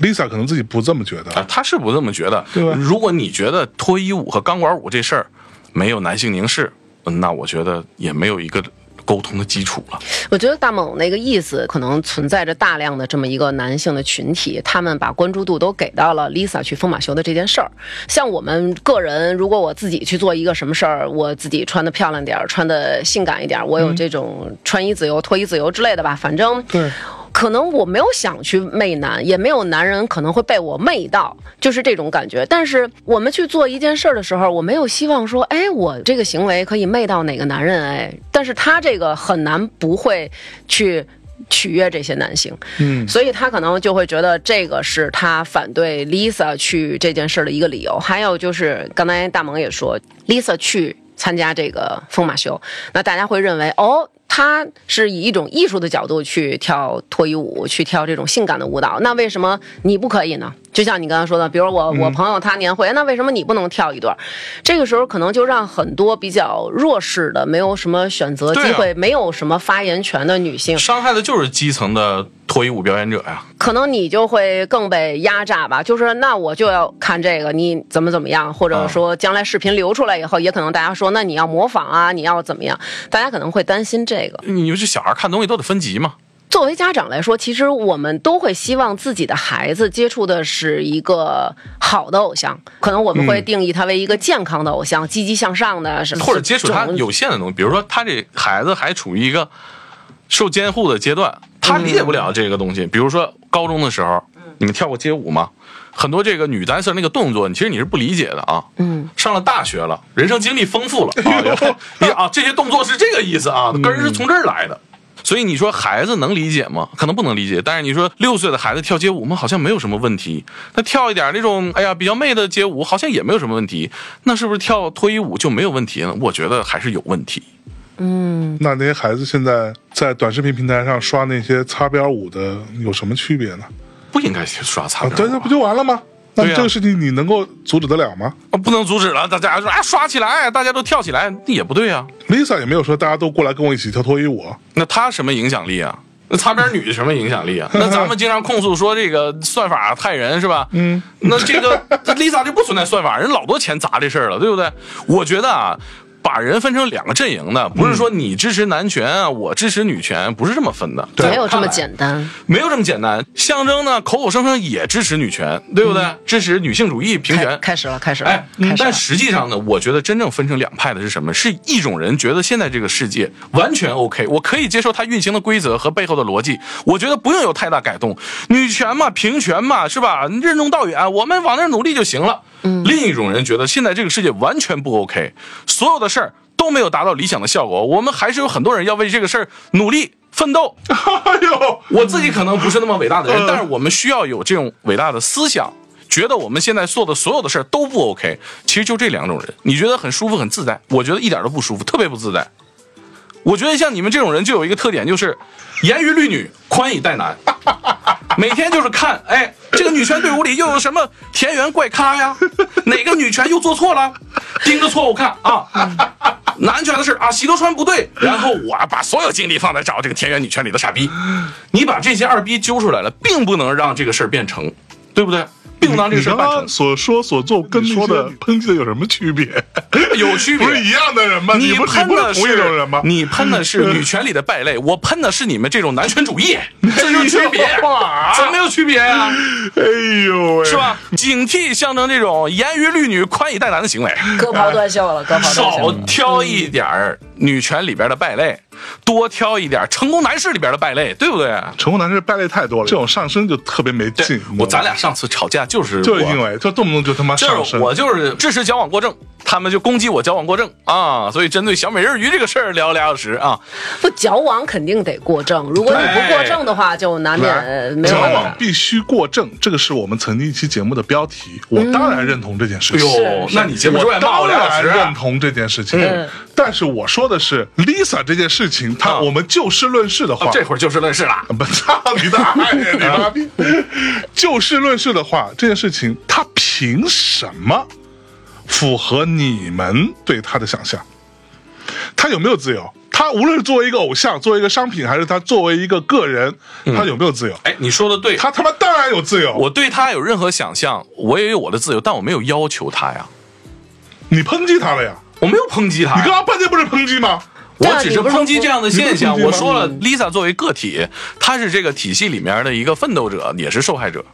Speaker 2: ，Lisa 可能自己不这么觉
Speaker 3: 啊
Speaker 2: 得，，
Speaker 3: 他是不这么觉得。
Speaker 2: 对吧
Speaker 3: 如果你觉得脱衣舞和钢管舞这事儿没有男性凝视，嗯那我觉得也没有一个沟通的基础了。
Speaker 1: 我觉得大猛那个意思，可能存在着大量的这么一个男性的群体，他们把关注度都给到了 Lisa 去疯马秀的这件事儿。像我们个人，如果我自己去做一个什么事儿，我自己穿的漂亮点儿，穿的性感一点儿，我有这种穿衣自由、脱衣自由之类的吧，反正
Speaker 2: 对。
Speaker 1: 可能我没有想去媚男，也没有男人可能会被我媚到，就是这种感觉。但是我们去做一件事儿的时候，我没有希望说，哎，我这个行为可以媚到哪个男人，哎，但是他这个很难不会去。取悦这些男性，嗯，所以他可能就会觉得这个是他反对 Lisa 去这件事儿的一个理由。还有就是，刚才大萌也说，Lisa 去参加这个疯马秀，那大家会认为哦。他是以一种艺术的角度去跳脱衣舞，去跳这种性感的舞蹈。那为什么你不可以呢？就像你刚刚说的，比如
Speaker 3: 嗯
Speaker 1: 我我朋友他年会，那为什么你不能跳一段？这个时候可能就让很多比较弱势的、没有什么选择
Speaker 3: 对
Speaker 1: 机
Speaker 3: 啊
Speaker 1: 会、没有什么发言权的女性，
Speaker 3: 伤害的就是基层的脱衣舞表演者呀。
Speaker 1: 可能你就会更被压榨吧。就是那我就要看这个，你怎么怎么样，或者说将来视频流出来以后，也可能大家说，那你要模仿啊，你要怎么样？大家可能会担心这个。
Speaker 3: 你就小孩看东西都得分级嘛。
Speaker 1: 作为家长来说，其实我们都会希望自己的孩子接触的是一个好的偶像，可能我们会定义他为一个健康的偶像，积极向上的什么，
Speaker 3: 或者接触他
Speaker 1: 这种
Speaker 3: 有限的东西，比如说他这孩子还处于一个受监护的阶段，他
Speaker 1: 嗯
Speaker 3: 理解不了这个东西。比如说高中的时候，你们跳过街舞吗？很多这个女 dancer 那个动作，你其实你是不理解的啊。嗯，上了大学了，人生经历丰富了 啊，原来你啊这些动作是这个意思啊，
Speaker 1: 嗯
Speaker 3: 根儿是从这儿来的。所以你说孩子能理解吗？可能不能理解。但是你说六岁的孩子跳街舞，我们好像没有什么问题。那跳一点那种哎呀比较媚的街舞，好像也没有什么问题。那是不是跳脱衣舞就没有问题呢？我觉得还是有问题。
Speaker 2: 那那些孩子现在在短视频平台上刷那些擦边舞的，有什么区别呢？
Speaker 3: 不应该刷擦
Speaker 2: 啊，
Speaker 3: 边
Speaker 2: 对，
Speaker 3: 舞
Speaker 2: 那
Speaker 3: 吧
Speaker 2: 不就完了吗？那
Speaker 3: 对呀
Speaker 2: 这个事情你能够阻止得了吗
Speaker 3: 啊不能阻止了。大家说哎刷起来，大家都跳起来，那也不对啊。
Speaker 2: ？Lisa 也没有说大家都过来跟我一起跳脱衣舞，啊
Speaker 3: 那他什么影响力啊？那擦边女什么影响力啊？那咱们经常控诉说这个算法害人是吧？嗯，那这个这 Lisa 就不存在算法，人老多钱砸这事儿了，对不对？我觉得啊，把人分成两个阵营的，不是说你支持男权啊，我支持女权，不是这么分的，
Speaker 1: 没有这么
Speaker 3: 单。
Speaker 1: 简单。
Speaker 3: 没有这么简单，象征呢口口声声也支持女权，对不对？支持女性主义平
Speaker 1: 开
Speaker 3: 权，
Speaker 1: 开始了，开始了，
Speaker 3: 哎，
Speaker 1: 开始了
Speaker 3: 但。实际上呢，我觉得真正分成两派的是什么？是一种人觉得现在这个世界完全 OK，我可以接受它运行的规则和背后的逻辑，我觉得不用有太大改动，女权嘛，平权嘛，是吧？任重道远，啊我们往那儿努力就行了。
Speaker 1: 嗯
Speaker 3: 另一种人觉得现在这个世界完全不 OK，所有的事儿都没有达到理想的效果，我们还是有很多人要为这个事儿努力奋斗。
Speaker 2: 哎呦，
Speaker 3: 我自己可能不是那么伟大的人
Speaker 2: 嗯，
Speaker 3: 但是我们需要有这种伟大的思想，觉得我们现在做的所有的事儿都不 OK。其实就这两种人，你觉得很舒服很自在，我觉得一点都不舒服，特别不自在。我觉得像你们这种人就有一个特点，就是严于律女，宽以待男。每天就是看，哎，这个女权队伍里又有什么田园怪 咖呀？哪个女权又做错了？盯着错误看啊！男权的事啊，洗头穿不对，然后我把所有精力放在找这个田园女权里的傻逼。你把这些二逼揪出来了，并不能让这个事儿变成，对不对？并不能让这
Speaker 2: 你
Speaker 3: 个事儿
Speaker 2: 刚
Speaker 3: 办成
Speaker 2: 刚，所说所做跟
Speaker 3: 你
Speaker 2: 你
Speaker 3: 说
Speaker 2: 说
Speaker 3: 的
Speaker 2: 的抨击的有什么区别？
Speaker 3: 有区别
Speaker 2: 不。是一样的人吗？你不
Speaker 3: 喷
Speaker 2: 不
Speaker 3: 的
Speaker 2: 是
Speaker 3: 是
Speaker 2: 同一种人吗？
Speaker 3: 你喷 的是女权里的败类，我喷的是你们这种男权主义，这就是区别
Speaker 2: 哎呦哇，
Speaker 3: 怎么没有区别呀、
Speaker 2: 哎呦喂，
Speaker 3: 是？吧？警惕象征这种严于律女、宽以待男的行为，
Speaker 1: 割袍断袖了，割袍断袖
Speaker 3: 少啊
Speaker 1: 了。
Speaker 3: 挑一点儿女权里边的败类，多挑一点儿成功男士里边的败类，对不对？
Speaker 2: 成功男士败类太多了，这种上升就特别没劲。你知道吗
Speaker 3: 我咱俩上次吵架就是
Speaker 2: 就是
Speaker 3: 我
Speaker 2: 因为就动不动就他妈上
Speaker 3: 就是
Speaker 2: 升，
Speaker 3: 我就是支持矫枉过正，他们就攻击我矫枉过正啊，所以针对小美人鱼这个事儿聊了俩小时啊，
Speaker 1: 不，矫枉肯定得过正，如果你不过正的话，就难免呃没有
Speaker 2: 矫
Speaker 1: 办
Speaker 2: 枉
Speaker 1: 法。
Speaker 2: 必须过正，这个是我们曾经一期节目的标题。我
Speaker 1: 嗯
Speaker 2: 当然认同这件事
Speaker 3: 哎
Speaker 2: 情。
Speaker 3: 呦，那你节目之外
Speaker 2: 我
Speaker 3: 骂
Speaker 2: 当
Speaker 3: 我俩
Speaker 2: 然
Speaker 3: 小时啊
Speaker 2: 认同这件事情，
Speaker 1: 嗯
Speaker 2: 但是我说的是 Lisa 这件事情，她、
Speaker 3: 啊
Speaker 2: 我们就事论事的话，
Speaker 3: 这会儿就事论事了。
Speaker 2: 不操 你大爷，你妈逼！就事论事的话，这件事情他凭什么符合你们对他的想象？他有没有自由？他无论是作为一个偶像，作为一个商品，还是他作为一个个人，他有没有自由？
Speaker 3: 哎，你说的对，
Speaker 2: 他他妈当然有自由！
Speaker 3: 我对他有任何想象，我也有我的自由，但我没有要求他呀，
Speaker 2: 你抨击他了呀？
Speaker 3: 我没有抨击他
Speaker 2: 你
Speaker 3: 呀
Speaker 2: 刚刚半天不是抨击吗？
Speaker 3: 我
Speaker 1: 对啊
Speaker 3: 只
Speaker 1: 你
Speaker 3: 是
Speaker 1: 不是
Speaker 3: 抨击
Speaker 1: 说
Speaker 3: 这样的现象。
Speaker 2: 你不
Speaker 3: 我
Speaker 2: 是抨击
Speaker 3: 说
Speaker 2: 吗
Speaker 3: 了，Lisa 作为个体，她是这个体系里面的一个奋斗者，也是受害者。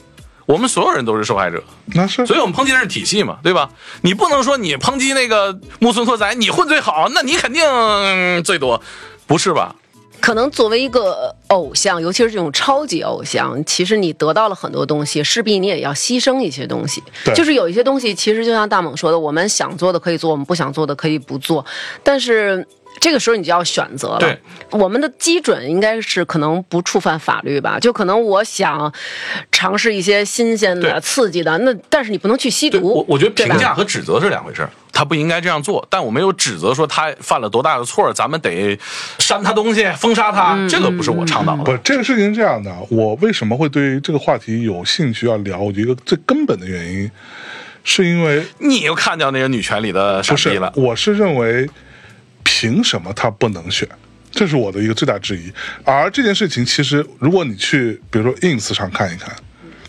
Speaker 3: 我们所有人都是受害者，
Speaker 2: 那是
Speaker 3: 所以我们抨击的是体系嘛，对吧？你不能说你抨击那个木村拓哉，你混最好，那你肯定嗯最多，不是吧？
Speaker 1: 可能作为一个偶像，尤其是这种超级偶像，其实你得到了很多东西，势必你也要牺牲一些东西。
Speaker 2: 对
Speaker 1: 就是有一些东西，其实就像大猛说的，我们想做的可以做，我们不想做的可以不做，但是。这个时候你就要选择了。
Speaker 3: 对，
Speaker 1: 我们的基准应该是可能不触犯法律吧？就可能我想尝试一些新鲜的、
Speaker 3: 对
Speaker 1: 刺激的，那但是你不能去吸
Speaker 3: 对
Speaker 1: 毒。
Speaker 3: 我我觉得
Speaker 1: 对吧
Speaker 3: 评价和指责是两回事儿，他不应该这样做，但我没有指责说他犯了多大的错儿，咱们得删他东西、封杀他，
Speaker 1: 嗯
Speaker 3: 这个不是我倡导的。
Speaker 2: 不，这个事情是这样的，我为什么会对这个话题有兴趣要聊？我觉得一个最根本的原因，是因为
Speaker 3: 你又看掉那个女权里的傻
Speaker 2: 不
Speaker 3: 逼
Speaker 2: 是
Speaker 3: 了，，
Speaker 2: 我是认为，凭什么他不能选？这是我的一个最大质疑。而这件事情，其实如果你去，比如说 ins 上看一看，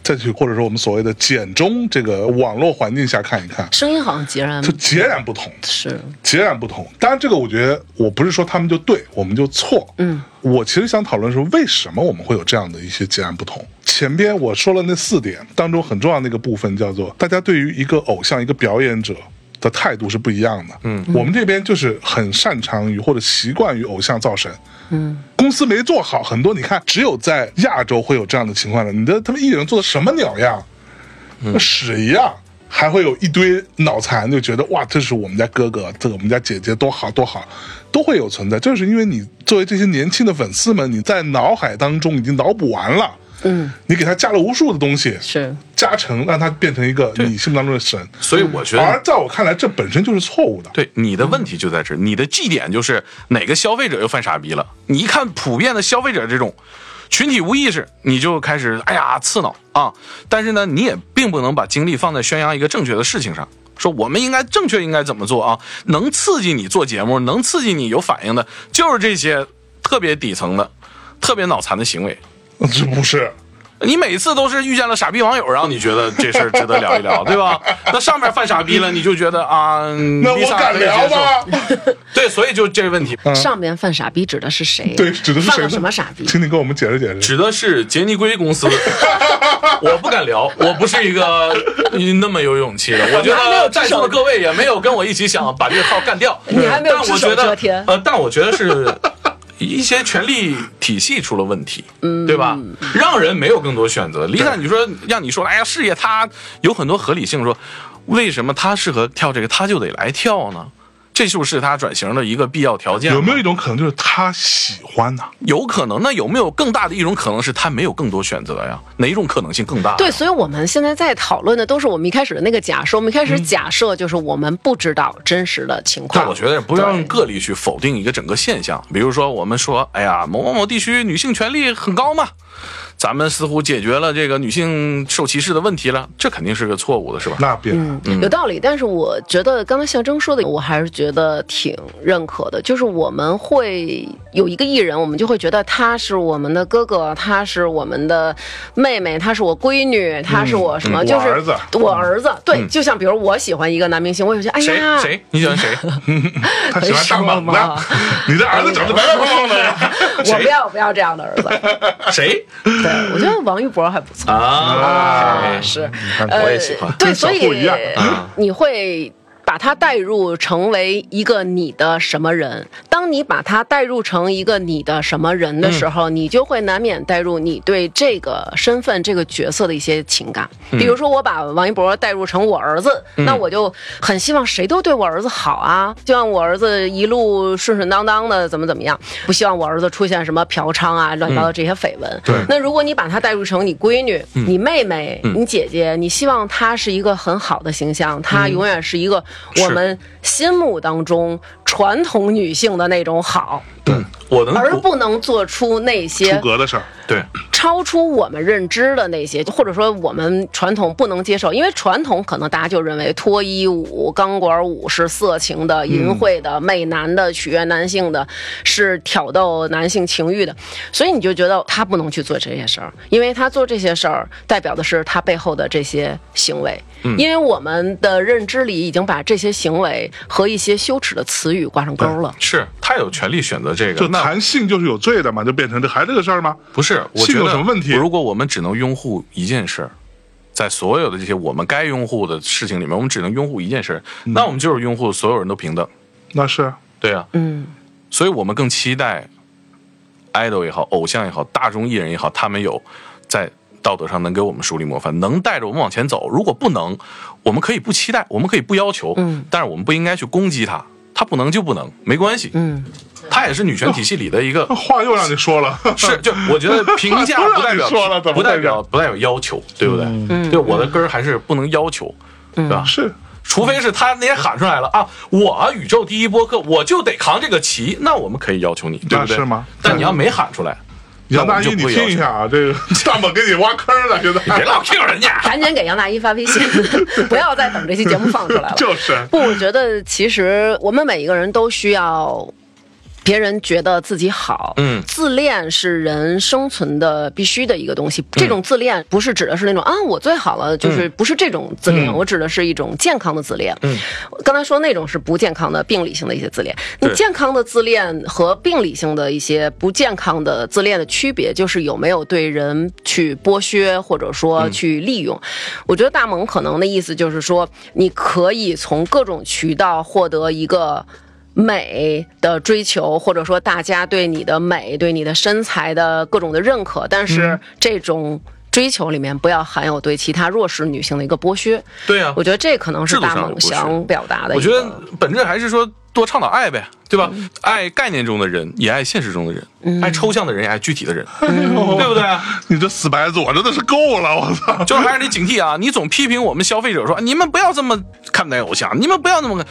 Speaker 2: 再去或者说我们所谓的简中这个网络环境下看一看，
Speaker 1: 声音好像截然
Speaker 2: 就截然不同。
Speaker 1: 是
Speaker 2: 截然不同。当然，这个我觉得我不是说他们就对，我们就错。嗯，我其实想讨论说，为什么我们会有这样的一些截然不同？前边我说了那四点当中很重要的一个部分，叫做大家对于一个偶像、一个表演者。的态度是不一样的，嗯，我们这边就是很擅长于或者习惯于偶像造神，嗯，公司没做好很多，你看只有在亚洲会有这样的情况的，你的他们艺人做的什么鸟样，跟屎一样，还会有一堆脑残就觉得哇，这是我们家哥哥，这个我们家姐姐多好多好，都会有存在。正是因为你作为这些年轻的粉丝们，你在脑海当中已经脑补完了，嗯，你给他加了无数的东西，
Speaker 1: 是，
Speaker 2: 加成让他变成一个你心目当中的神。
Speaker 3: 所以我觉得
Speaker 2: 而在我看来，这本身就是错误的。
Speaker 3: 对你的问题就在这儿，你的 G 点就是哪个消费者又犯傻逼了？你一看普遍的消费者这种群体无意识，你就开始哎呀刺挠啊！但是呢，你也并不能把精力放在宣扬一个正确的事情上，说我们应该正确应该怎么做啊？能刺激你做节目，能刺激你有反应的，就是这些特别底层的、特别脑残的行为。
Speaker 2: 这不是。
Speaker 3: 你每次都是遇见了傻逼网友，让你觉得这事儿值得聊一聊，对吧？那上面犯傻逼了，你就觉得啊，
Speaker 2: 那
Speaker 3: 那
Speaker 2: 我敢聊吗？
Speaker 3: 对，所以就这个问题，
Speaker 1: 上边犯傻逼指的是谁？
Speaker 2: 嗯 对，指的是
Speaker 1: 犯
Speaker 2: 谁呢？
Speaker 1: 了什么傻 逼？
Speaker 2: 请你给我们解释解释。
Speaker 3: 指的是杰尼 龟公司。我不敢聊，我不是一个那么有勇 气的。我觉得在座的各位也没有跟我一起想把这个号干掉。
Speaker 1: 你还没有
Speaker 3: 但
Speaker 1: 只
Speaker 3: 我
Speaker 1: 手
Speaker 3: 觉
Speaker 1: 遮
Speaker 3: 得
Speaker 1: 天
Speaker 3: 呃，但我觉得是一些权力体系出了问题，
Speaker 1: 嗯
Speaker 3: 对吧？让人没有更多选择。Lisa，你说让你说，哎呀，事业它有很多合理性，说为什么他适合跳这个，他就得来跳呢？这就是他转型的一个必要条件吗。
Speaker 2: 有没有一种可能就是他喜欢呢、
Speaker 3: 有可能，那有没有更大的一种可能是他没有更多选择呀？哪一种可能性更大？
Speaker 1: 对，，所以我们现在在讨论的都是我们一开始的那个假设。我们一开始假设就是我们不知道真实的情况。
Speaker 3: 但我觉得不要用个例去否定一个整个现象。比如说，我们说，哎呀，某某某地区女性权利很高嘛，咱们似乎解决了这个女性受歧视的问题了，这肯定是个错误的，是吧？
Speaker 2: 那必然。
Speaker 1: 有道理，但是我觉得刚才象征说的，我还是觉得挺认可的。就是我们会有一个艺人，我们就会觉得他是我们的哥哥，他是我们的妹妹，他是我闺女，他是我什么？
Speaker 2: 嗯
Speaker 1: 就是
Speaker 2: 我儿子嗯
Speaker 1: 我儿子。对，就像比如我喜欢一个男明星，我也会觉得哎
Speaker 3: 谁
Speaker 1: 呀，
Speaker 3: 谁？你喜欢谁？
Speaker 2: 他喜欢大猛
Speaker 1: 为什么
Speaker 2: 子，你的儿子长得白白胖胖的，
Speaker 1: 我不要，我不要这样的儿子。
Speaker 3: 谁
Speaker 1: 对，我觉得王一博还不错。
Speaker 3: 啊？
Speaker 1: 啊，是，
Speaker 3: 我也喜欢
Speaker 1: 呃、对，
Speaker 2: 跟小
Speaker 1: 所
Speaker 2: 布一
Speaker 1: 以
Speaker 2: 样
Speaker 1: 你会把他带入成为一个你的什么人？当你把他带入成一个你的什么人的时候，你就会难免带入你对这个身份、这个角色的一些情感。比如说，我把王一博带入成我儿子，那我就很希望谁都对我儿子好啊，就让我儿子一路顺顺当当的，怎么怎么样，不希望我儿子出现什么嫖娼啊、乱七八糟这些绯闻。
Speaker 2: 对
Speaker 1: 那如果你把她带入成你闺女、你妹妹、你姐姐，你希望她是一个很好的形象，她永远是一个我们心目当中传统女性的那种好，
Speaker 3: 我能
Speaker 1: 而
Speaker 3: 嗯不
Speaker 1: 不能做出那
Speaker 2: 出
Speaker 1: 些
Speaker 2: 格的事儿。
Speaker 3: 对，
Speaker 1: 超出我们认知的那些，或者说我们传统不能接受，因为传统可能大家就认为脱衣舞、钢管舞是色情的、淫秽的、媚男的、取悦男性的，是挑逗男性情欲的，所以你就觉得他不能去做这些事儿，因为他做这些事儿代表的是他背后的这些行为。因为我们的认知里已经把这些行为和一些羞耻的词语挂上钩了。
Speaker 3: 是他有权利选择这个
Speaker 2: 就，
Speaker 3: 那
Speaker 2: 谈性就是有罪的嘛，就变成这还这个事儿吗？
Speaker 3: 不是，我
Speaker 2: 信
Speaker 3: 觉
Speaker 2: 有
Speaker 3: 得
Speaker 2: 什么问题
Speaker 3: 如果我们只能拥护一件事儿，在所有的这些我们该拥护的事情里面，我们只能拥护一件事儿，
Speaker 2: 嗯
Speaker 3: 那我们就是拥护所有人都平等。
Speaker 2: 那是
Speaker 3: 对啊，
Speaker 1: 嗯，
Speaker 3: 所以我们更期待 idol 也好，偶像也好，大众艺人也好，他们有在道德上能给我们树立模范，能带着我们往前走。如果不能，我们可以不期待，我们可以不要求，
Speaker 1: 嗯，
Speaker 3: 但是我们不应该去攻击他，他不能就不能，没关系，
Speaker 1: 嗯，
Speaker 3: 他也是女权体系里的一个
Speaker 2: 话又让你说了，
Speaker 3: 是，就我觉得评价
Speaker 2: 不让
Speaker 3: 不代表
Speaker 2: 你说了怎么
Speaker 3: 不代
Speaker 2: 回事
Speaker 3: 表不代表要求，对不对？
Speaker 2: 嗯
Speaker 3: 对我的根儿还是不能要求，对吧？
Speaker 2: 是
Speaker 3: 除非是他那天喊出来了啊，我宇宙第一播客，我就得扛这个旗，那我们可以要求你，对不
Speaker 2: 那
Speaker 3: 对？
Speaker 2: 是吗
Speaker 3: 但你要没喊出来，那
Speaker 2: 杨
Speaker 3: 我
Speaker 2: 大
Speaker 3: 们
Speaker 2: 一，
Speaker 3: 就
Speaker 2: 你
Speaker 3: 不会
Speaker 2: 听
Speaker 3: 要
Speaker 2: 一
Speaker 3: 求。
Speaker 2: 下啊，这 个大猛给你挖坑了，现在
Speaker 3: 别老 Q 人 家，
Speaker 1: 赶紧给杨大一发微信， 不要再等这期节目放出来了。
Speaker 2: 就是
Speaker 1: 不，我觉得其实我们每一个人都需要别人觉得自己好。
Speaker 3: 嗯
Speaker 1: 自恋是人生存的必须的一个东西。这种自恋不是指的是那种
Speaker 3: 嗯
Speaker 1: 啊我最好了，就是不是这种自恋，我指的是一种健康的自恋。嗯，刚才说那种是不健康的病理性的一些自恋。那
Speaker 3: 对
Speaker 1: 健康的自恋和病理性的一些不健康的自恋的区别，就是有没有对人去剥削或者说
Speaker 3: 嗯
Speaker 1: 去利用。我觉得大萌可能的意思就是说，你可以从各种渠道获得一个。美的追求，或者说大家对你的美、对你的身材的各种的认可，但
Speaker 3: 嗯
Speaker 1: 是这种追求里面不要含有对其他弱势女性的一个剥削。
Speaker 3: 对啊
Speaker 1: 我觉得这可能是
Speaker 3: 制度
Speaker 1: 大
Speaker 3: 上的
Speaker 1: 萌
Speaker 3: 剥削
Speaker 1: 想表达的一个。
Speaker 3: 我觉得嗯本质还是说多倡导爱呗，对吧？爱概念中的人，也爱现实中的人，爱抽象的人，也爱具体的人，对不对啊？
Speaker 2: 哦你这死白左真的是够了，我操！
Speaker 3: 就是还是得警惕啊！你总批评我们消费者说你们不要这么看待偶像，你们不要那么看，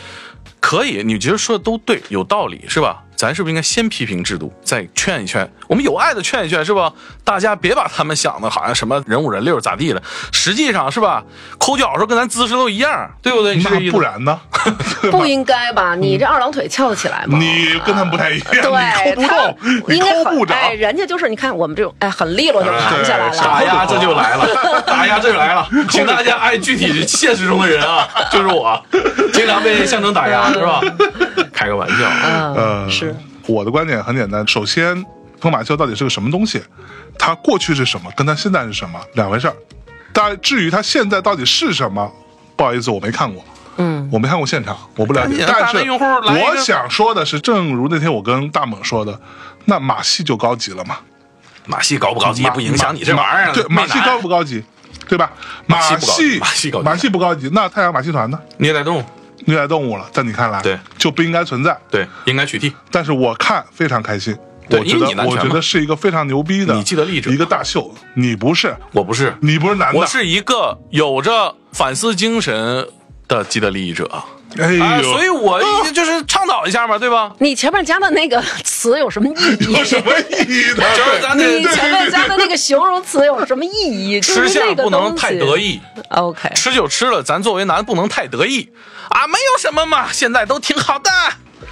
Speaker 3: 可以，你觉得说的都对，有道理是吧？咱是不是应该先批评制度，再劝一劝？我们有爱的劝一劝是吧？大家别把他们想的好像什么人五人六咋地了，实际上是吧？抠脚的时候跟咱姿势都一样，对不对？你是这意
Speaker 2: 那
Speaker 3: 思
Speaker 2: 不然呢？
Speaker 1: 不 应该吧？你这二郎腿翘得起来吗？
Speaker 2: 你跟他们不太一样，你
Speaker 1: 对，
Speaker 2: 抠不
Speaker 1: 他
Speaker 2: 动，你
Speaker 1: 应该
Speaker 2: 抠不
Speaker 1: 很
Speaker 2: 着。
Speaker 1: 哎，人家就是你看我们这种哎很利落就盘下来
Speaker 2: 对
Speaker 1: 了
Speaker 3: 打。压哎这就来 了，打压这就来了，请大家爱具体现实中的人啊，就是我，经常被象征打压是吧？开个玩笑，
Speaker 1: 嗯，
Speaker 2: 呃，
Speaker 1: 是。
Speaker 2: 我的观点很简单，首先，疯马秀到底是个什么东西？它过去是什么，跟它现在是什么两回事儿。但至于它现在到底是什么，不好意思，我没看过。嗯，我没看过现场，我不了解
Speaker 3: 赶。紧
Speaker 2: 但
Speaker 3: 大
Speaker 2: 是
Speaker 3: 内用户来一个
Speaker 2: 我想说的是，正如那天我跟大猛说的，那马戏就高级了嘛。
Speaker 3: 马戏高不高级也
Speaker 2: 马
Speaker 3: 不影响你这玩意儿。
Speaker 2: 对，马戏高不高级？对吧？马
Speaker 3: 戏不高级
Speaker 2: 戏
Speaker 3: 马戏高级
Speaker 2: 马戏不高级，那太阳马戏团呢？
Speaker 3: 虐待动物，
Speaker 2: 虐待动物了，在你看来，
Speaker 3: 对
Speaker 2: 就不应该存在。
Speaker 3: 对，应该取缔。
Speaker 2: 但是我看非常开心。
Speaker 3: 对
Speaker 2: 我觉
Speaker 3: 因为你
Speaker 2: 得
Speaker 3: 男
Speaker 2: 我
Speaker 3: 权嘛
Speaker 2: 觉得是一个非常牛逼的，
Speaker 3: 你既得利益者
Speaker 2: 一个大秀。你不是，
Speaker 3: 我不是，
Speaker 2: 你不是男的，
Speaker 3: 我是一个有着反思精神的既得利益者啊，
Speaker 2: 哎呦，
Speaker 3: 所以我就是倡导一下嘛，对吧？
Speaker 1: 你前面加的那个词有什么意 义？
Speaker 2: 有什么意义呢？
Speaker 3: 就是咱
Speaker 1: 你
Speaker 3: 得
Speaker 1: 前面加的那个形容词有什么意义？就是
Speaker 3: 吃
Speaker 1: 那
Speaker 3: 相
Speaker 1: 个
Speaker 3: 不能
Speaker 1: 东西
Speaker 3: 太得。意，
Speaker 1: OK，
Speaker 3: 吃就吃了，咱作为男不能太得意啊，没有什么嘛，现在都挺好的，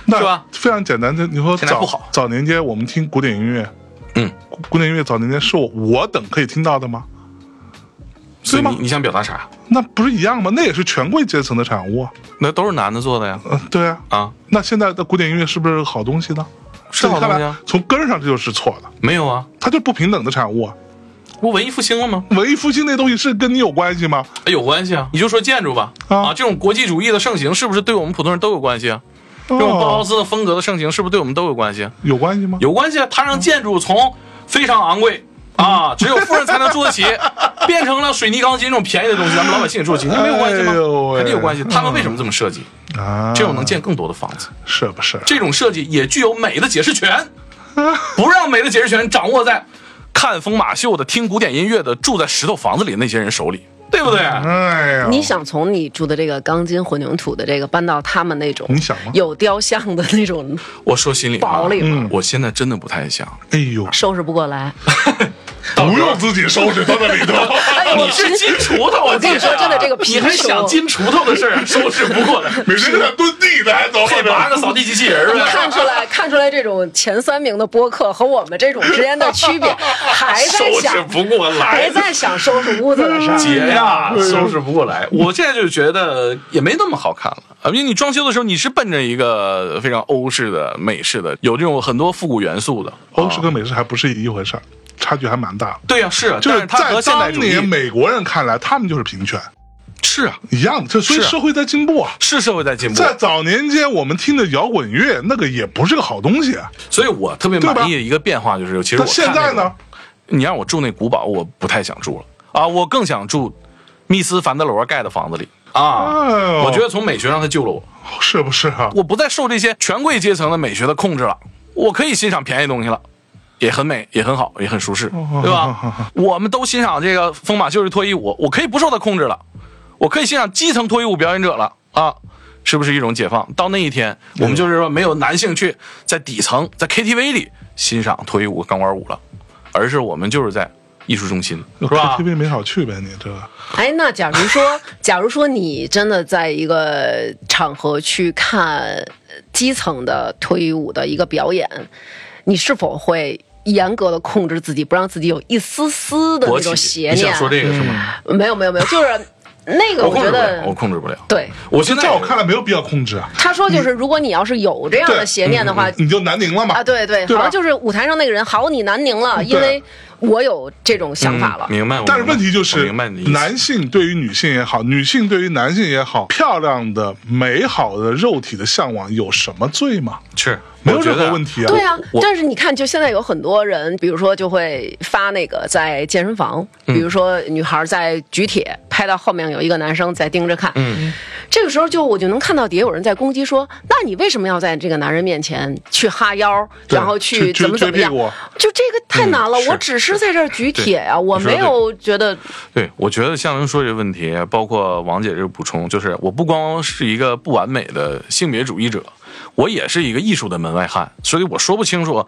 Speaker 2: 那
Speaker 3: 是吧？
Speaker 2: 非常简单，就你说
Speaker 3: 现在
Speaker 2: 早
Speaker 3: 不好
Speaker 2: 早年间我们听古典音乐，
Speaker 3: 嗯
Speaker 2: 古，古典音乐早年间是我我等可以听到的吗？
Speaker 3: 所以
Speaker 2: 吗
Speaker 3: 你你想表达啥？
Speaker 2: 那不是一样吗？那也是权贵阶层的产物啊。
Speaker 3: 那都是男的做的呀，
Speaker 2: 嗯，对啊。
Speaker 3: 啊，
Speaker 2: 那现在的古典音乐是不是好东西呢？
Speaker 3: 是好东西
Speaker 2: 在
Speaker 3: 啊
Speaker 2: 你看来从根儿上这就是错的，
Speaker 3: 没有啊，
Speaker 2: 它就不平等的产物啊。
Speaker 3: 不文艺复兴了吗？
Speaker 2: 文艺复兴那东西是跟你有关系吗？
Speaker 3: 有关系啊，你就说建筑吧，
Speaker 2: 啊
Speaker 3: 啊，这种国际主义的盛行是不是对我们普通人都有关系啊？
Speaker 2: 哦
Speaker 3: 这种包豪斯的风格的盛行，是不是对我们都有关系啊？
Speaker 2: 有关系吗？
Speaker 3: 有关系啊！它让建筑从非常昂贵啊，只有富人才能住得起，变成了水泥钢筋这种便宜的东西，咱们老百姓也住得起，那没有关系吗
Speaker 2: 哎呦？喂
Speaker 3: 肯定有关系。他们为什么这么设计？
Speaker 2: 啊，
Speaker 3: 这种能建更多的房子，
Speaker 2: 是不是？
Speaker 3: 这种设计也具有美的解释权， 不让美的解释权掌握在看风马秀的、听古典音乐的、住在石头房子里的那些人手里，对不对？
Speaker 2: 哎呀，
Speaker 1: 你想从你住的这个钢筋混凝土的这个搬到他们那种
Speaker 2: 你想吗
Speaker 1: 有雕像的那种
Speaker 3: 我说心里话嗯
Speaker 1: 堡，里吗？
Speaker 3: 我现在真的不太想。
Speaker 2: 哎呦，
Speaker 1: 收拾不过 来。
Speaker 2: 不用自己收拾，放在里头。
Speaker 1: 哎呦，
Speaker 3: 你是金锄头，我
Speaker 1: 啊跟你说真的这个皮
Speaker 3: 你还
Speaker 1: 球
Speaker 3: 想金锄头的事儿收拾不 过来，
Speaker 2: 每天在那蹲地的，还走
Speaker 3: 配
Speaker 2: 着
Speaker 3: 八个扫地机器人儿
Speaker 1: 你看
Speaker 3: 呗。
Speaker 1: 出来，看出来这种前三名的播客和我们这种之间的区 别，还在
Speaker 3: 收拾
Speaker 1: 想，
Speaker 3: 不过
Speaker 1: 还
Speaker 3: 来，
Speaker 1: 在想哎收拾屋子的事儿。
Speaker 3: 姐呀，收拾不过来。我现在就觉得也没那么好看了，啊因为你装修的时候你是奔着一个非常欧式的、美式的，有这种很多复古元素的。
Speaker 2: 欧式跟美式还不是一回事儿，差距还蛮大。
Speaker 3: 对呀，是，啊
Speaker 2: 就
Speaker 3: 但是它
Speaker 2: 在
Speaker 3: 和现代
Speaker 2: 当
Speaker 3: 主义
Speaker 2: 年美国人看来，他们就是平权。
Speaker 3: 是啊，
Speaker 2: 一样的，这所以
Speaker 3: 是啊
Speaker 2: 社会在进步啊。
Speaker 3: 是社会在进步，
Speaker 2: 在早年间，我们听的摇滚乐那个也不是个好东西啊。
Speaker 3: 所以我特别
Speaker 2: 对吧
Speaker 3: 满意的一个变化就是，其实我
Speaker 2: 但现
Speaker 3: 看那
Speaker 2: 在
Speaker 3: 个
Speaker 2: 呢，
Speaker 3: 你让我住那古堡，我不太想住了啊，我更想住密斯凡德罗盖的房子里啊。
Speaker 2: 哎呦
Speaker 3: 我觉得从美学上他救了我，
Speaker 2: 是不是啊？
Speaker 3: 我不再受这些权贵阶层的美学的控制了，我可以欣赏便宜东西了。也很美，也很好，也很舒适，对吧？我们都欣赏这个风马秀是脱衣舞，我可以不受它控制了，我可以欣赏基层脱衣舞表演者了啊！是不是一种解放？到那一天，我们就是说没有男性去在底层在 KTV 里欣赏脱衣舞、钢管舞了，而是我们就是在艺术中心，是吧？
Speaker 2: ？KTV 没少去呗，你这
Speaker 1: 哎，那假如说，假如说你真的在一个场合去看基层的脱衣舞的一个表演，你是否会严格的控制自己，不让自己有一丝丝的
Speaker 3: 国
Speaker 1: 那
Speaker 3: 企
Speaker 1: 种，邪
Speaker 3: 你
Speaker 1: 念啊
Speaker 3: 想？说这个是吗？
Speaker 1: 没有没有没有，就是那个，
Speaker 3: 我
Speaker 1: 我
Speaker 3: 控
Speaker 1: 觉
Speaker 3: 制不了，
Speaker 1: 得
Speaker 3: 我控制不了。
Speaker 1: 对。
Speaker 3: 我现在
Speaker 2: 在我看来没有必要控制啊，
Speaker 1: 他说
Speaker 3: 嗯
Speaker 1: 就是，如果你要是有这样的
Speaker 2: 对嗯
Speaker 1: 邪念的话，
Speaker 2: 你就南宁了嘛。
Speaker 1: 啊，对对，
Speaker 2: 对
Speaker 1: 好像
Speaker 2: 吧
Speaker 1: 就是舞台上那个人好你难宁了，因
Speaker 2: 对
Speaker 1: 为我有这种想法了。
Speaker 3: 嗯明白。我
Speaker 2: 但是
Speaker 3: 明白
Speaker 2: 问题就是
Speaker 3: 我明白你的意，思
Speaker 2: 男性对于女性也好，女性对于男性也好，漂亮的、美好的肉体的向往有什么罪吗？
Speaker 3: 是
Speaker 2: 没有
Speaker 3: 我觉
Speaker 2: 任
Speaker 3: 得
Speaker 2: 何问题啊。
Speaker 1: 对啊，
Speaker 3: 我
Speaker 1: 但是你看，就现在有很多人，比如说就会发那个在健身房，比
Speaker 3: 嗯
Speaker 1: 如说女孩在举铁，拍到后面有一个男生在盯着看，嗯，这个时候就我就能看到底下有人在攻击说，那你为什么要在这个男人面前去哈腰，
Speaker 2: 对
Speaker 1: 然后
Speaker 2: 去撅
Speaker 1: 怎么怎么样
Speaker 2: 撅屁股？
Speaker 1: 就这个太难了，
Speaker 3: 嗯是
Speaker 1: 我只是在这儿举铁呀、我
Speaker 3: 你说
Speaker 1: 没
Speaker 3: 得
Speaker 1: 有觉得
Speaker 3: 对，我觉得向您说这个问题，包括王姐这个补充，就是我不光是一个不完美的性别主义者，我也是一个艺术的门外汉，所以我说不清楚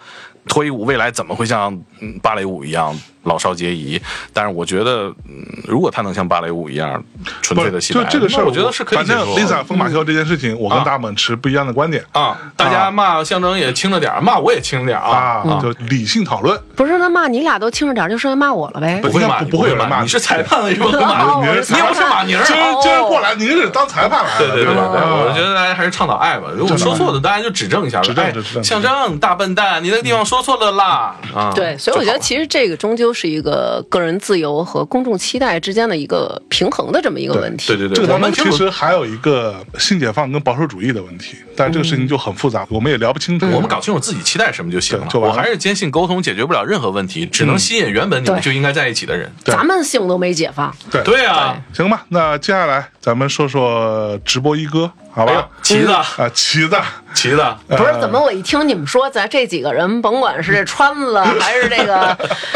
Speaker 3: 脱衣舞未来怎么会像嗯芭蕾舞一样老少皆宜。但是我觉得，嗯如果它能像芭蕾舞一样纯
Speaker 2: 不
Speaker 3: 粹
Speaker 2: 是，
Speaker 3: 的
Speaker 2: 就
Speaker 3: 洗白，
Speaker 2: 这个事儿，
Speaker 3: 那我觉得是可以
Speaker 2: 反
Speaker 3: 接
Speaker 2: 正
Speaker 3: 受的
Speaker 2: Lisa 风马秀这件事情，我跟
Speaker 3: 啊
Speaker 2: 大本持不一样的观点
Speaker 3: 啊，大家骂象征也轻了点儿，骂我也轻了点儿啊。
Speaker 2: 啊，就理性讨论。
Speaker 1: 不是他骂你俩都轻着点儿，就剩下骂我了呗。
Speaker 3: 不会骂
Speaker 2: 不
Speaker 3: 你，
Speaker 2: 不会有人骂
Speaker 3: 骂你，
Speaker 2: 你
Speaker 3: 是裁 判为什么不
Speaker 1: 哦
Speaker 3: 骂
Speaker 1: 我
Speaker 3: 你？
Speaker 1: 是
Speaker 3: 你又不是
Speaker 1: 裁判
Speaker 3: 马宁儿，
Speaker 2: 今儿
Speaker 1: 哦
Speaker 2: 今儿过来，您是当裁判来
Speaker 3: 对
Speaker 2: 的，
Speaker 3: 对对对，
Speaker 2: 吧？啊
Speaker 3: 我觉得大家还是倡导爱吧。如果说错的，大家就指正一下呗。
Speaker 2: 指正
Speaker 3: 哎
Speaker 2: 指正嗯
Speaker 3: 象征大笨蛋，你那个地方说错了啦。啊，
Speaker 1: 对，所以我觉得
Speaker 3: 就好了
Speaker 1: 其实这个终究是一个个人自由和公众期待之间的一个平衡的这么一个问题。
Speaker 3: 对对
Speaker 2: 这
Speaker 3: 对，
Speaker 2: 个
Speaker 3: 我
Speaker 2: 当
Speaker 3: 们
Speaker 2: 中
Speaker 3: 清
Speaker 2: 其
Speaker 3: 楚，
Speaker 2: 实还有一个性解放跟保守主义的问题，但是这个事情就很复杂，我们也聊不清楚。
Speaker 3: 我们搞清楚自己期待什么就行了
Speaker 2: 对。就完
Speaker 3: 我
Speaker 2: 了嗯
Speaker 3: 还是坚信沟通解决不了任何问题，只能吸引原本你们
Speaker 1: 对
Speaker 3: 就应该在一起的人。
Speaker 2: 对
Speaker 1: 咱们性都没解放，
Speaker 2: 对
Speaker 3: 对啊，
Speaker 2: 行吧，那接下来咱们说说直播一哥，好
Speaker 3: 哎
Speaker 2: 吧
Speaker 3: 呀？旗子，
Speaker 2: 啊，旗子，
Speaker 3: 旗子，
Speaker 1: 不是？怎么我一听你们说，咱这几个人，甭管是这穿子还是这个，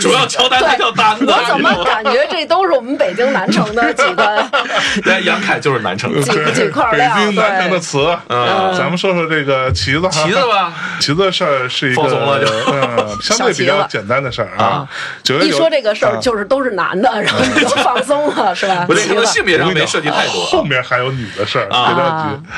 Speaker 3: 主要乔丹那叫单子。
Speaker 1: 我怎
Speaker 3: 你知
Speaker 1: 么
Speaker 3: 道吗
Speaker 1: 感觉这都是我们北京南城的几个？
Speaker 3: 对杨凯就是南城的。
Speaker 1: 几
Speaker 2: 对
Speaker 1: 几块料
Speaker 2: 北京南城
Speaker 1: 对
Speaker 2: 的词，咱们说说这个旗子，
Speaker 3: 旗子吧，
Speaker 2: 旗子的事儿是一个
Speaker 3: 放松了就
Speaker 2: 嗯，相对
Speaker 1: 小
Speaker 2: 比
Speaker 1: 旗
Speaker 2: 较
Speaker 1: 子
Speaker 2: 简单的事儿啊。九月九
Speaker 1: 一说这个事儿，
Speaker 2: 啊
Speaker 1: 就是都是男的，然后你就放松了，是吧？
Speaker 3: 不对，
Speaker 1: 急
Speaker 3: 可能
Speaker 1: 了
Speaker 3: 性别上没涉及太
Speaker 2: 后
Speaker 3: 多。
Speaker 2: 面还有女的事儿，
Speaker 3: 啊
Speaker 2: 别着急。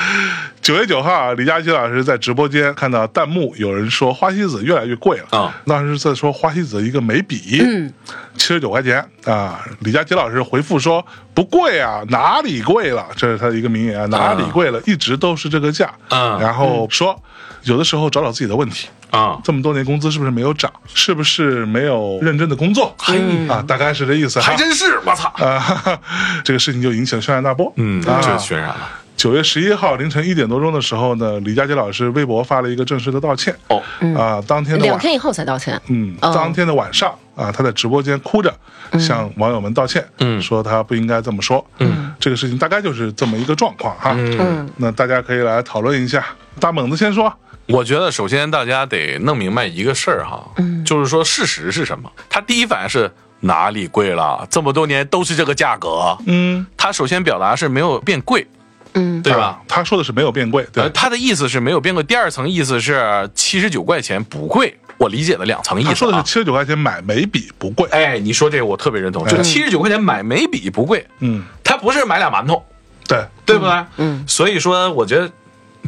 Speaker 2: 九月九号啊，李佳琦老师在直播间看到弹幕有人说花西子越来越贵了
Speaker 3: 啊，
Speaker 2: 当时在说花西子一个眉笔，嗯，七十九块钱啊。李佳琦老师回复说不贵啊，哪里贵了？这是他的一个名言啊，哪里贵了？一直都是这个价。
Speaker 3: 啊
Speaker 2: 然后说有的时候找找自己的问题。
Speaker 3: 啊，
Speaker 2: 这么多年工资是不是没有涨？是不是没有认真的工作？啊，大概是这意思哈。
Speaker 3: 哎还真是，我操！
Speaker 2: 啊，哈哈这个事情就引起了轩然大波。
Speaker 3: 嗯，
Speaker 2: 啊
Speaker 3: 这渲染了。
Speaker 2: 九月十一号凌晨一点多钟的时候呢，李佳琦老师微博发了一个正式的道歉。
Speaker 3: 哦
Speaker 2: 啊，当天的
Speaker 1: 嗯两
Speaker 2: 晚，
Speaker 1: 天以后才道歉。
Speaker 2: 嗯，
Speaker 1: 哦嗯
Speaker 2: 当天的晚上啊，他在直播间哭着向网友们道歉，
Speaker 3: 嗯
Speaker 2: 说他不应该这么说。嗯，这个事情大概就是这么一个状况哈。嗯，那大家可以来讨论一下。大猛子先说，
Speaker 3: 我觉得首先大家得弄明白一个事儿哈，就是说事实是什么。他第一反应是哪里贵了？这么多年都是这个价格。
Speaker 2: 嗯，
Speaker 3: 他首先表达是没有变贵，
Speaker 1: 嗯，
Speaker 3: 对吧
Speaker 2: 啊？？他说的是没有变贵，
Speaker 3: 呃，
Speaker 2: 对，
Speaker 3: 他的意思是没有变贵。第二层意思是七十九块钱不贵，我理解的两层意思、
Speaker 2: 他
Speaker 3: 啊。
Speaker 2: 说的是七十九块钱买眉笔不贵。
Speaker 3: 哎，你说这个我特别认同，就
Speaker 2: 嗯
Speaker 3: 七十九块钱买眉笔不贵，
Speaker 2: 嗯，
Speaker 3: 他不是买俩馒头，
Speaker 2: 对，
Speaker 3: 对不对？
Speaker 1: 嗯，
Speaker 3: 所以说我觉得，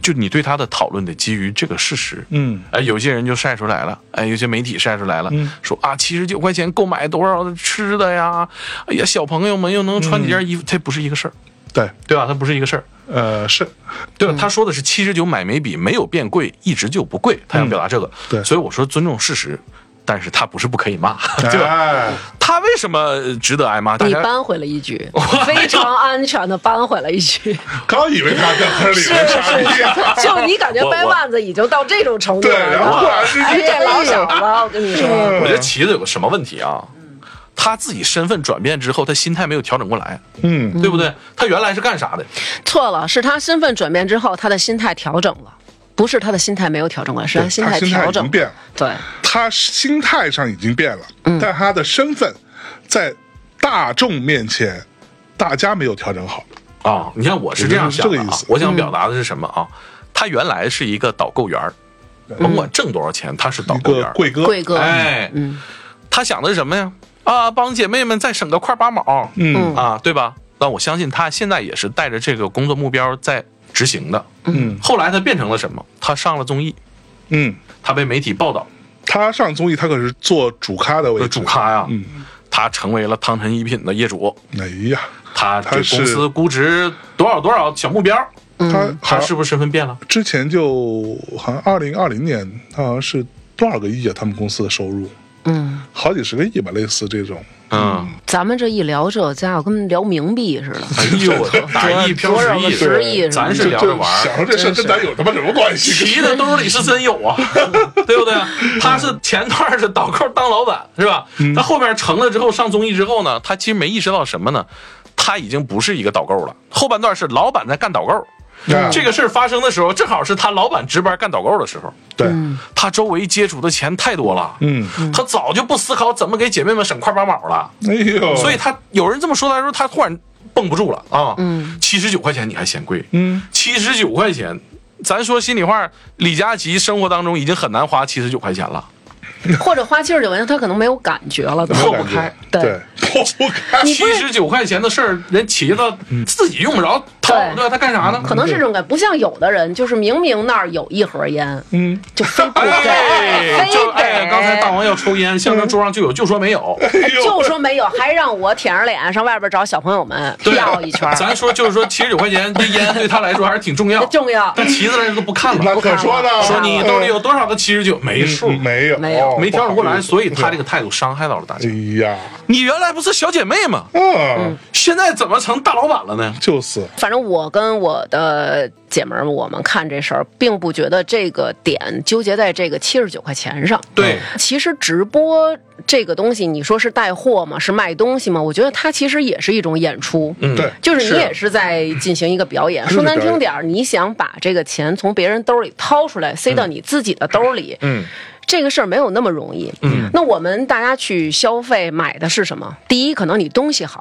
Speaker 3: 就你对他的讨论得基于这个事实。
Speaker 2: 嗯，
Speaker 3: 哎，有些人就晒出来了，哎，有些媒体晒出来了，
Speaker 2: 嗯
Speaker 3: 说啊，七十九块钱购买多少的吃的呀？哎呀，小朋友们又能穿几
Speaker 2: 嗯
Speaker 3: 件衣服，这不是一个事儿，
Speaker 2: 对，
Speaker 3: 对吧？它不是一个事儿。
Speaker 2: 呃，是
Speaker 3: 对吧？他说的是七十九买眉笔没有变贵，一直就不贵，他想表达这个。
Speaker 2: 嗯对
Speaker 3: 所以我说尊重事实。但是他不是不可以骂， 对吧？
Speaker 2: 哎，
Speaker 3: 他为什么值得挨骂？大
Speaker 1: 你
Speaker 3: 家
Speaker 1: 扳回了一局，非常安全的扳回了一局。
Speaker 2: 刚以为他在坑里
Speaker 1: 是
Speaker 2: 面傻逼，
Speaker 1: 是， 就你感觉
Speaker 3: 我
Speaker 1: 掰
Speaker 3: 我
Speaker 1: 腕子已经到这种程度
Speaker 2: 对，
Speaker 1: 了，
Speaker 2: 然后突然之
Speaker 1: 哎，
Speaker 2: 间
Speaker 1: 这老小子，我跟你 说，
Speaker 3: 我觉得
Speaker 2: 嗯
Speaker 3: 旗子有个什么问题啊？他自己身份转变之后，他心态没有调整过来，
Speaker 2: 嗯，
Speaker 3: 对不对？他原来是干啥的？
Speaker 1: 错了，是他身份转变之后，他的心态调整了，不是他的心态没有调整过来，是
Speaker 2: 对
Speaker 1: 心
Speaker 2: 他
Speaker 1: 态
Speaker 2: 心态
Speaker 1: 调
Speaker 2: 已
Speaker 1: 整
Speaker 2: 经变了。
Speaker 1: 对，
Speaker 2: 他心态上已经变了，
Speaker 1: 嗯
Speaker 2: 但他的身份在大众面前，大家没有调整好。
Speaker 3: 啊，你看我是这样想
Speaker 2: 我
Speaker 3: 的
Speaker 2: 觉得是这个
Speaker 3: 啊
Speaker 2: 意思，嗯
Speaker 3: 我想表达的是什么啊？他原来是一个导购员儿，甭管挣多少钱，他是导
Speaker 2: 一
Speaker 3: 购员
Speaker 2: 个
Speaker 3: 儿。
Speaker 2: 贵哥，
Speaker 1: 贵哥，
Speaker 3: 哎，
Speaker 2: 嗯
Speaker 3: 他想的是什么呀？啊，帮姐妹们再省个块八毛，
Speaker 2: 嗯
Speaker 3: 啊，对吧？那我相信他现在也是带着这个工作目标在执行的。
Speaker 2: 嗯
Speaker 3: 后来他变成了什么？他上了综艺，
Speaker 2: 嗯，
Speaker 3: 他被媒体报道，
Speaker 2: 他上综艺，他可是做主咖的位置，
Speaker 3: 主咖呀、
Speaker 2: 嗯，
Speaker 3: 他成为了汤臣一品的业主，
Speaker 2: 哎
Speaker 1: 嗯
Speaker 2: 呀，
Speaker 3: 他对
Speaker 2: 他是
Speaker 3: 公司估值多少多少小目标，
Speaker 2: 他
Speaker 3: 他
Speaker 2: 好
Speaker 3: 嗯是不是身份变了？
Speaker 2: 之前就好像二零二零年，他好像是多少个亿啊？他们公司的收入
Speaker 1: 嗯，
Speaker 2: 好几十个亿吧，类似这种。
Speaker 3: 嗯，
Speaker 1: 咱们这一聊这家伙跟聊冥币 似的，
Speaker 3: 哎呦我操，打一飘
Speaker 1: 多少
Speaker 3: 十亿，
Speaker 1: 个十亿是吧
Speaker 3: 咱是聊着玩
Speaker 2: 想
Speaker 3: 儿。
Speaker 2: 说这事儿跟咱有他妈什么关系？
Speaker 3: 骑的都是李时珍有 啊，对不对？啊他是前段是导购当老板是吧？他后面成了之后上综艺之后呢，他其实没意识到什么呢？他已经不是一个导购了，后半段是老板在干导购。
Speaker 2: 啊
Speaker 3: 这个事儿发生的时候，正好是他老板值班干导购的时候。
Speaker 2: 对，
Speaker 1: 嗯
Speaker 3: 他周围接触的钱太多了，
Speaker 2: 嗯，
Speaker 3: 他早就不思考怎么给姐妹们省块八毛了，
Speaker 2: 哎呦，
Speaker 3: 所以他有人这么说他说他突然绷不住了嗯啊，嗯，七十九块钱你还嫌贵，
Speaker 2: 嗯，
Speaker 3: 七十九块钱，咱说心里话，李佳琦生活当中已经很难花七十九块钱了，
Speaker 1: 或者花气儿就完，他可能没有感觉了，
Speaker 2: 没有
Speaker 1: 破
Speaker 2: 感
Speaker 1: 不
Speaker 2: 觉
Speaker 1: 开，
Speaker 2: 对，破不开，
Speaker 1: 你不
Speaker 3: 七
Speaker 1: 是
Speaker 3: 十九块钱的事儿，人骑子自己用不着掏，
Speaker 1: 对
Speaker 3: 对吧？他干啥呢？
Speaker 1: 可能是这种感，不像有的人，就是明明那儿有一盒烟，
Speaker 2: 嗯，
Speaker 1: 就非不
Speaker 3: 哎，
Speaker 1: 给，
Speaker 3: 就
Speaker 1: 非
Speaker 3: 哎，
Speaker 1: 得
Speaker 3: 刚才大王要抽
Speaker 1: 嗯
Speaker 3: 烟，象征桌上就有，就说没有。
Speaker 2: 哎呦，
Speaker 1: 就说没有，还让我舔着脸上外边找小朋友们
Speaker 3: 对
Speaker 1: 绕一圈儿，
Speaker 3: 咱说就是说，七十九块钱这烟对他来说还是挺重要，
Speaker 1: 重要
Speaker 3: 但骑子人都不看了，
Speaker 2: 那可说呢，
Speaker 3: 说你兜里有多少个七十九，没数，
Speaker 2: 嗯没有
Speaker 1: 没有
Speaker 3: 没调整过来，所以他这
Speaker 2: 个，
Speaker 3: 个态度伤害到了大
Speaker 2: 哎
Speaker 3: 家。
Speaker 2: 呀，
Speaker 3: 你原来不是小姐妹吗？
Speaker 2: 嗯，
Speaker 3: 现在怎么成大老板了呢？
Speaker 2: 就是
Speaker 1: 反正我跟我的姐们儿，我们看这事儿，并不觉得这个点纠结在这个七十九块钱上。
Speaker 3: 对
Speaker 1: 其实直播这个东西，你说是带货吗？是卖东西吗？我觉得它其实也是一种演出。
Speaker 3: 嗯
Speaker 2: 对，
Speaker 1: 就是你也是在进行一个表演，
Speaker 2: 是
Speaker 1: 说难听点儿，你想把这个钱从别人兜里掏出来，塞到你自己的兜里，
Speaker 3: 嗯，
Speaker 1: 这个事儿没有那么容易。嗯，那我们大家去消费买的是什么？第一，可能你东西好；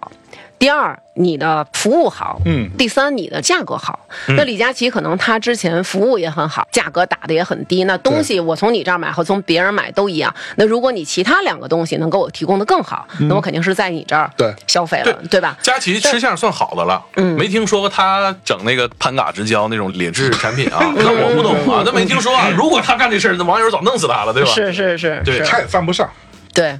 Speaker 1: 第二，你的服务好；
Speaker 2: 嗯
Speaker 1: 第三，你的价格好。那李佳琦可能他之前服务也很好，价格打的也很低。那东西我从你这儿买和从别人买都一样。那如果你其他两个东西能给我提供的更好，那我肯定是在你这儿
Speaker 2: 对
Speaker 1: 消费了，
Speaker 3: 对
Speaker 1: 对吧？
Speaker 3: 佳琪吃相算好的了，
Speaker 1: 嗯
Speaker 3: 没听说过他整那个潘嘎直胶那种劣质产品
Speaker 1: 嗯
Speaker 3: 啊，那我不懂啊，那没听说啊。如果他干这事儿，那网友早弄死他了，对吧？
Speaker 1: 是是是，
Speaker 3: 对
Speaker 1: 是
Speaker 2: 他也犯不上，
Speaker 1: 对。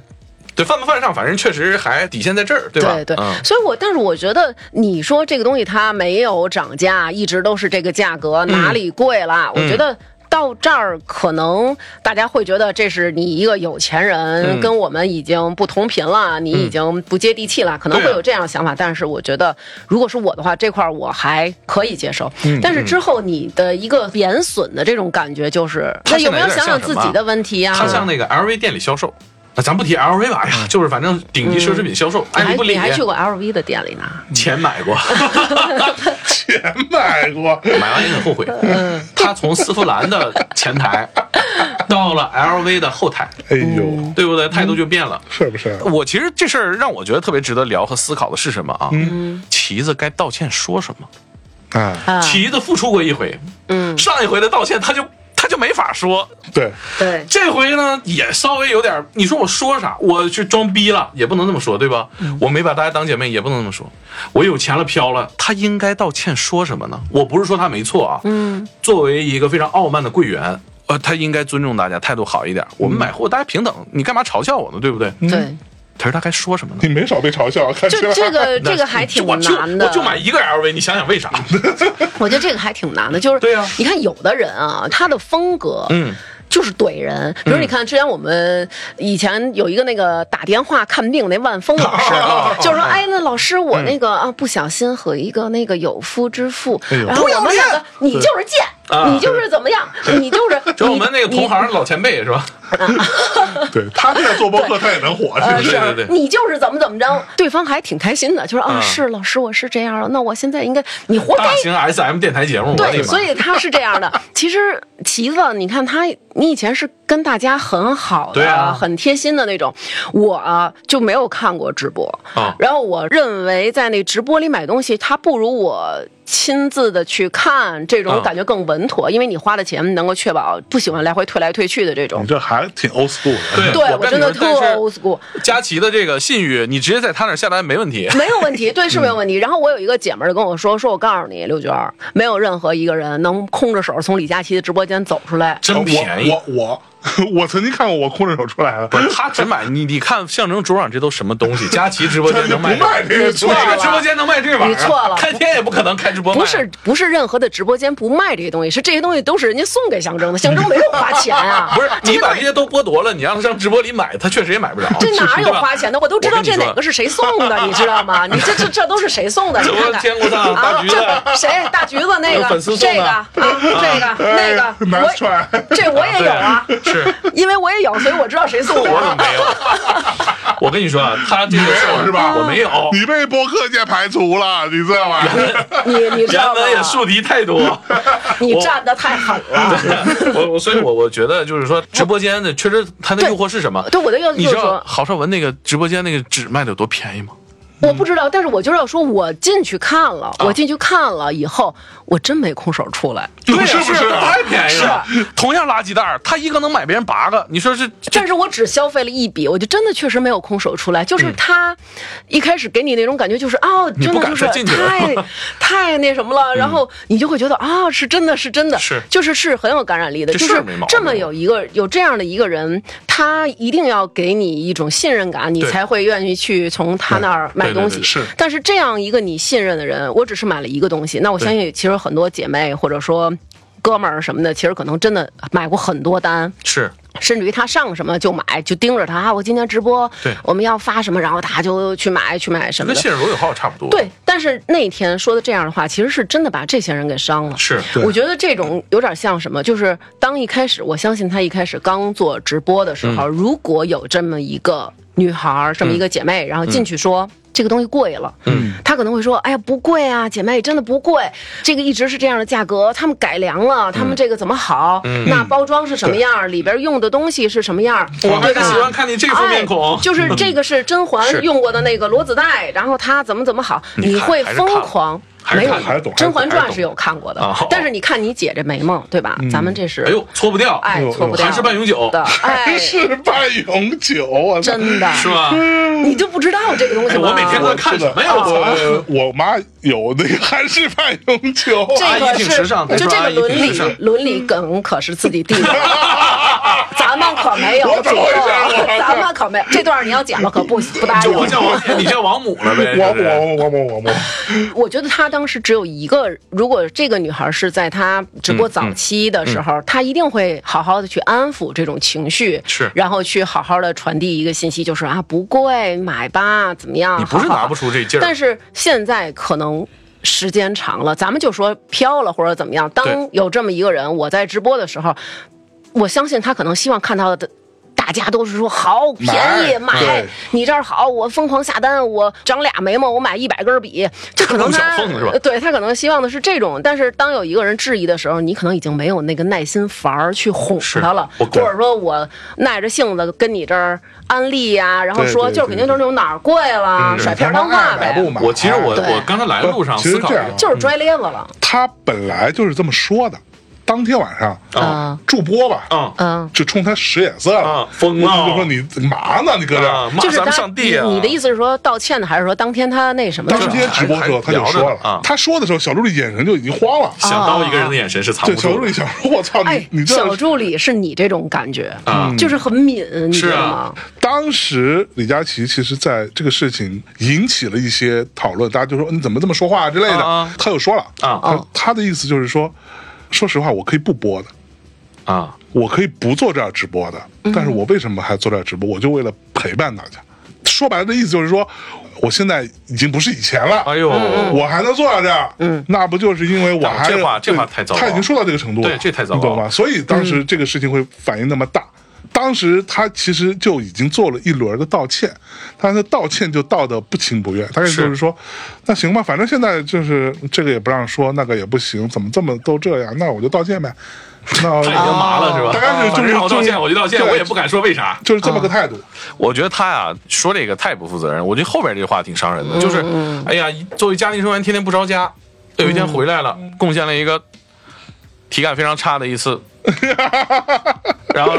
Speaker 3: 对，犯不犯上，反正确实还底线在这儿，对吧？
Speaker 1: 对
Speaker 3: 嗯
Speaker 1: 所以我但是我觉得你说这个东西它没有涨价，一直都是这个价
Speaker 3: 嗯
Speaker 1: 格，哪里贵了？我觉得。到这儿，可能大家会觉得这是你一个有钱人，
Speaker 3: 嗯
Speaker 1: 跟我们已经不同频了，你已经不接地气了，可能
Speaker 3: 对啊
Speaker 1: 会有这样的想法。但是我觉得，如果是我的话，这块儿我还可以接受。
Speaker 3: 嗯
Speaker 1: 但是之后你的一个贬损的这种感觉，就是
Speaker 3: 他
Speaker 1: 那
Speaker 3: 现
Speaker 1: 有
Speaker 3: 在
Speaker 1: 没有
Speaker 3: 有点
Speaker 1: 想想
Speaker 3: 像
Speaker 1: 自
Speaker 3: 什么
Speaker 1: 己
Speaker 3: 啊
Speaker 1: 的问题呀、
Speaker 3: 他像那个 LV 店里销售，那咱不提 LV 吧，哎呀，就是反正顶级奢侈品销售，
Speaker 1: 你还
Speaker 3: 爱理哎不理
Speaker 1: 你，还去过 LV 的店里呢？
Speaker 3: 钱买 过，
Speaker 2: 钱买过，
Speaker 3: 买完也很后悔。
Speaker 1: 嗯
Speaker 3: 他从丝芙兰的前台到了 LV 的后台，
Speaker 2: 哎
Speaker 1: 嗯
Speaker 2: 呦，
Speaker 3: 对不对？态度就变了。
Speaker 2: 是不是？
Speaker 3: 嗯我其实这事儿让我觉得特别值得聊和思考的是什么啊？旗子该道歉说什么？
Speaker 2: 啊，
Speaker 1: 啊，
Speaker 3: 旗子付出过一回，
Speaker 1: 嗯，
Speaker 3: 上一回的道歉他就他就没法说，
Speaker 2: 对，
Speaker 1: 对，
Speaker 3: 这回呢也稍微有点儿，你说我说啥？我去装逼了，也不能这么说，对吧？
Speaker 1: 嗯
Speaker 3: 我没把大家当姐妹，也不能这么说。我有钱了，飘了，他应该道歉，说什么呢？我不是说他没错啊，嗯，作为一个非常傲慢的柜员。呃，他应该尊重大家，态度好一点。我们买货大家平等，你干嘛嘲笑我呢？对不对？
Speaker 1: 对，
Speaker 3: 可是他该说什么呢？
Speaker 2: 你没少被嘲笑，看起
Speaker 1: 就
Speaker 2: 来
Speaker 1: 这个这个
Speaker 3: 那
Speaker 1: 还挺
Speaker 3: 我就
Speaker 1: 难的，
Speaker 3: 我就买一个 LV，你想想为 啥？
Speaker 1: 我觉得这个还挺难的，就是
Speaker 3: 对啊
Speaker 1: 你看有的人啊，他的风格，
Speaker 3: 嗯，
Speaker 1: 就是怼人。比如你看，之前我们以前有一个那个打电话看病那万峰老师， 就是说，哎，那老师
Speaker 3: 嗯
Speaker 1: 我那个啊不小心和一个那个有夫之妇，
Speaker 2: 哎呦
Speaker 1: 然后我们两个你就是贱，你就是怎么样，你就是
Speaker 3: 啊 就我们那个
Speaker 1: 你
Speaker 3: 同行老前辈是吧？
Speaker 2: 对他现在做播客，他也能火，是不
Speaker 3: 对
Speaker 2: 是？
Speaker 3: 对对，
Speaker 1: 你呃就是啊怎么怎么着，对方还挺开心的，就说啊，
Speaker 3: 嗯啊
Speaker 1: 是老师，我是这样了，那我现在应该你活该
Speaker 3: 大型 S M 电台节目，我的
Speaker 1: 对，
Speaker 3: 妈
Speaker 1: 所！以他是这样 的。其实旗子，你看他，你以前是跟大家很好
Speaker 3: 对
Speaker 1: 的、
Speaker 3: 啊
Speaker 1: 很贴心的那种，我、啊、就没有看过直播。
Speaker 3: 啊
Speaker 1: 然后我认为在那直播里买东西，他不如我。亲自的去看这种
Speaker 3: 嗯
Speaker 1: 感觉更稳妥，因为你花的钱能够确保不喜欢来回退来退去的这种
Speaker 2: 你。
Speaker 3: 嗯
Speaker 2: 这还挺 old school 的。嗯
Speaker 1: 对
Speaker 3: 我
Speaker 1: 我
Speaker 3: 跟
Speaker 1: 真
Speaker 3: 你
Speaker 1: 的
Speaker 3: 说
Speaker 1: 特
Speaker 3: 但是
Speaker 1: old school。
Speaker 3: 佳琪的这个信誉，你直接在他那儿下单没问题。
Speaker 1: 没有问题，对，是没有问
Speaker 3: 嗯
Speaker 1: 题。然后我有一个姐们儿就跟我说，说我告诉你，刘娟儿，没有任何一个人能空着手从李佳琦的直播间走出来。
Speaker 3: 真便宜，
Speaker 2: 我我我我曾经看过我空着手出来的，
Speaker 3: 他只买你，你看象征桌上这都什 么东西？佳琪直播
Speaker 2: 他
Speaker 3: 间
Speaker 2: 就
Speaker 3: 能
Speaker 2: 不卖
Speaker 3: 卖
Speaker 2: 这个
Speaker 1: 你
Speaker 2: 出
Speaker 1: 错
Speaker 3: 哪
Speaker 1: 了
Speaker 3: 个直播间能卖这玩意儿？
Speaker 1: 你错了
Speaker 3: 开天也不可能开直播卖。
Speaker 1: 不是不是任何的直播间不卖这些东西，是这些东西都是人家送给象 征的，象征没有花钱啊。
Speaker 3: 不是，你把这些都剥夺了，你让他上直播里买，他确实也买不着。
Speaker 1: 这哪有花
Speaker 3: 钱？
Speaker 1: 钱的？我都知道
Speaker 3: 我跟
Speaker 1: 这
Speaker 3: 你
Speaker 1: 哪个是谁送 的，你知道吗？你这这这都是谁送的？你
Speaker 3: 这
Speaker 1: 看
Speaker 3: 我
Speaker 1: 看
Speaker 3: 天国上大
Speaker 1: 啊，
Speaker 3: 橘子，
Speaker 1: 这谁大橘子那
Speaker 3: 有
Speaker 1: 个
Speaker 3: 粉丝送的
Speaker 1: 这个啊这个那
Speaker 2: 哎
Speaker 1: 个，
Speaker 2: 拿出
Speaker 1: 我
Speaker 2: 来。
Speaker 1: 这我也有啊，
Speaker 3: 是
Speaker 1: 因为我也有，所以我知道谁送的
Speaker 3: 我
Speaker 1: 啊
Speaker 3: 怎么。没有？ 我跟你说啊，他这个事
Speaker 2: 没有
Speaker 3: 儿
Speaker 2: 是吧？
Speaker 3: 我没有，
Speaker 2: 你被播客界排除了，你这玩意儿。
Speaker 1: 你你知道
Speaker 3: 原
Speaker 1: 吗？
Speaker 3: 文也树敌太 多。
Speaker 1: 你
Speaker 3: 我
Speaker 1: 站得太狠了。
Speaker 3: 我我所以，我我觉得就是说，直播间的确实它的
Speaker 1: 对
Speaker 3: 诱惑是什么？
Speaker 1: 对，我的意思
Speaker 3: 你
Speaker 1: 就是
Speaker 3: 知道
Speaker 1: 说，
Speaker 3: 郝邵文那个直播间那个纸卖的有多便宜吗？
Speaker 1: 我不知道，但是我就是要说，我进去看了，
Speaker 3: 啊
Speaker 1: 我进去看了以后，我真没空手出来。
Speaker 2: 对
Speaker 3: 呀
Speaker 2: 是不是
Speaker 3: 啊太便宜了？ 同样垃圾袋儿，他一个能买别人八个，你说啊是这
Speaker 1: 但是我只消费了一笔，我就真的确实没有空手出来。就是他一开始给你那种感觉，就是哦，
Speaker 3: 嗯你
Speaker 1: 真
Speaker 3: 不
Speaker 1: 的
Speaker 3: 敢
Speaker 1: 就是
Speaker 3: 再进去了 嗯
Speaker 1: 太太那什么了，然后你就会觉得啊、是真的是真的，
Speaker 3: 是
Speaker 1: 就是是很有感染力的，
Speaker 3: 这
Speaker 1: 就是是
Speaker 3: 没毛病
Speaker 1: 这么有一个有这样的一个人，他一定要给你一种信任感，你
Speaker 3: 对
Speaker 1: 才会愿意去从他那儿买
Speaker 3: 对对
Speaker 1: 东
Speaker 3: 对
Speaker 1: 西。
Speaker 2: 是
Speaker 1: 但是这样一个你信任的人，我只是买了一个东西，那我相信其实很多姐妹或者说。哥们儿什么的，其实可能真的买过很多单，
Speaker 3: 是
Speaker 1: 甚至于他上什么就买，就盯着他。啊我今天直播，
Speaker 3: 对
Speaker 1: 我们要发什么，然后他就去买去买什么
Speaker 3: 跟
Speaker 1: 的。
Speaker 3: 信任罗永浩差不多。
Speaker 1: 对，但是那天说的这样的话，其实是真的把这些人给伤了。
Speaker 3: 是
Speaker 2: 对
Speaker 1: 我觉得这种有点像什么，就是当一开始，我相信他一开始刚做直播的时候，
Speaker 3: 嗯
Speaker 1: 如果有这么一个女孩儿，这么一个姐妹，然后
Speaker 3: 嗯
Speaker 1: 进去说。这个东西贵了，嗯，她可能会说：“哎呀，不贵啊，姐妹，真的不贵。这个一直是这样的价格，他们改良了，
Speaker 3: 嗯
Speaker 1: 他们这个怎么好？那包装是什么样儿？里边用的东西是什么样儿？
Speaker 3: 我还
Speaker 1: 对
Speaker 3: 是
Speaker 1: 吧
Speaker 3: 喜欢看你这副面孔
Speaker 1: 哎就是这个是甄嬛
Speaker 3: 嗯是
Speaker 1: 用过的那个罗子带，然后她怎么怎么好，
Speaker 3: 你看
Speaker 1: 你会
Speaker 3: 还是看
Speaker 1: 疯
Speaker 3: 了
Speaker 1: 狂。
Speaker 3: 还是
Speaker 1: 没有
Speaker 3: 看
Speaker 2: 还是懂还是懂，
Speaker 1: 《甄嬛传
Speaker 3: 还》是懂
Speaker 1: 是有看过的
Speaker 3: 啊好，
Speaker 1: 但是你看你姐这眉毛，对吧？咱们这是，
Speaker 3: 哎呦，搓不掉，
Speaker 1: 哎，错不掉，
Speaker 3: 还是半永久，
Speaker 1: 的，哎
Speaker 2: 是半永久，啊我操！
Speaker 1: 真的，
Speaker 3: 是吧？
Speaker 1: 你就不知道这个东西
Speaker 3: 哎
Speaker 1: 吗？
Speaker 3: 我每天都看什么呀？我操！
Speaker 2: 我我妈有那个韩式半永久，啊
Speaker 1: 这
Speaker 3: 阿姨
Speaker 1: 个
Speaker 3: 挺
Speaker 1: 是
Speaker 3: 时尚
Speaker 1: 就
Speaker 3: 咱说
Speaker 1: 这
Speaker 3: 阿
Speaker 1: 个
Speaker 3: 姨挺
Speaker 1: 伦理
Speaker 3: 时尚
Speaker 1: 伦理梗可是自己定 的，
Speaker 2: 哎
Speaker 1: 咱们可没有
Speaker 2: 我，
Speaker 1: 这
Speaker 2: 懂一下
Speaker 1: 个
Speaker 2: 我
Speaker 1: 咱们可没有，这段你要剪了可不不答
Speaker 3: 就
Speaker 1: 应。
Speaker 3: 我叫王，你叫王母了呗？
Speaker 2: 我
Speaker 3: 就是
Speaker 2: 我我我我我，
Speaker 1: 我觉得她当时只有一个，如果这个女孩是在她直
Speaker 3: 嗯
Speaker 1: 播早期的时候，她一定会好好的去安抚这种情绪，
Speaker 3: 是
Speaker 1: 然后去好好的传递一个信息，就是啊，不贵，买吧，怎么样？
Speaker 3: 你不是
Speaker 1: 好好
Speaker 3: 拿不出这劲儿，
Speaker 1: 但是现在可能。时间长了，咱们就说飘了或者怎么样。
Speaker 3: 对
Speaker 1: 当有这么一个人，我在直播的时候，我相信他可能希望看到的，大家都是说好便宜
Speaker 2: 买
Speaker 1: 买
Speaker 2: 对，
Speaker 1: 你这儿好，我疯狂下单，我长俩眉毛，我买一百根笔，这可能
Speaker 3: 弄小
Speaker 1: 他呃
Speaker 3: 缝是吧
Speaker 1: 对他可能希望的是这种。但是当有一个人质疑的时候，你可能已经没有那个耐心阀儿去哄
Speaker 3: 是
Speaker 1: 他了，
Speaker 3: 我
Speaker 1: 或
Speaker 3: 懂
Speaker 1: 者说我耐着性子跟你这儿安利呀、然后
Speaker 2: 对
Speaker 1: 说
Speaker 2: 对
Speaker 1: 就是
Speaker 2: 对
Speaker 1: 肯定都是哪儿贵
Speaker 3: 嗯
Speaker 1: 了，甩片儿当话呗。
Speaker 2: 不买。
Speaker 3: 我其实我
Speaker 1: 对
Speaker 3: 我刚才来的路上
Speaker 2: 其实
Speaker 3: 思考
Speaker 2: 这样啊
Speaker 1: 就是拽咧子了。
Speaker 2: 他本来就是这么说的，当天晚上
Speaker 3: 啊
Speaker 2: 助播吧，
Speaker 3: 啊
Speaker 1: 嗯，
Speaker 2: 就冲他使眼色
Speaker 3: 啊
Speaker 2: 了，
Speaker 3: 疯
Speaker 2: 我
Speaker 3: 了
Speaker 2: 就说你嘛呢，你搁这儿
Speaker 3: 啊，骂
Speaker 1: 就是他
Speaker 3: 咱们上帝啊！
Speaker 1: 你你的意思是说道歉的，还是说当天他那什么的时
Speaker 2: 当
Speaker 1: 候？
Speaker 2: 天直播的时候他就说
Speaker 3: 还还聊着呢啊
Speaker 2: 了，他说的时候，小助理眼神就已经慌了。
Speaker 1: 啊
Speaker 3: 想到一个人的眼神是藏
Speaker 2: 对，
Speaker 3: 不
Speaker 2: 小助
Speaker 3: 住
Speaker 2: 理
Speaker 3: 的
Speaker 2: 想说：“我操，
Speaker 1: 哎
Speaker 2: 你你，这
Speaker 1: 小助理是你这种感觉，
Speaker 3: 啊。
Speaker 1: 就是很敏，你知
Speaker 3: 是
Speaker 1: 道
Speaker 3: 啊
Speaker 1: 吗？
Speaker 2: 当时李佳琦其实在这个事情引起了一些讨论，大家就说你怎么这么说话啊之类的。
Speaker 3: 啊啊
Speaker 2: 他又说了
Speaker 3: 啊
Speaker 2: 他他的意思就是说，说实话，我可以不播的，
Speaker 3: 啊，
Speaker 2: 我可以不做这样直播的，
Speaker 3: 嗯
Speaker 2: 但是我为什么还做这样直播？我就为了陪伴大家。说白了，这意思就是说，我现在已经不是以前了。
Speaker 3: 哎呦，
Speaker 1: 嗯
Speaker 2: 我还能做到这样，嗯，那不就是因为我还
Speaker 3: 这话这话
Speaker 2: 对
Speaker 3: 太糟糕
Speaker 2: 他已经说到这个程度了，
Speaker 3: 对这太糟糕
Speaker 2: 你懂吗？所以当时这个事情会反应那么大。当时他其实就已经做了一轮的道歉，但是道歉就道的不情不愿，大概就是说，那行吧，反正现在就是这个也不让说，那个也不行，怎么这么都这样？那我就道歉呗。那
Speaker 3: 他已经麻哦了是吧？啊
Speaker 2: 大概是
Speaker 3: 反
Speaker 2: 就
Speaker 3: 正
Speaker 2: 是
Speaker 3: 让我道歉，我就道啊歉，
Speaker 2: 对
Speaker 3: 我也不敢说为啥。
Speaker 2: 就是这么个态度。
Speaker 3: 我觉得他呀说这个太不负责任，我觉得后边这话挺伤人的，就是哎呀，作为家庭成员天天不着家，有一天回来了，贡献了一个体感非常差的一次，然 后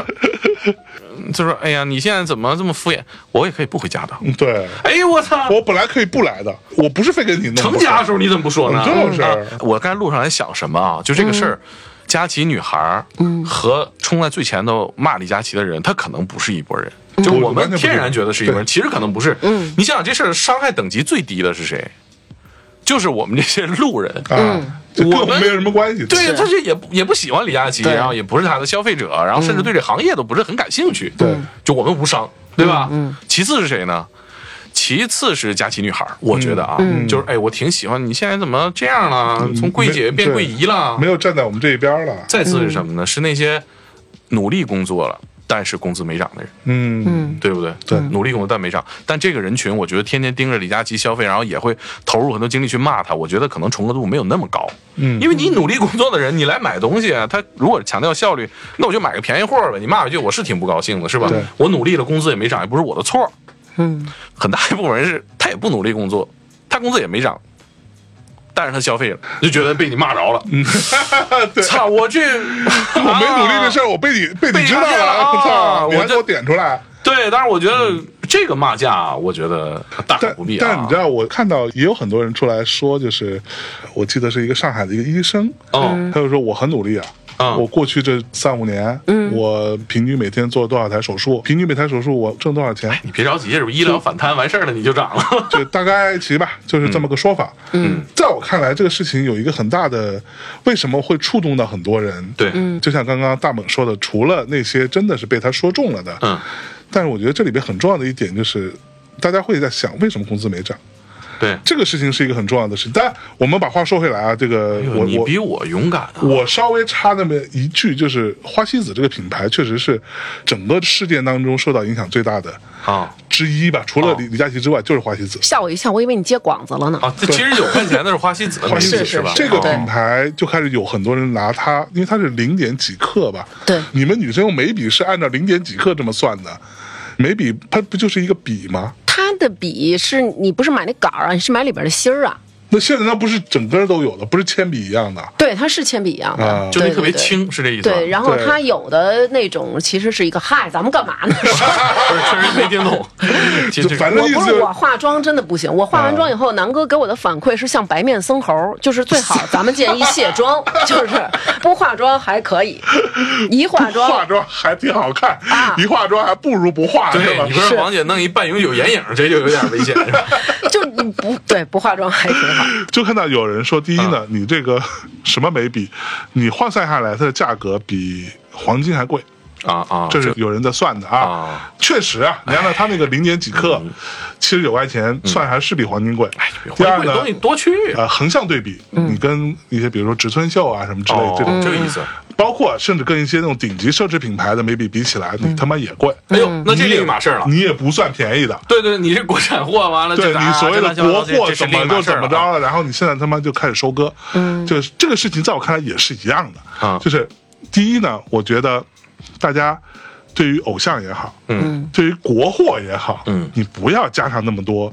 Speaker 3: 嗯就说哎呀，你现在怎么这么敷衍？我也可以不回家的。
Speaker 2: 嗯对，
Speaker 3: 哎呦我操！
Speaker 2: 我本来可以不来的，我不是非给你弄。
Speaker 3: 成家的时候你怎么不说呢？
Speaker 2: 嗯就是
Speaker 3: 啊我刚才路上还想什么啊？就这个事儿，
Speaker 2: 嗯
Speaker 3: 佳琪女孩儿和冲在最前头骂李佳琪的人，他可能不是一拨人。就我
Speaker 2: 嗯完全
Speaker 3: 们
Speaker 2: 不是
Speaker 3: 天然觉得是一拨人，其实可能不是。嗯，你想想这事儿伤害等级最低的是谁？就是我们这些路人。
Speaker 2: 啊，就跟
Speaker 3: 我们
Speaker 2: 没有什么关系。
Speaker 3: 对，他这也不也不喜欢李佳琦，
Speaker 1: 对
Speaker 3: 然后也不是他的消费者，然后甚至对这行业都不是很感兴趣。嗯对，
Speaker 2: 嗯
Speaker 3: 就我们无伤，对吧？嗯。其次是谁呢？其次是佳琦女孩儿，我觉得啊，就是哎，我挺喜欢你现在怎么这样了？从柜姐变
Speaker 2: 嗯对
Speaker 3: 柜姨了。
Speaker 2: 没有站在我们这一边了。
Speaker 3: 再次是什么呢？是那些努力工作了，但是工资没涨的人。
Speaker 2: 嗯，
Speaker 3: 对不对？对，努力工作但没上。但这个人群，我觉得天天盯着李佳琦消费，然后也会投入很多精力去骂他。我觉得可能重合度没有那么高，
Speaker 2: 嗯
Speaker 3: 因为你努力工作的人，你来买东西，啊他如果强调效率，那我就买个便宜货呗。你骂一句，我是挺不高兴的，是吧
Speaker 2: 对？
Speaker 3: 我努力了，工资也没涨，也不是我的错。
Speaker 1: 嗯，
Speaker 3: 很大一部分人是他也不努力工作，他工资也没涨，但是他消费了，就觉得被你骂着了。
Speaker 2: 嗯对，
Speaker 3: 操，我 这啊
Speaker 2: 我
Speaker 3: 我
Speaker 2: 没努力这事儿，我被你被
Speaker 3: 被
Speaker 2: 你知道
Speaker 3: 发现了
Speaker 2: 了，
Speaker 3: 啊
Speaker 2: 我操！你
Speaker 3: 我
Speaker 2: 还给
Speaker 3: 这啊
Speaker 2: 我点出来。
Speaker 3: 对，当然我觉得这个骂架啊，我觉得大可
Speaker 2: 但
Speaker 3: 不必啊。
Speaker 2: 但你知道，我看到也有很多人出来说，就是我记得是一个上海的一个医生，
Speaker 3: 嗯
Speaker 2: 他就说我很努力啊。
Speaker 3: 嗯
Speaker 2: 我过去这三五年，我平均每天做多少台手术？平均每台手术我挣多少钱？
Speaker 3: 你别着急，这不医
Speaker 2: 嗯
Speaker 3: 疗反弹完事儿了你就涨了。
Speaker 2: 就大概其吧，就是这么个说法。嗯，在我看来，这个事情有一个很大的，为什么会触动到很多人？
Speaker 3: 对
Speaker 2: 就像刚刚大猛说的，除了那些真的是被他说中了的，
Speaker 3: 嗯，
Speaker 2: 但是我觉得这里边很重要的一点就是，大家会在想为什么工资没涨。
Speaker 3: 对，
Speaker 2: 这个事情是一个很重要的事情，但我们把话说回来啊，这个
Speaker 3: 哎呦
Speaker 2: 我
Speaker 3: 你
Speaker 2: 我
Speaker 3: 比我勇敢啊！
Speaker 2: 我稍微插那么一句，就是花西子这个品牌确实是整个事件当中受到影响最大的
Speaker 3: 啊
Speaker 2: 之一吧，除了
Speaker 3: 哦
Speaker 2: 李李佳琦之外，就是花西子。
Speaker 1: 吓我一跳，我以为你接广子了呢。
Speaker 3: 啊，这七十九块钱的是花西子的
Speaker 2: 花
Speaker 3: 名
Speaker 2: 西
Speaker 3: 字
Speaker 2: 子
Speaker 1: 是
Speaker 3: 吧？
Speaker 2: 这个
Speaker 3: 哦
Speaker 2: 品牌就开始有很多人拿它，因为它是零点几克吧？
Speaker 1: 对
Speaker 2: 你们女生用眉笔是按照零点几克这么算的，眉笔它不就是一个笔吗？
Speaker 1: 它的笔是你不是买那杆儿啊，你是买里边的芯儿啊。
Speaker 2: 那现在它不是整根儿都有的，不是铅笔一样的。
Speaker 1: 对，它是铅笔一样的，
Speaker 2: 啊
Speaker 3: 就
Speaker 1: 对
Speaker 3: 那特别。
Speaker 1: 对对
Speaker 3: 轻，是这意思吧？啊
Speaker 1: 对，然后
Speaker 2: 对
Speaker 1: 它有的那种其实是一个嗨，咱们干嘛呢？
Speaker 3: 不是 确实没 听懂，其实这个
Speaker 2: 反正
Speaker 1: 我
Speaker 2: 意
Speaker 1: 不
Speaker 2: 思
Speaker 1: 是
Speaker 2: 就是
Speaker 1: 我化妆真的不行，我化完妆以后，南哥给我的反馈是像白面僧猴，就是最好咱们建议卸妆，就是不化妆还可以，一化妆
Speaker 2: 化妆还挺好看，
Speaker 1: 啊
Speaker 2: 一化妆还不如不化，是
Speaker 3: 对，
Speaker 2: 吧
Speaker 3: 你？说王姐弄一半永久眼影，这就有点危险。是吧
Speaker 1: 就是你不对不化妆还挺好。
Speaker 2: 就看到有人说，第一
Speaker 3: 啊
Speaker 2: 呢，你这个什么眉笔，你换算下来它的价格比黄金还贵，
Speaker 3: 啊啊，
Speaker 2: 这是有人在算的啊
Speaker 3: 啊。
Speaker 2: 确实啊，你按照它那个零点几克，七十九块钱算还是比黄金贵。第
Speaker 3: 回
Speaker 2: 二
Speaker 3: 归
Speaker 2: 呢
Speaker 3: 东，西多去
Speaker 2: 呃，横向对比，你跟一些比如说植村秀啊什么之类
Speaker 3: 哦，
Speaker 2: 这种
Speaker 3: 这，个意思。
Speaker 2: 包括甚至跟一些那种顶级奢侈品牌的眉笔比起来，你他妈也贵。
Speaker 3: 哎呦，那这
Speaker 2: 嗯你
Speaker 3: 另
Speaker 2: 也
Speaker 3: 一码事儿了。
Speaker 2: 你也不算便宜的。
Speaker 3: 对对，你是国产货，完了
Speaker 2: 对
Speaker 3: 这个
Speaker 2: 你
Speaker 3: 啊
Speaker 2: 所谓的
Speaker 3: 这
Speaker 2: 国
Speaker 3: 乱七八糟
Speaker 2: 货
Speaker 3: 这这
Speaker 2: 怎
Speaker 3: 是另
Speaker 2: 么
Speaker 3: 一码
Speaker 2: 就
Speaker 3: 事
Speaker 2: 怎
Speaker 3: 儿了啊
Speaker 2: 么着啊了，然后你现在他妈就开始收割，嗯，就是这个事情在我看来也是一样的
Speaker 3: 啊，
Speaker 2: 就是第一呢，我觉得大家对于偶像也好，
Speaker 3: 嗯，
Speaker 2: 对于国货也好，
Speaker 3: 嗯
Speaker 2: 你不要加上那么多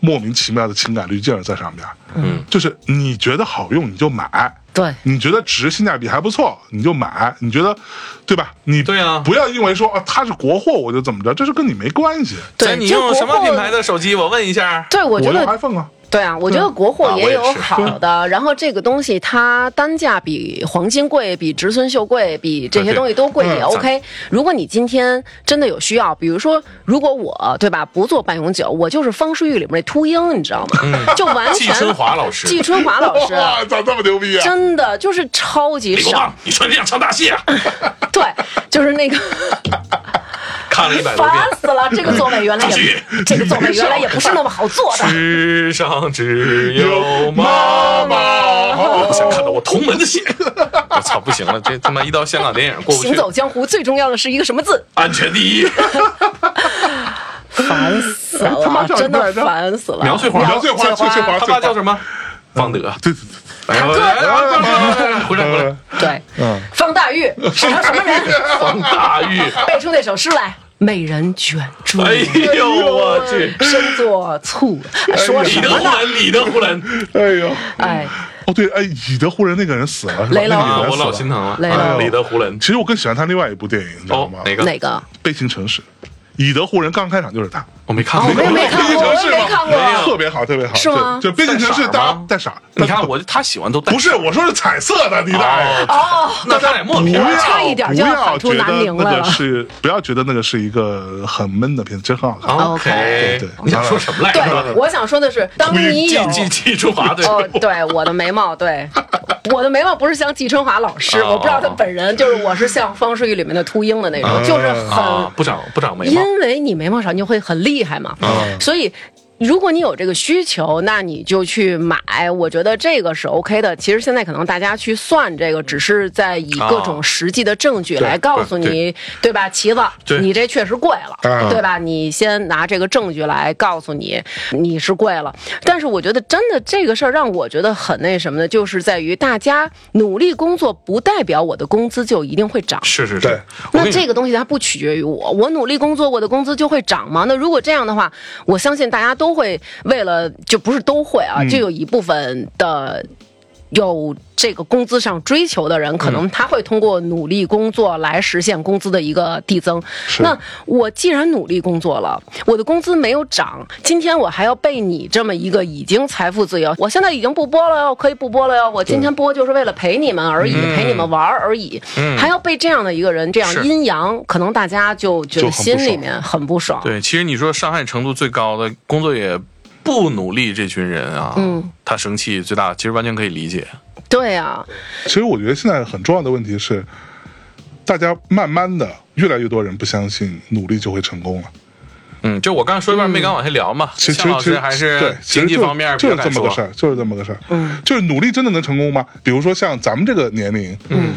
Speaker 2: 莫名其妙的情感滤镜在上面，
Speaker 3: 嗯，
Speaker 2: 就是你觉得好用你就买。
Speaker 1: 对，
Speaker 2: 你觉得值性价比还不错，你就买。你觉得，对吧？你
Speaker 3: 对啊
Speaker 2: 不要因为说啊它是国货我就怎么着，这是跟你没关系。
Speaker 1: 对
Speaker 3: 哎咱你
Speaker 1: 就
Speaker 3: 用什么
Speaker 1: 国货
Speaker 3: 品牌的手机？我问一下。
Speaker 1: 对，我
Speaker 2: 我
Speaker 1: 觉
Speaker 2: 用
Speaker 1: 得
Speaker 2: iPhone 啊，
Speaker 1: 对啊，我觉得国货
Speaker 3: 啊我
Speaker 1: 也
Speaker 3: 也
Speaker 1: 有
Speaker 3: 是
Speaker 1: 好的，然后这个东西它单价比黄金贵，比植村秀贵，比这些
Speaker 3: 对
Speaker 1: 东西都贵
Speaker 2: 嗯
Speaker 1: 也 OK。如果你今天真的有需要，比如说，如果我对吧不做半永久，我就是方世玉里面那秃鹰，你知道吗？就完
Speaker 3: 嗯季
Speaker 1: 全
Speaker 3: 春华老师，
Speaker 1: 季春华老师。啊
Speaker 2: 哇，咋这么牛逼啊？
Speaker 1: 真的就是超级
Speaker 3: 李国
Speaker 1: 少
Speaker 3: 棒，，你穿这样唱大戏啊？
Speaker 1: 对，就是那个
Speaker 3: 看了一百多遍
Speaker 1: 烦。死了。这个座位原来也
Speaker 3: 大，
Speaker 1: 这个座位原来也不是那么好坐的。
Speaker 3: 世上只有妈妈。我想看到我同门的血，我操，不行了，这他妈一到香港电影过不
Speaker 1: 行
Speaker 3: 去，
Speaker 1: 走江湖最重要的是一个什么字？
Speaker 3: 安全第一。
Speaker 1: 烦死
Speaker 2: 他妈
Speaker 1: 了，
Speaker 2: 叫什
Speaker 1: 真
Speaker 2: 么
Speaker 1: 的
Speaker 2: 来着
Speaker 1: 烦死了。
Speaker 3: 苗翠花，
Speaker 2: 苗翠花，翠翠花，
Speaker 3: 他
Speaker 2: 翠
Speaker 3: 爸叫
Speaker 2: 花，
Speaker 3: 什么？方德。
Speaker 2: 对对对，
Speaker 3: 哎呦，回来回来，
Speaker 1: 对，
Speaker 2: 嗯
Speaker 1: 方大 玉是他什么人？
Speaker 3: 方大玉。
Speaker 1: 背出那首诗来：“美人卷珠，
Speaker 3: 哎呦我去！哎
Speaker 1: 身作醋。”说
Speaker 3: 李
Speaker 1: 什
Speaker 3: 德
Speaker 1: 么
Speaker 3: 忽
Speaker 1: 呢？
Speaker 3: 然，李德忽然，
Speaker 2: 哎呦，
Speaker 1: 哎，
Speaker 2: 哦对，哎，以德护人那个人死了，是吧
Speaker 1: 雷
Speaker 2: 那
Speaker 1: 老
Speaker 2: 个女
Speaker 3: 啊，
Speaker 2: 人
Speaker 3: 我
Speaker 2: 死
Speaker 3: 老
Speaker 2: 了
Speaker 3: 心疼了。
Speaker 1: 雷老
Speaker 3: 啊李德忽然
Speaker 2: 其，实我更喜欢他另外一部电影，你知道
Speaker 3: 哦
Speaker 2: 吗，？
Speaker 3: 哪个？
Speaker 1: 哪个？
Speaker 2: 悲情城市》，以德护人，刚开场就是他。
Speaker 3: 我没看
Speaker 1: 哦
Speaker 3: 过。
Speaker 1: 我没有没看
Speaker 2: 悲
Speaker 1: 过
Speaker 2: 情城市
Speaker 1: 我没看过
Speaker 2: 吗？特别好，特别好，
Speaker 1: 是吗
Speaker 2: 对就悲情城市，
Speaker 3: 带色儿吗
Speaker 2: 大家带色儿
Speaker 3: 你看，我就他喜欢都带
Speaker 2: 不是，我说是彩色的，你大爷。
Speaker 3: 哦，那他俩默
Speaker 2: 不
Speaker 3: 片
Speaker 2: 要
Speaker 3: 儿，
Speaker 1: 差一点
Speaker 2: 不
Speaker 1: 就要
Speaker 2: 要
Speaker 1: 喊出
Speaker 2: 觉
Speaker 1: 南
Speaker 2: 得
Speaker 1: 宁来
Speaker 2: 那
Speaker 1: 了
Speaker 2: 个是，不要觉得那个是一个很闷的片子，真很好看。
Speaker 1: OK
Speaker 2: 对对
Speaker 3: 你想说什么来着？
Speaker 1: 对，我想说的是，当你
Speaker 3: 季
Speaker 1: 有
Speaker 3: 季季春华 对，
Speaker 1: 哦，对，我的眉毛，对，我的眉毛不是像季春华老师，
Speaker 3: 哦
Speaker 1: 我不知道他本人，就是我是像方世玉里面的秃鹰的那
Speaker 3: 哦
Speaker 1: 种，就是很
Speaker 3: 啊，不长不长眉毛，
Speaker 1: 因为你眉毛少，你就会很厉害嘛。所以。如果你有这个需求，那你就去买，我觉得这个是 OK 的。其实现在可能大家去算这个，只是在以各种实际的证据来告诉你，对吧？旗子，
Speaker 3: 对
Speaker 1: 你这确实贵了，
Speaker 2: 啊
Speaker 1: 对吧？你先拿这个证据来告诉你你是贵了。但是我觉得真的这个事儿让我觉得很那什么的，就是在于大家努力工作，不代表我的工资就一定会涨。
Speaker 3: 是是
Speaker 2: 对
Speaker 3: 是。我
Speaker 1: 那
Speaker 3: 跟你
Speaker 1: 这个东西它不取决于我，我努力工作，我的工资就会涨吗？那如果这样的话，我相信大家都会为了，就不是都会
Speaker 3: 嗯
Speaker 1: 啊，就有一部分的有这个工资上追求的人，可
Speaker 2: 嗯
Speaker 1: 能他会通过努力工作来实现工资的一个递增。那我既然努力工作了，我的工资没有涨，今天我还要被你这么一个已经财富自由，我现在已经不播了哟，可以不播了哟，我今天播就是为了陪你们而已，
Speaker 2: 嗯
Speaker 1: 陪你们玩儿而已，还要被这样的一个人这样
Speaker 3: 是
Speaker 1: 阴阳，可能大家就觉
Speaker 2: 就
Speaker 1: 得
Speaker 2: 很不
Speaker 1: 心里
Speaker 2: 爽
Speaker 1: 面很不爽。
Speaker 3: 对，其实你说伤害程度最高的工作也不努力这群人啊，嗯，他生气最大，其实完全可以理解。
Speaker 1: 对啊，
Speaker 2: 其实我觉得现在很重要的问题是，大家慢慢的越来越多人不相信努力就会成功了。
Speaker 3: 嗯，就我刚才说一半没敢往下聊嘛，
Speaker 2: 其实
Speaker 3: 向
Speaker 2: 嗯
Speaker 3: 老
Speaker 2: 其
Speaker 3: 师
Speaker 2: 实
Speaker 3: 还
Speaker 2: 对
Speaker 3: 是，
Speaker 2: 其
Speaker 3: 经
Speaker 2: 实
Speaker 3: 济
Speaker 2: 就
Speaker 3: 方面比
Speaker 2: 就
Speaker 3: 较
Speaker 2: 是
Speaker 3: 敢
Speaker 2: 这么个事
Speaker 3: 说。
Speaker 2: 儿，就是这么个事儿。嗯，就是努力真的能成功吗？比如说像咱们这个年龄，嗯，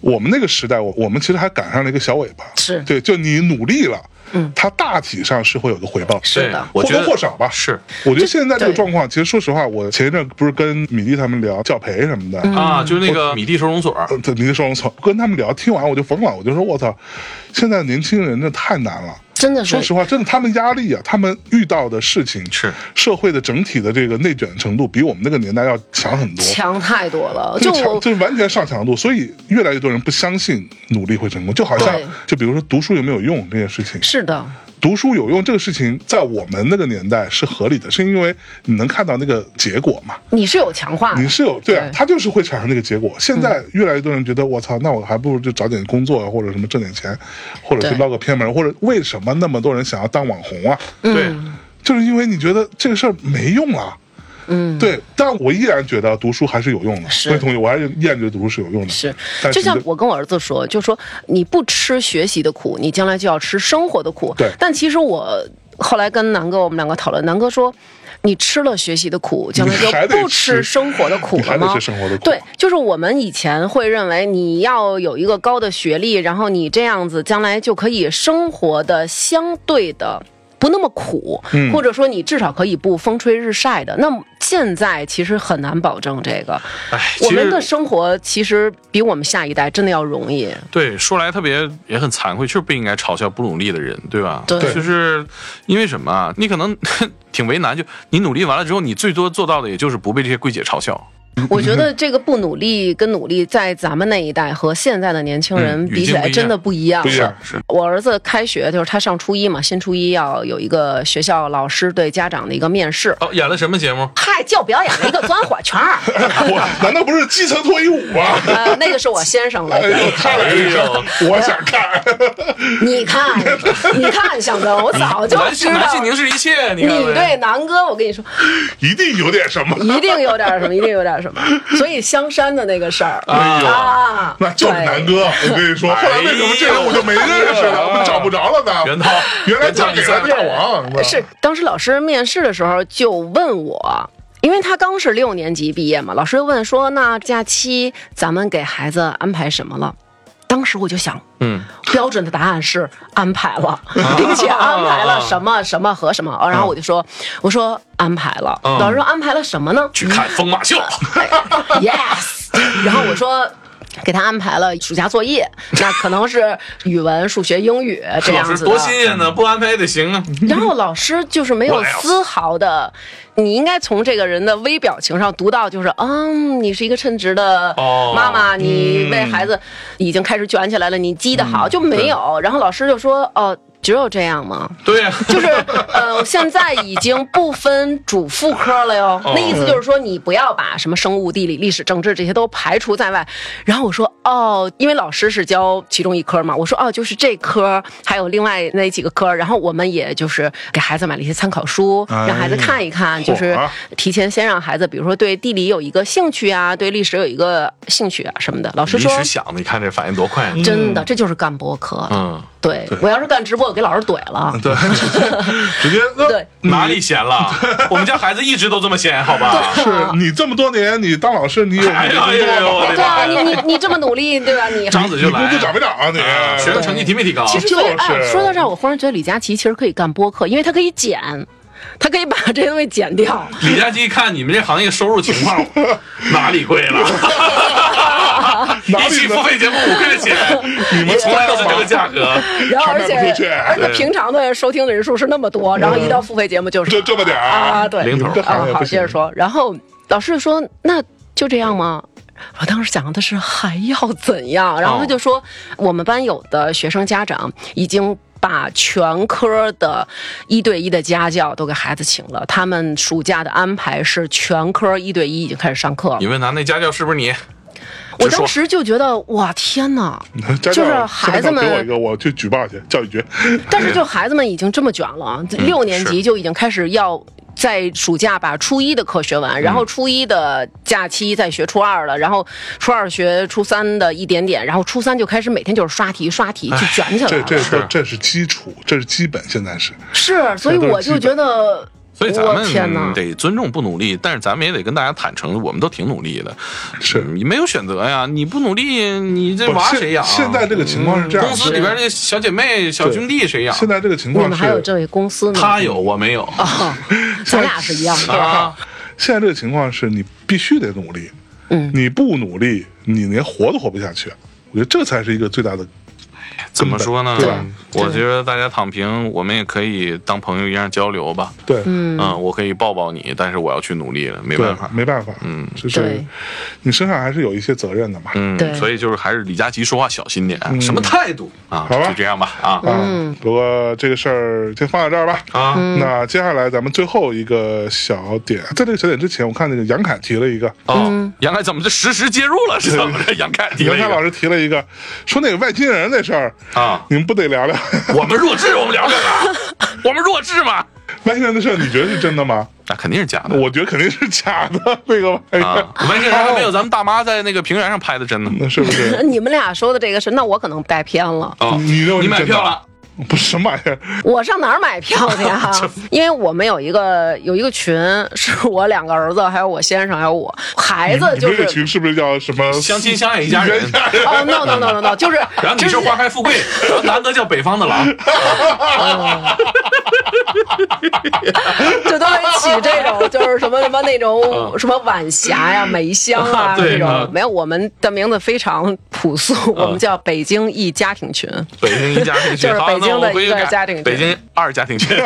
Speaker 2: 我们那个时代，我我们其实还赶上了一个小尾巴。
Speaker 1: 是
Speaker 2: 对，就你努力了，嗯，它大体上是会有个回报。
Speaker 1: 是的
Speaker 3: 对我
Speaker 2: 或
Speaker 3: 觉得
Speaker 2: 多或少吧
Speaker 3: 是
Speaker 2: 我觉得现在这个
Speaker 1: 对
Speaker 2: 状况，其实说实话，我前一阵不是跟米粒他们聊教培什么的，
Speaker 1: 嗯
Speaker 3: 啊，就是那个米蒂收容所，
Speaker 2: 呃，对，您说我操，跟他们聊，听完我就疯了，我就说我操，现在年轻人这太难了。
Speaker 1: 真的是
Speaker 2: 说实话，真的，他们压力啊，他们遇到的事情
Speaker 3: 是
Speaker 2: 社会的整体的这个内卷程度，比我们那个年代要强很多。
Speaker 1: 强太多了，
Speaker 2: 这
Speaker 1: 就
Speaker 2: 个强
Speaker 1: 我
Speaker 2: 这完全上强度，所以越来越多人不相信努力会成功。就好像
Speaker 1: 对，
Speaker 2: 就比如说读书有没有用这件事情，
Speaker 1: 是的，
Speaker 2: 读书有用这个事情，在我们那个年代是合理的，是因为你能看到那个结果嘛。
Speaker 1: 你是有强化的
Speaker 2: 你，是有对啊
Speaker 1: 对，嗯
Speaker 2: 他就是会产生那个结果。现在越来越多人觉得，我操，那我还不如就找点工作啊，或者什么挣点钱，或者
Speaker 1: 对
Speaker 2: 是捞个偏门，或者为什么那么多人想要当网红啊？
Speaker 1: 嗯
Speaker 3: 对，
Speaker 2: 就是因为你觉得这个事儿没用啊。嗯，对，但我依然觉得读书还是有用的。
Speaker 1: 是
Speaker 2: 各位同学，我还是依然觉得读书是有用的。
Speaker 1: 是
Speaker 2: 但，
Speaker 1: 就像
Speaker 2: 是
Speaker 1: 我跟我儿子说，就说你不吃学习的苦，你将来就要吃生活的苦。
Speaker 2: 对
Speaker 1: 但其实我后来跟南哥我们两个讨论，南哥说。你吃了学习的苦，将来就
Speaker 2: 你还得
Speaker 1: 不
Speaker 2: 吃
Speaker 1: 生活的苦
Speaker 2: 你
Speaker 1: 了
Speaker 2: 还得
Speaker 1: 吗？
Speaker 2: 吃生活的苦
Speaker 1: 对，就是我们以前会认为你要有一个高的学历，然后你这样子将来就可以生活的相对的不那么苦，
Speaker 2: 嗯
Speaker 1: 或者说你至少可以不风吹日晒的。那么现在其实很难保证这个。
Speaker 3: 哎，
Speaker 1: 我
Speaker 3: 其
Speaker 1: 们
Speaker 3: 实
Speaker 1: 的生活其实比我们下一代真的要容 易。
Speaker 3: 对，说来特别也很惭愧，就是不应该嘲笑不努力的人，对吧？
Speaker 1: 对对
Speaker 3: 就是因为什么 啊？你可能挺为难，就你努力完了之后，你最多做到的也就是不被这些柜姐嘲笑。
Speaker 1: 我觉得这个不努力跟努力，在咱们那一代和现在的年轻人
Speaker 3: 嗯
Speaker 1: 比起来，
Speaker 3: 语境
Speaker 1: 真
Speaker 3: 不一样
Speaker 1: 的不一样
Speaker 2: 不一
Speaker 1: 了
Speaker 2: 样。
Speaker 3: 是
Speaker 1: 我儿子开学就是他上初一嘛，新初一要有一个学校老师对家长的一个面试。
Speaker 3: 哦，演了什么节目？
Speaker 1: 嗨，就表演了一个钻火圈 儿，
Speaker 2: 我难道不是基层脱衣舞吗？
Speaker 1: 呃，那个是我先生来
Speaker 2: 哎
Speaker 1: 的。
Speaker 2: 呦，他来一
Speaker 3: 哎
Speaker 2: 声，我想看。
Speaker 1: 你看，你看，向征，我早就
Speaker 3: 男
Speaker 1: 知
Speaker 3: 性男
Speaker 1: 道
Speaker 3: 性。凝视一切，你
Speaker 1: 你
Speaker 3: 看没？
Speaker 1: 对南哥，我跟你说，
Speaker 2: 一定有点什么。
Speaker 1: 一定有点什么，一定有点什么。所以香山的那个事儿
Speaker 3: 哎呦
Speaker 1: 啊，
Speaker 2: 那就是南哥，我跟你说，后来为什么这人我就没认识了，我找不着了呢？
Speaker 3: 袁涛
Speaker 2: 原来嫁给了大王，
Speaker 1: 是当时老师面试的时候就问我。因为他刚是六年级毕业嘛，老师就问说：“那假期咱们给孩子安排什么了？”当时我就想，
Speaker 3: 嗯，
Speaker 1: 标准的答案是安排了，并且安排了什么什么和什么。然后我就说：“我说安排了。”
Speaker 3: 嗯
Speaker 1: 老师说：“安排了什么呢
Speaker 3: 去看疯马秀，
Speaker 1: ？”Yes。然后我说。给他安排了暑假作业，那可能是语文、数学、英语这样 子的。
Speaker 3: 老
Speaker 1: 嗯
Speaker 3: 师多新鲜呢，不安排也得行啊。
Speaker 1: 然后老师就是没有丝毫的，你应该从这个人的微表情上读到，就是嗯，你是一个称职的
Speaker 3: 哦嗯
Speaker 1: 妈妈，你为孩子已经开始卷起来了，你积得好，就没有。然后老师就说，哦、只有这样吗？
Speaker 3: 对啊呀，
Speaker 1: 就是呃，现在已经不分主副科了哟。
Speaker 3: 哦
Speaker 1: 那意思就是说，你不要把什么生物、地理、历史、政治这些都排除在外。然后我说哦，因为老师是教其中一科嘛，我说哦，就是这科还有另外那几个科，然后我们也就是给孩子买了一些参考书，
Speaker 2: 哎呀
Speaker 1: 让孩子看一看，就是
Speaker 2: 嚯
Speaker 1: 提前先让孩子，比如说对地理有一个兴趣啊，对历史有一个兴趣啊什么的。老师
Speaker 3: 临
Speaker 1: 说。嗯
Speaker 3: 时想的，你看这反应多快啊！
Speaker 1: 真的，这就是干播客。
Speaker 3: 嗯，
Speaker 1: 对我要是干直播，我给老师怼了。
Speaker 2: 对，直接
Speaker 1: 对，
Speaker 3: 哪里 闲了？我们家孩子一直都这么闲，好吧？
Speaker 1: 啊
Speaker 2: 是你这么多年，你当老师，你有
Speaker 3: 哎
Speaker 2: 你
Speaker 3: 呀哎呀，我的
Speaker 1: 对啊，你
Speaker 3: 妈！
Speaker 1: 你你这么努力，对吧？你
Speaker 3: 张嘴就
Speaker 2: 工
Speaker 3: 来
Speaker 2: 资，涨没涨啊？你
Speaker 3: 啊学生成绩提没提高？
Speaker 1: 其实所以哎，
Speaker 2: 就是
Speaker 1: 说到这儿，我忽然觉得李佳琦其实可以干播客，因为他可以剪，他可以把这些东西剪掉。
Speaker 3: 李佳琦一看你们这行业收入情 况，哪里贵了？
Speaker 2: 哪
Speaker 3: 一
Speaker 2: 里
Speaker 3: 期付
Speaker 2: 呢？
Speaker 3: 费节目五块钱，
Speaker 2: 你们
Speaker 3: 从
Speaker 2: 从
Speaker 3: 来
Speaker 2: 来
Speaker 3: 都
Speaker 2: 都是
Speaker 3: 是这
Speaker 2: 这
Speaker 3: 个
Speaker 2: 个
Speaker 3: 价
Speaker 2: 价
Speaker 3: 格。
Speaker 1: 然后而且
Speaker 2: 传染不出去
Speaker 1: 而且平常的收听的人数是那么多，然后一到付费节目就是
Speaker 2: 嗯就这么点儿
Speaker 1: 啊，对，
Speaker 3: 零头
Speaker 2: 这
Speaker 1: 啊
Speaker 2: 行，业
Speaker 1: 好，
Speaker 2: 不
Speaker 1: 接着
Speaker 2: 行。
Speaker 1: 说。然后老师就说：“那就这样吗？”我当时想的是还要怎
Speaker 2: 哦
Speaker 1: 样，然后他就说，我们班有的学生家长已经。把全科的一对一的家教都给孩子请了，他们暑假的安排是全科一对一已经开始上课了
Speaker 3: 你。问他那家教是不是你？
Speaker 1: 我
Speaker 3: 直说
Speaker 1: 当时就觉得，哇，天哪！
Speaker 2: 家
Speaker 1: 就是
Speaker 2: 长
Speaker 1: 孩子
Speaker 2: 现
Speaker 1: 们
Speaker 2: 在给我一个，我去举报去教 育局。
Speaker 1: 但是就孩子们已经这么卷
Speaker 2: 嗯
Speaker 1: 了，六年级就已经开始要在暑假把初一的课学完，
Speaker 2: 嗯
Speaker 1: 然后初一的假期再学初二了，然后初二学初三的一点点，然后初三就开始每天就是刷题刷题，就卷起来
Speaker 2: 这
Speaker 1: 了。
Speaker 2: 这
Speaker 3: 是
Speaker 2: 这这是基础，这是基本，现在是
Speaker 1: 是，所以我就觉得，
Speaker 3: 所以咱
Speaker 1: 我天哪
Speaker 3: 们！得尊重不努力，但是咱们也得跟大家坦诚，我们都挺努力的。
Speaker 2: 是
Speaker 3: 你没有选择呀，你不努力，你这
Speaker 2: 不
Speaker 3: 娃
Speaker 2: 现
Speaker 3: 谁养？啊
Speaker 2: 现在这个情况是这样
Speaker 3: 公司里边这小姐妹、小兄弟谁养？
Speaker 2: 现在这个情
Speaker 1: 你
Speaker 2: 况
Speaker 1: 们还有
Speaker 2: 是，
Speaker 1: 这位公司呢，
Speaker 3: 他有，我没有。
Speaker 2: 啊
Speaker 1: 哦，咱俩是一样 的。
Speaker 3: 啊，
Speaker 2: 现在这个情况是你必须得努力，
Speaker 1: 嗯，
Speaker 2: 你不努力，你连活都活不下去。我觉得这才是一个最大的
Speaker 3: 怎么说呢？
Speaker 2: 对吧
Speaker 3: 我觉得大家躺平，我们也可以当朋友一样交流吧。
Speaker 2: 对，
Speaker 3: 嗯，我可以抱抱你，但是我要去努力了，没
Speaker 2: 对
Speaker 3: 办法，。
Speaker 2: 没办法，嗯，就是
Speaker 1: 对
Speaker 2: 你身上还是有一些责任的嘛。
Speaker 3: 嗯
Speaker 1: 对，
Speaker 3: 所以就是还是李佳琦说话小心点，什么态度啊？
Speaker 2: 嗯好吧
Speaker 3: 就这样吧啊
Speaker 1: 嗯
Speaker 2: 啊，不过这个事儿先放到这儿吧。
Speaker 3: 啊！
Speaker 2: 那接下来咱们最后一个小点，在这个小点之前，我看那个杨凯提了一个，
Speaker 3: 哦，杨凯怎么就实时介入了？是怎么着？ 杨凯提
Speaker 2: 杨
Speaker 3: 了一
Speaker 2: 凯老
Speaker 3: 个
Speaker 2: 师提了一个，说那个外星人那事儿，
Speaker 3: 啊，
Speaker 2: 你们不得聊聊
Speaker 3: 我们弱智，我们聊这个，我们弱智吗？
Speaker 2: 外星人的事儿？你觉得是真的吗？
Speaker 3: 那肯定是假的
Speaker 2: 我觉得肯定是假的，那个玩意儿
Speaker 3: 啊！完全还没有咱们大妈在那个平原上拍的真呢。
Speaker 2: 那是不是？
Speaker 1: 你们俩说的这个是，那我可能带偏了。
Speaker 3: 哦，
Speaker 2: 嗯你认为
Speaker 3: 你
Speaker 2: 是
Speaker 3: 买
Speaker 2: 真的
Speaker 3: 票了？
Speaker 2: 不是什么玩意儿？
Speaker 1: 我上哪儿买票去 啊？因为我们有一个有一个群，是我两个儿子，还有我先生，还有我孩子，
Speaker 2: 你
Speaker 1: 就
Speaker 2: 们这
Speaker 1: 是
Speaker 2: 个群是不是叫什么
Speaker 3: 相亲相爱一家人。
Speaker 1: 哦、no no no no no，就是
Speaker 3: 然后你
Speaker 1: 就是
Speaker 3: 花开富贵，然后难得叫北方 的狼，
Speaker 1: 就都得起这种，就是什么什么那种什么晚霞呀、梅香啊
Speaker 3: 对
Speaker 1: 这种
Speaker 3: 嗯。
Speaker 1: 没有，我们的名字非常朴素，我们叫北京一家庭群。
Speaker 3: 北京一家庭群，
Speaker 1: 就是
Speaker 3: 好
Speaker 1: 北京
Speaker 3: 那我
Speaker 1: 的
Speaker 3: 回
Speaker 1: 一
Speaker 3: 去
Speaker 1: 个
Speaker 3: 改
Speaker 1: 家庭群
Speaker 3: 北京二家庭群，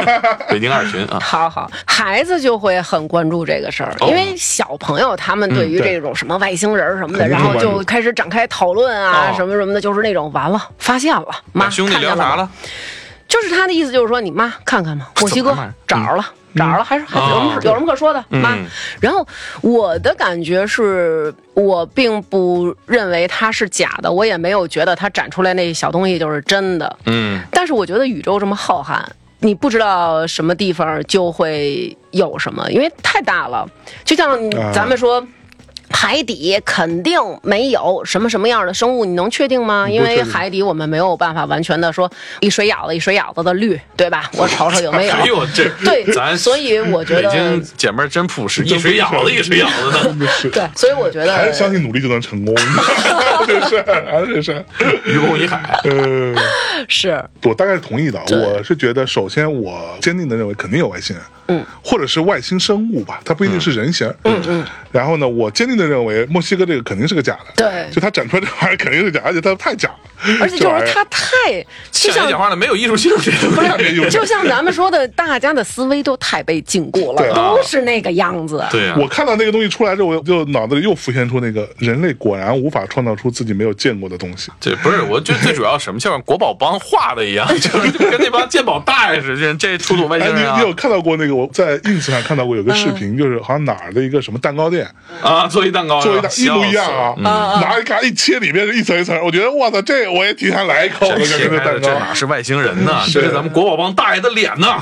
Speaker 3: 北京二群啊。
Speaker 1: 好好，孩子就会很关注这个事儿，
Speaker 3: 哦
Speaker 1: 因为小朋友他们对于
Speaker 2: 嗯对
Speaker 1: 这种什么外星人儿什么的，
Speaker 2: 肯定
Speaker 1: 然后
Speaker 2: 关注
Speaker 1: 就开始展开讨论啊，
Speaker 3: 哦
Speaker 1: 什么什么的，就是那种完了，发现了，妈
Speaker 3: 把兄弟
Speaker 1: 看见
Speaker 3: 聊
Speaker 1: 了
Speaker 3: 啥
Speaker 1: 吗
Speaker 3: 了？
Speaker 1: 就是他的意思，就是说你妈看看嘛，墨西哥
Speaker 3: 怎么了
Speaker 1: 找着了，找着了，还是还是有什么
Speaker 3: 哦
Speaker 1: 有什么可说的妈
Speaker 3: 嗯。
Speaker 1: 然后我的感觉是我并不认为它是假的，我也没有觉得它展出来那小东西就是真的。
Speaker 3: 嗯，
Speaker 1: 但是我觉得宇宙这么浩瀚，你不知道什么地方就会有什么，因为太大了。就像你
Speaker 2: 啊
Speaker 1: 咱们说。海底肯定没有什么什么样的生物，你能确定吗？因为
Speaker 2: 确定
Speaker 1: 海底我们没有办法完全的说一水舀子一水舀子的绿，对 吧？我瞅瞅有没有？
Speaker 3: 哎呦这咱
Speaker 1: 对，所以我觉
Speaker 3: 北
Speaker 1: 得
Speaker 3: 京姐妹儿真朴实，一水舀子一水舀子的，
Speaker 1: 对，所以我觉
Speaker 2: 还
Speaker 1: 得
Speaker 2: 是相信努力就能成功， 这是还是这是，
Speaker 3: 愚公移海。
Speaker 2: 呃，
Speaker 1: 是
Speaker 2: 我大概是同意的。
Speaker 1: 对
Speaker 2: 我是觉得，首先我坚定的认为肯定有外星人，嗯，或者是外星生物吧，它不一定是人形，嗯嗯。然后呢，我坚定的认为墨西哥这个肯定是个假的，
Speaker 1: 对
Speaker 2: 就它展出来这玩意儿肯定是假，而且它太假了，
Speaker 1: 而且
Speaker 2: 这
Speaker 1: 就
Speaker 2: 玩意
Speaker 1: 是它
Speaker 2: 儿
Speaker 1: 太就
Speaker 3: 讲
Speaker 1: 像
Speaker 3: 一讲话呢，没有艺术性质，不
Speaker 2: 太没用了
Speaker 1: 就像咱们说的，大家的思维都太被禁锢
Speaker 2: 对
Speaker 1: 了，
Speaker 2: 啊
Speaker 1: 都是那个样子。
Speaker 3: 对呀，
Speaker 2: 我看到那个东西出来之后，我就脑子里又浮现出那个人类果然无法创造出自己没有见过的东西。
Speaker 3: 这不是，我觉得最主要什么，像国宝帮画的一样，就是跟那帮鉴宝大爷似的，这这出土外
Speaker 2: 哎，
Speaker 3: 星
Speaker 2: 你
Speaker 3: 人啊
Speaker 2: 你有看到过那个？我在 ins 上看到过有个视频，就是好像哪儿的一个什么蛋糕店
Speaker 3: 啊，做一蛋糕，
Speaker 2: 做一大一模一样啊，
Speaker 3: 笑死了嗯
Speaker 2: 拿一嘎一切，里面是一层一层。我觉得哇塞，这我也挺想来一口的，
Speaker 3: 这
Speaker 2: 感觉这
Speaker 3: 切开的
Speaker 2: 蛋
Speaker 3: 这哪
Speaker 2: 糕。
Speaker 3: 是外星人呢？
Speaker 2: 是
Speaker 3: 这是咱们国宝帮大爷的脸呢。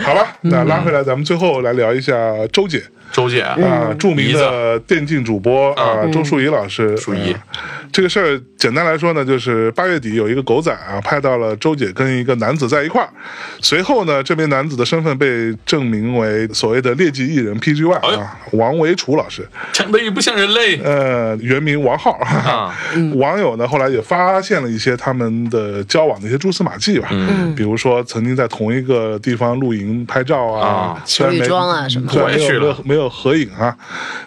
Speaker 2: 好吧，那拉回来，咱们最后来聊一下周姐
Speaker 3: 周姐，
Speaker 2: 啊，著名
Speaker 3: 姨子
Speaker 2: 的电竞主播啊，周树怡老师。
Speaker 3: 树怡
Speaker 2: 啊这个事儿简单来说呢，就是八月底有一个狗仔啊拍到了周姐跟一个男子在一块儿，随后呢，这名男子的身份被证明为所谓的劣迹艺人 PGY
Speaker 3: 哎呦
Speaker 2: 啊，王维楚老师。
Speaker 3: 长得也不像人类
Speaker 2: 呃，原名王浩，哈哈
Speaker 3: 啊
Speaker 2: 网友呢后来也发现了一些他们的交往的一些蛛丝马迹吧，嗯，比如说曾经在同一个地方露营拍照啊
Speaker 3: 啊，
Speaker 2: 虽然
Speaker 1: 情侣
Speaker 2: 没
Speaker 1: 装啊什么的
Speaker 2: 虽然
Speaker 3: 我也
Speaker 2: 没有
Speaker 3: 去
Speaker 2: 没
Speaker 3: 了
Speaker 2: 有没有合影啊，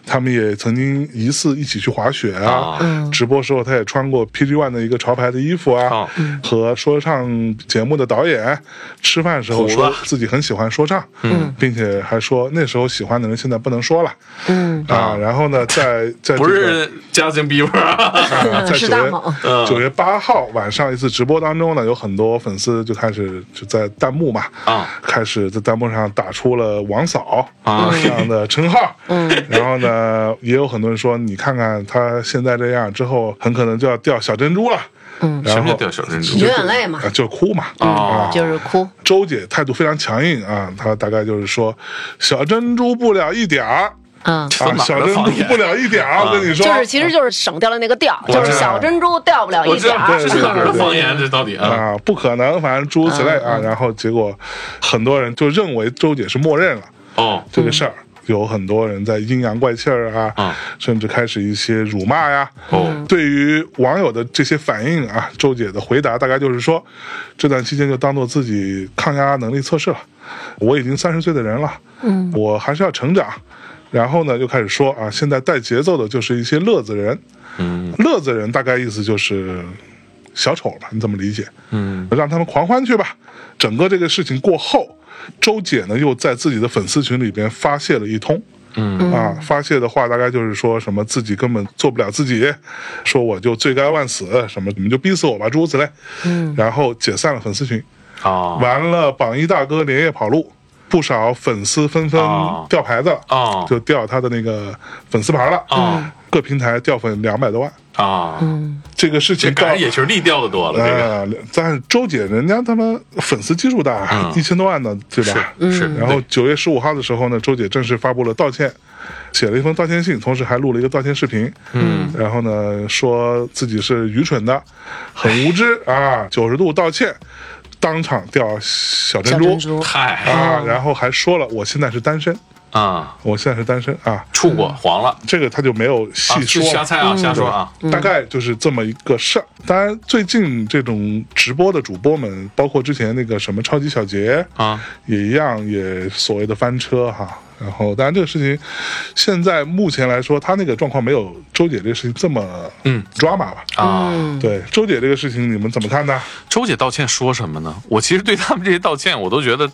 Speaker 2: 他们也曾经疑似一起去滑雪啊
Speaker 3: 啊，
Speaker 1: 嗯
Speaker 2: 直播时候他也穿过 PG One 的一个潮牌的衣服啊
Speaker 3: 哦，
Speaker 2: 和说唱节目的导演吃饭时候
Speaker 3: 虎
Speaker 2: 说
Speaker 3: 子
Speaker 2: 自己很喜欢说唱，嗯，并且还说那时候喜欢的人现在不能说了，嗯啊，然后呢，在在
Speaker 3: 不
Speaker 2: 这个
Speaker 3: 是 Justin Bieber 啊。
Speaker 2: 啊在
Speaker 1: 是
Speaker 2: 九
Speaker 1: 大
Speaker 2: 月
Speaker 1: 猛
Speaker 3: 嗯
Speaker 2: 九月八号晚上一次直播当中呢，有很多粉丝就开始就在弹幕嘛，
Speaker 3: 啊
Speaker 2: 开始在弹幕上打出了“王嫂”
Speaker 3: 啊
Speaker 2: 这样的 称号，嗯，然后呢，也有很多人说，你看看他现在这样之后，很可能就要掉小珍珠了，嗯，
Speaker 3: 什
Speaker 2: 然后
Speaker 3: 么叫掉小珍珠
Speaker 1: 流眼泪嘛
Speaker 2: 啊，，就哭嘛，
Speaker 3: 啊
Speaker 1: 就是哭。
Speaker 2: 周姐态度非常强硬啊，她大概就是说，小珍珠不了一点儿。
Speaker 1: 嗯，
Speaker 2: 啊，
Speaker 3: 哪儿
Speaker 2: 小
Speaker 3: 的
Speaker 2: 珍珠
Speaker 3: 方言
Speaker 2: 不了一点儿，我跟你说，
Speaker 1: 就是其实就是省掉了那个调，
Speaker 3: 知道
Speaker 1: 就是小珍珠掉不了
Speaker 3: 我
Speaker 1: 一
Speaker 3: 知
Speaker 1: 点
Speaker 3: 道
Speaker 1: 儿
Speaker 3: 这。是哪儿的方言，这到底啊？嗯
Speaker 2: 啊，不可能，反正诸如此类啊。然后结果很多人就认为周姐是默认了
Speaker 3: 哦，
Speaker 2: 这个事儿。有很多人在阴阳怪气儿啊，
Speaker 3: 嗯
Speaker 2: 甚至开始一些辱骂呀。
Speaker 3: 哦
Speaker 2: 对于网友的这些反应啊，周姐的回答大概就是说，这段期间就当做自己抗压能力测试了。我已经三十岁的人了，嗯，我还是要成长。然后呢，又开始说啊，现在带节奏的就是一些乐子人，
Speaker 3: 嗯
Speaker 2: 乐子人大概意思就是小丑吧，你怎么理解？
Speaker 3: 嗯，
Speaker 2: 让他们狂欢去吧。整个这个事情过后，周姐呢又在自己的粉丝群里边发泄了一通。
Speaker 3: 嗯
Speaker 2: 啊，发泄的话大概就是说什么自己根本做不了自己，说我就罪该万死，什么你们就逼死我吧，诸如此类。嗯，然后解散了粉丝群。
Speaker 3: 哦
Speaker 2: 完了，榜一大哥连夜跑路，不少粉丝纷纷
Speaker 3: 哦
Speaker 2: 掉牌子了，
Speaker 3: 哦
Speaker 2: 就掉他的那个粉丝牌了。
Speaker 3: 哦
Speaker 2: 各平台掉粉两百多万，
Speaker 3: 哦，
Speaker 2: 这个事
Speaker 3: 这
Speaker 2: 情
Speaker 3: 感
Speaker 2: 到
Speaker 3: 觉也是力掉的多了，这个
Speaker 2: 呃，但是周姐人家他妈粉丝基数大，
Speaker 3: 嗯
Speaker 2: 一千多万呢，嗯对吧？
Speaker 3: 是是，
Speaker 2: 然后九月十五号的时候呢，周姐正式发布了道歉，写了一封道歉信，同时还录了一个道歉视频。嗯，然后呢，说自己是愚蠢的，很无知啊，九十度道歉，当场掉小珍
Speaker 1: 小
Speaker 2: 珠
Speaker 1: 珍珠，
Speaker 3: 嗨
Speaker 2: 啊，然后还说了我现在是单身，
Speaker 3: 啊，
Speaker 2: 我现在是单身啊，
Speaker 3: 触过黄了，
Speaker 2: 这个他就没有
Speaker 3: 啊
Speaker 2: 细
Speaker 3: 是
Speaker 2: 说，嗯
Speaker 3: 瞎猜啊，瞎说啊，
Speaker 2: 大概就是这么一个事儿。当然，最近这种直播的主播们，包括之前那个什么超级小杰
Speaker 3: 啊，
Speaker 2: 也一样，也所谓的翻车哈。然后，当然这个事情现在目前来说，他那个状况没有周姐这个事情这么
Speaker 3: 嗯
Speaker 2: 抓马吧？
Speaker 3: 啊。
Speaker 2: 对，周姐这个事情你们怎么看呢？
Speaker 3: 周姐道歉说什么呢？我其实对他们这些道歉，我都觉得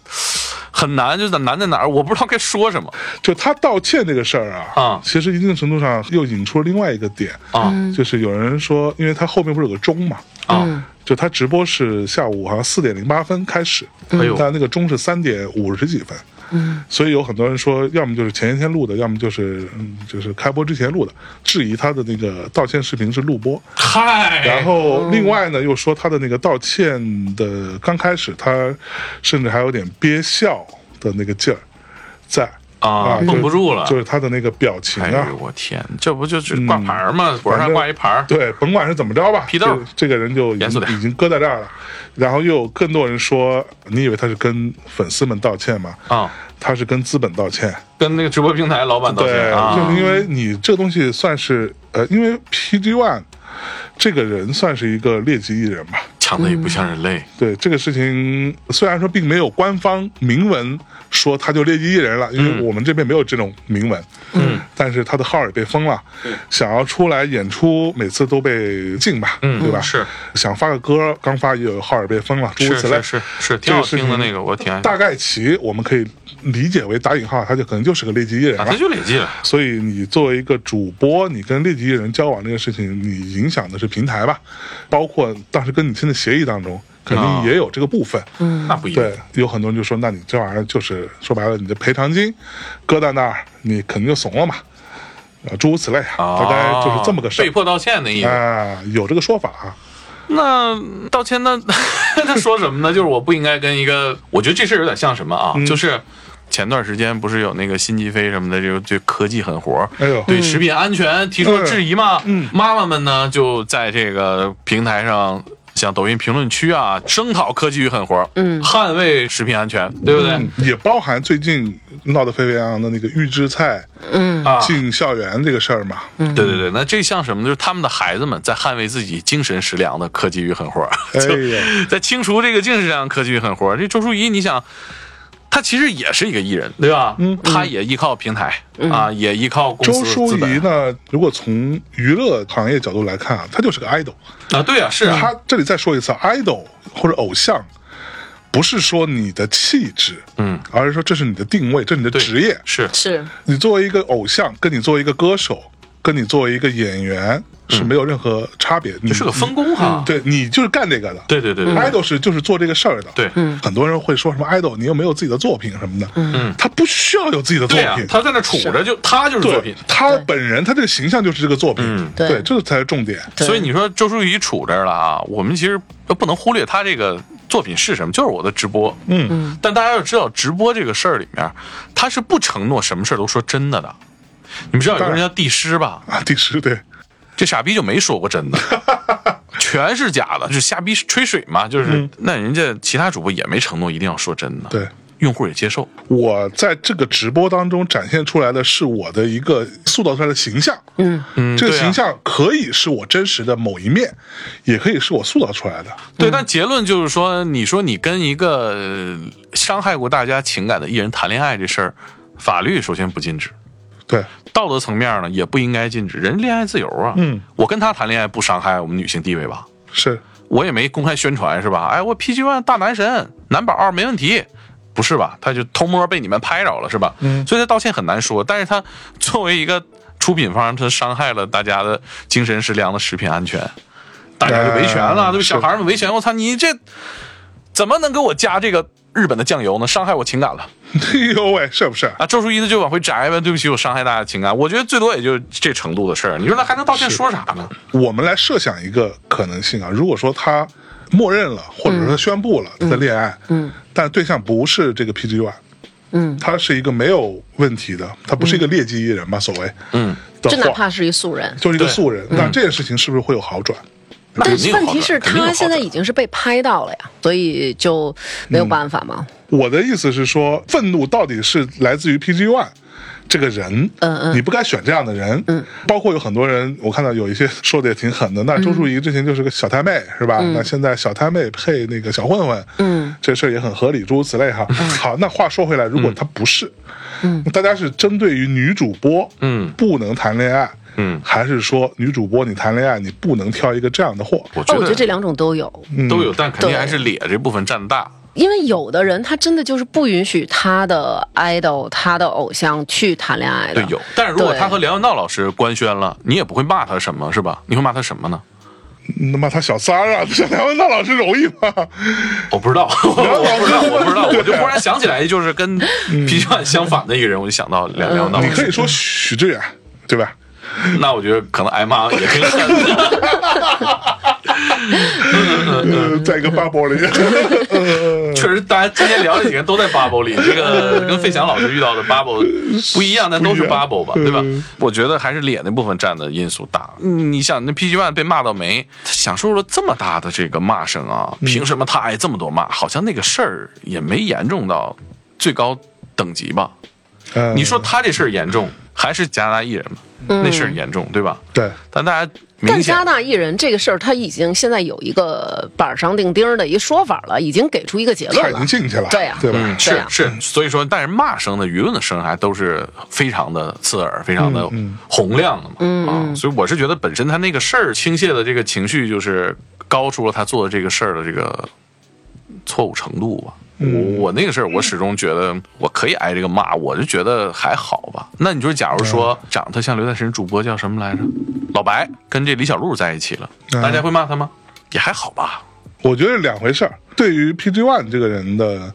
Speaker 3: 很难，就是难在哪儿，我不知道该说什么
Speaker 2: 就他道歉这个事儿啊，
Speaker 3: 啊
Speaker 2: 其实一定程度上又引出了另外一个点，
Speaker 3: 啊
Speaker 2: 就是有人说，因为他后面不是有个钟嘛，
Speaker 3: 啊！
Speaker 2: 就他直播是下午好像四点零八分开始，
Speaker 3: 哎呦
Speaker 2: 但那个钟是三点五十几分，嗯，所以有很多人说，要么就是前一天录的，要么就是、嗯、就是开播之前录的，质疑他的那个道歉视频是录播，
Speaker 3: 嗨，
Speaker 2: 然后另外呢，又说他的那个道歉的刚开始，他甚至还有点憋笑的那个劲儿在
Speaker 3: 啊绷不住了
Speaker 2: 就是就是他的那嗯个表情
Speaker 3: 哎
Speaker 2: 啊
Speaker 3: 呦，我天，这不就是挂牌儿吗？脖上挂一牌儿，
Speaker 2: 对，甭管是怎么着吧，
Speaker 3: 皮豆
Speaker 2: 这这个人就已
Speaker 3: 严肃
Speaker 2: 经
Speaker 3: 点
Speaker 2: 已经搁在这儿了。然后又有更多人说，你以为他是跟粉丝们道歉吗？
Speaker 3: 啊，
Speaker 2: 他是跟资本道歉，
Speaker 3: 跟那个直播平台老板道
Speaker 2: 对，
Speaker 3: 歉啊
Speaker 2: 就是因为你这个东西算是呃，因为 PG One 这个人算是一个劣迹艺人吧，
Speaker 3: 强的也不像人类。
Speaker 2: 对这个事情，虽然说并没有官方明文说他就劣迹艺人了，因为
Speaker 3: 嗯
Speaker 2: 我们这边没有这种明文，嗯，但是他的号也被封了，想要出来演出，每次都被禁吧，嗯对吧？
Speaker 3: 是，
Speaker 2: 想发个歌，刚发也有号也被封了，诸如
Speaker 3: 是
Speaker 2: 此类，
Speaker 3: 是是是，挺好听的那个，我挺爱。
Speaker 2: 大概其我们可以理解为打引号，他就可能就是个劣迹艺人
Speaker 3: 啊，
Speaker 2: 了
Speaker 3: 他。就累计了，
Speaker 2: 所以你作为一个主播，你跟劣迹艺人交往这个事情，你影响的是平台吧？包括当时跟你签的协议当中，肯定
Speaker 3: 啊
Speaker 2: 也有这个部分。
Speaker 3: 那不一样
Speaker 2: 嗯对。，有很多人就说，那你这玩意儿就是说白了，你的赔偿金搁在那儿，你肯定就怂了嘛，呃，诸如此类啊，
Speaker 3: 啊
Speaker 2: 大概就是这么个事
Speaker 3: 被
Speaker 2: 儿
Speaker 3: 迫道歉的意思。
Speaker 2: 啊、有这个说法啊。
Speaker 3: 那道歉那他说什么呢？就是我不应该跟一个，我觉得这事儿有点像什么啊？
Speaker 2: 嗯
Speaker 3: 就是前段时间不是有那个新机飞什么的，就就科技狠活，
Speaker 2: 哎呦嗯
Speaker 3: 对食品安全提出了质疑嘛。妈妈们呢就在这个平台上。像抖音评论区啊，声讨科技与狠活，嗯，捍卫食品安全，对不对？
Speaker 2: 嗯，也包含最近闹得沸沸扬扬的那个预制菜嗯
Speaker 3: 啊，嗯
Speaker 2: 进校园这个事儿嘛。
Speaker 3: 对对对，那这像什么？就是他们的孩子们在捍卫自己精神食粮的科技与狠活儿，
Speaker 2: 哎
Speaker 3: 就
Speaker 2: 呀
Speaker 3: 在清除这个精神食粮科技与狠活儿。这周淑怡，你想，她其实也是一个艺人，对吧？嗯，她也依靠平台啊，也依靠
Speaker 2: 嗯
Speaker 3: 公
Speaker 2: 周
Speaker 3: 司
Speaker 2: 淑
Speaker 3: 资
Speaker 2: 怡
Speaker 3: 本
Speaker 2: 呢，如果从娱乐行业角度来看啊，她就是个 idol。
Speaker 3: 啊，对啊，是啊，
Speaker 2: 她这里再说一次，idol 或者偶像。不是说你的气质，
Speaker 3: 嗯，
Speaker 2: 而是说这是你的定位，这是你的
Speaker 3: 对
Speaker 2: 职业，
Speaker 3: 是
Speaker 1: 是
Speaker 2: 你作为一个偶像，跟你作为一个歌手，跟你作为一个演员是没有任何差别，你
Speaker 3: 嗯就是个分工哈。
Speaker 2: 对你就是干这个的。
Speaker 3: 对对对对，
Speaker 2: idol 是就是做这个事儿的。
Speaker 3: 对嗯，
Speaker 2: 很多人会说什么 idol，你又没有自己的作品什么的。嗯，他不需要有自己的作
Speaker 3: 对啊
Speaker 2: 品，，
Speaker 3: 她在那杵着就她就是
Speaker 2: 嗯对
Speaker 3: 作品。
Speaker 2: 他本人他这个形象就是这个作品
Speaker 3: 嗯。
Speaker 1: 对
Speaker 2: 对，这才是重点。
Speaker 1: 对
Speaker 3: 所以你说周淑怡杵这儿了啊，我们其实不能忽略她这个作品是什么，就是我的直播。
Speaker 2: 嗯，
Speaker 3: 但大家要知道，直播这个事儿里面，他是不承诺什么事儿都说真的的。你们知道有个人叫帝师吧？
Speaker 2: 啊，第十对，
Speaker 3: 这傻逼就没说过 真的，全是假的，就是瞎逼吹水嘛。就是、那人家其他主播也没承诺一定要说真的，
Speaker 2: 嗯对，
Speaker 3: 用户也接受。
Speaker 2: 我在这个直播当中展现出来的是我的一个塑造出来的形象。嗯嗯，这个
Speaker 3: 对啊
Speaker 2: 形象可以是我真实的某一面，也可以是我塑造出来的。
Speaker 3: 对，但结论就是说，你说你跟一个呃伤害过大家情感的艺人谈恋爱这事儿，法律首先不禁止，
Speaker 2: 对，
Speaker 3: 道德层面呢也不应该禁止，人恋爱自由啊。
Speaker 2: 嗯，
Speaker 3: 我跟他谈恋爱不伤害我们女性地位吧？
Speaker 2: 是
Speaker 3: 我也没公开宣传是吧？哎，我 PG One 大男神男宝没问题，不是吧？他就偷摸被你们拍着了是吧？嗯，所以他道歉很难说，但是他作为一个出品方，他伤害了大家的精神食粮的食品安全，大家就维权了，
Speaker 2: 哎
Speaker 3: 对吧？
Speaker 2: 是
Speaker 3: 小孩们维权，我操，你这怎么能给我加这个日本的酱油呢？伤害我情感了
Speaker 2: 哎呦喂，是不是？
Speaker 3: 啊！周淑怡呢就往回摘呗，对不起，我伤害大家情感，我觉得最多也就这程度的事儿，你说他还能道歉说啥呢？
Speaker 2: 我们来设想一个可能性啊，如果说他默认了，或
Speaker 1: 嗯
Speaker 2: 者说他宣布了他的恋爱，嗯，但对象不是这个 PG One，
Speaker 1: 嗯，
Speaker 2: 他是一个没有问题的，他不是一个劣迹艺人嘛，所谓，
Speaker 3: 嗯，
Speaker 2: 的
Speaker 1: 就哪
Speaker 2: 话，
Speaker 1: 怕嗯是一素人，
Speaker 2: 就是一个素人，那这件事情是不是会有好转？
Speaker 3: 那
Speaker 1: 但
Speaker 3: 肯定
Speaker 1: 是
Speaker 3: 有
Speaker 1: 问
Speaker 3: 好
Speaker 1: 题
Speaker 3: 转
Speaker 1: 是
Speaker 3: 肯定
Speaker 1: 他
Speaker 3: 有好
Speaker 1: 现在
Speaker 3: 转
Speaker 1: 已经是被拍到了呀，所以
Speaker 3: 嗯
Speaker 1: 就没有办法嘛。
Speaker 2: 我的意思是说，愤怒到底是来自于 PG One，这个人，
Speaker 1: 嗯嗯
Speaker 2: 你不该选这样的人，嗯，包括有很多人，我看到有一些说的也挺狠的，
Speaker 1: 嗯
Speaker 2: 那周淑怡之前就是个小太妹，是吧？那现在小太妹配那个小混混，
Speaker 1: 嗯，
Speaker 2: 这事儿也很合理，诸如此类哈。好，那话说回来，如果她不是，嗯，大家是针对于女主播，
Speaker 3: 嗯
Speaker 2: 不能谈恋爱，
Speaker 3: 嗯
Speaker 2: 还是说女主播你谈恋爱你不能挑一个这样的货？
Speaker 3: 我
Speaker 1: 哦，
Speaker 3: 觉
Speaker 1: 我觉得
Speaker 3: 得嗯
Speaker 1: 这两种都有，
Speaker 3: 都有，但肯定
Speaker 1: 对
Speaker 3: 还是脸这部分占大。
Speaker 1: 因为有的人他真的就是不允许他的 idol、他的偶像去谈恋爱的。
Speaker 3: 对，有。但是如果
Speaker 1: 对
Speaker 3: 他和梁文道老师官宣了，你也不会骂他什么，是吧？你会骂他什么呢？
Speaker 2: 那骂他小三儿啊，这梁文道老师容易吗？
Speaker 3: 我不知道， 我不知道，我不知道，我就忽然想起来，就是跟皮皮万相反的一个人，我就想到梁梁文道
Speaker 2: 你
Speaker 3: 老
Speaker 2: 可
Speaker 3: 师。
Speaker 2: 以说许志远，对吧？
Speaker 3: 那我觉得可能挨骂也 挺狠的。嗯
Speaker 2: 呃，在一个 bubble 里，
Speaker 3: 确实，大家今天聊这几个人都在 bubble 里，这个跟费翔老师遇到的 bubble 不一样，但都是 bubble 吧，对吧？我觉得还是脸那部分占的因素大。嗯你想，那 PG One 被骂到没，他享受了这么大的这个骂声啊，凭什么他挨这么多骂？好像那个事儿也没严重到最高等级吧？
Speaker 2: 呃
Speaker 3: 你说他这事儿严重，还是加拿大艺人嘛？那事儿严重，对吧？
Speaker 2: 对，
Speaker 3: 但大家
Speaker 1: 但
Speaker 3: 明显
Speaker 1: 加拿大艺人这个事儿，他已经现在有一个板上钉钉的一个说法了，已经给出一个结
Speaker 2: 他
Speaker 1: 论
Speaker 2: 已
Speaker 1: 了
Speaker 2: 经。进去了，
Speaker 1: 对呀
Speaker 2: 对吧？
Speaker 3: 嗯，
Speaker 1: 对
Speaker 3: 是
Speaker 1: 啊
Speaker 3: 是，所以说，但是骂声的舆论的声还都是非常的刺耳，非常
Speaker 2: 嗯
Speaker 3: 的洪亮的嘛，啊，所以我是觉得本身他那个事儿倾泻的这个情绪，就是高出了他做的这个事儿的这个错误程度吧。
Speaker 2: 嗯
Speaker 3: 我我那个事儿，我始终觉得我可以挨这个骂，我就觉得还好吧。那你说，假如
Speaker 2: 嗯
Speaker 3: 说长得像刘在石主播叫什么来着？老白跟这李小璐在一起了，
Speaker 2: 嗯
Speaker 3: 大家会骂他吗？也还好吧。
Speaker 2: 我觉得是两回事儿。对于 PG One 这个人的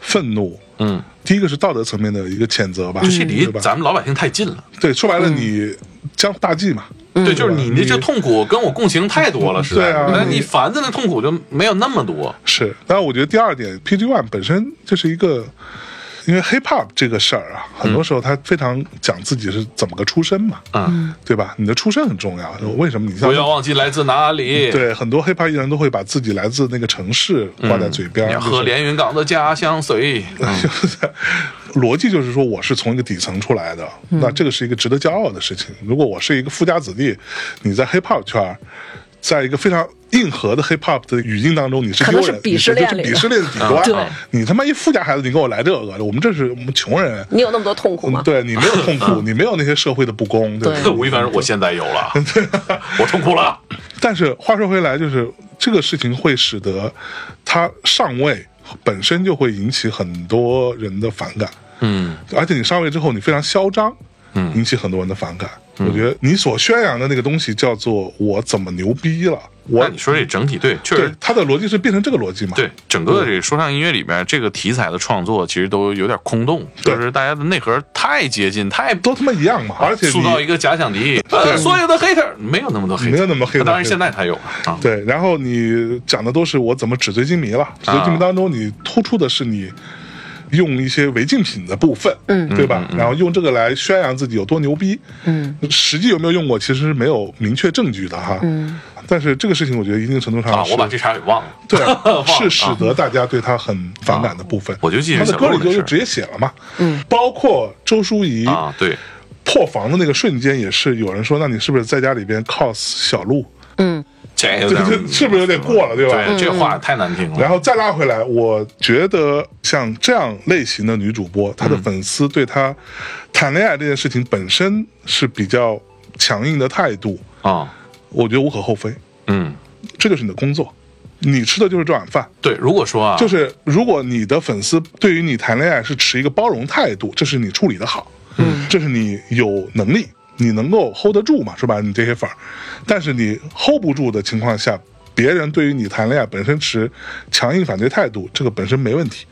Speaker 2: 愤怒，
Speaker 3: 嗯，
Speaker 2: 第一个是道德层面的一个谴责吧，
Speaker 3: 这离
Speaker 2: 嗯对吧？
Speaker 3: 咱们老百姓太近了。
Speaker 2: 对，说白了，你江湖大忌嘛，
Speaker 3: 对，就是你那这痛苦跟我共情太多了，实
Speaker 2: 对
Speaker 3: 在
Speaker 2: 啊
Speaker 3: 是。但你烦的那痛苦就没有那么多。
Speaker 2: 是。但我觉得第二点，PG One 本身就是一个。因为 hip hop 这个事儿啊，很多时候他非常讲自己是怎么个出身嘛，
Speaker 3: 嗯，
Speaker 2: 对吧？你的出身很重要。为什么你像
Speaker 3: 不要忘记来自哪里。，
Speaker 2: 啊对啊很多 hip hop 艺人都会把自己来自那个城市挂在嘴边，
Speaker 3: 嗯你要
Speaker 2: 就
Speaker 3: 喝
Speaker 2: 是啊
Speaker 3: 连云港的家乡水。哎
Speaker 2: 就是逻辑就是说，我是从一个底层出来的，
Speaker 1: 嗯
Speaker 2: 那这个是一个值得骄傲的事情。如果我是一个富家子弟，你在 hip hop 圈儿，在一个非常硬核的 hip hop 的语境当中，你是
Speaker 1: 可
Speaker 2: 丢
Speaker 1: 能
Speaker 2: 人
Speaker 1: 是，鄙
Speaker 2: 你
Speaker 1: 视
Speaker 2: 这就是
Speaker 1: 链里
Speaker 2: 鄙视链的底
Speaker 3: 啊对
Speaker 2: 端。你他妈一富家孩子，你给我来这个，我们这是我们穷人，
Speaker 1: 你有那么多痛苦
Speaker 3: 嗯
Speaker 1: 吗？嗯
Speaker 2: 对你没有痛苦，你没有那些社会的不公，对吧？啊
Speaker 1: 对
Speaker 3: 吴亦凡说：“我现在有了，我痛苦了。
Speaker 2: 但是话说回来，就是这个事情会使得他上位本身就会引起很多人的反感。”
Speaker 3: 嗯，
Speaker 2: 而且你上位之后你非常嚣张，嗯，引起很多人的反感。
Speaker 3: 嗯
Speaker 2: 我觉得你所宣扬的那个东西叫做我怎么牛逼了，
Speaker 3: 那
Speaker 2: 我
Speaker 3: 你说这整体对，确
Speaker 2: 对
Speaker 3: 实
Speaker 2: 他的逻辑是变成这个逻辑嘛？
Speaker 3: 对整
Speaker 2: 嗯
Speaker 3: 个这个说唱音乐里面这个题材的创作，其实都有点空洞，
Speaker 2: 对
Speaker 3: 就是大家的内核太接近，太
Speaker 2: 都他妈一样嘛。而且
Speaker 3: 啊塑造一
Speaker 2: 你
Speaker 3: 个假想敌。呃，所有的 hater 没有那么多 hater，
Speaker 2: 没有那么 hater
Speaker 3: 当然现在他有了啊。
Speaker 2: 对，然后你讲的都是我怎么纸醉金迷了，纸醉金迷当中你突出的是你。用一些违禁品的部分，嗯，对吧？然后用这个来宣扬自己有多牛逼，嗯，实际有没有用过，其实是没有明确证据的哈，嗯。但是这个事情，我觉得一定程度上
Speaker 3: 啊，
Speaker 2: 是
Speaker 3: 我把这茬给忘了。
Speaker 2: 对啊
Speaker 3: 忘，了啊
Speaker 2: 是使得大家对他很反感的部分。
Speaker 3: 我就记
Speaker 2: 他的
Speaker 3: 着小
Speaker 2: 歌
Speaker 3: 鹿
Speaker 2: 里
Speaker 3: 的
Speaker 2: 就
Speaker 3: 事
Speaker 2: 是
Speaker 3: 儿
Speaker 2: 直接写了嘛，嗯，包括周淑怡
Speaker 3: 啊，对，
Speaker 2: 破防的那个瞬间，也是有人说，那你是不是在家里边 cos 小鹿？
Speaker 3: 这
Speaker 2: 哎这
Speaker 3: 有点
Speaker 2: 个
Speaker 3: 儿
Speaker 2: 这是不是有点过了，对吧？
Speaker 3: 对，这话太难听了。
Speaker 2: 然后再拉回来，我觉得像这样类型的女主播，她的粉丝对她谈恋爱这件事情本身是比较强硬的态度，
Speaker 3: 啊，
Speaker 2: 我觉得无可厚非，
Speaker 3: 嗯，
Speaker 2: 这就是你的工作，你吃的就是这碗饭。
Speaker 3: 对，如果说啊，
Speaker 2: 就是如果你的粉丝对于你谈恋爱是持一个包容态度，这是你处理的好，嗯，这是你有能力，你能够 hold 得住嘛，是吧？你这些粉儿，但是你 hold 不住的情况下，别人对于你谈恋爱本身持强硬反对态度，这个本身没问题。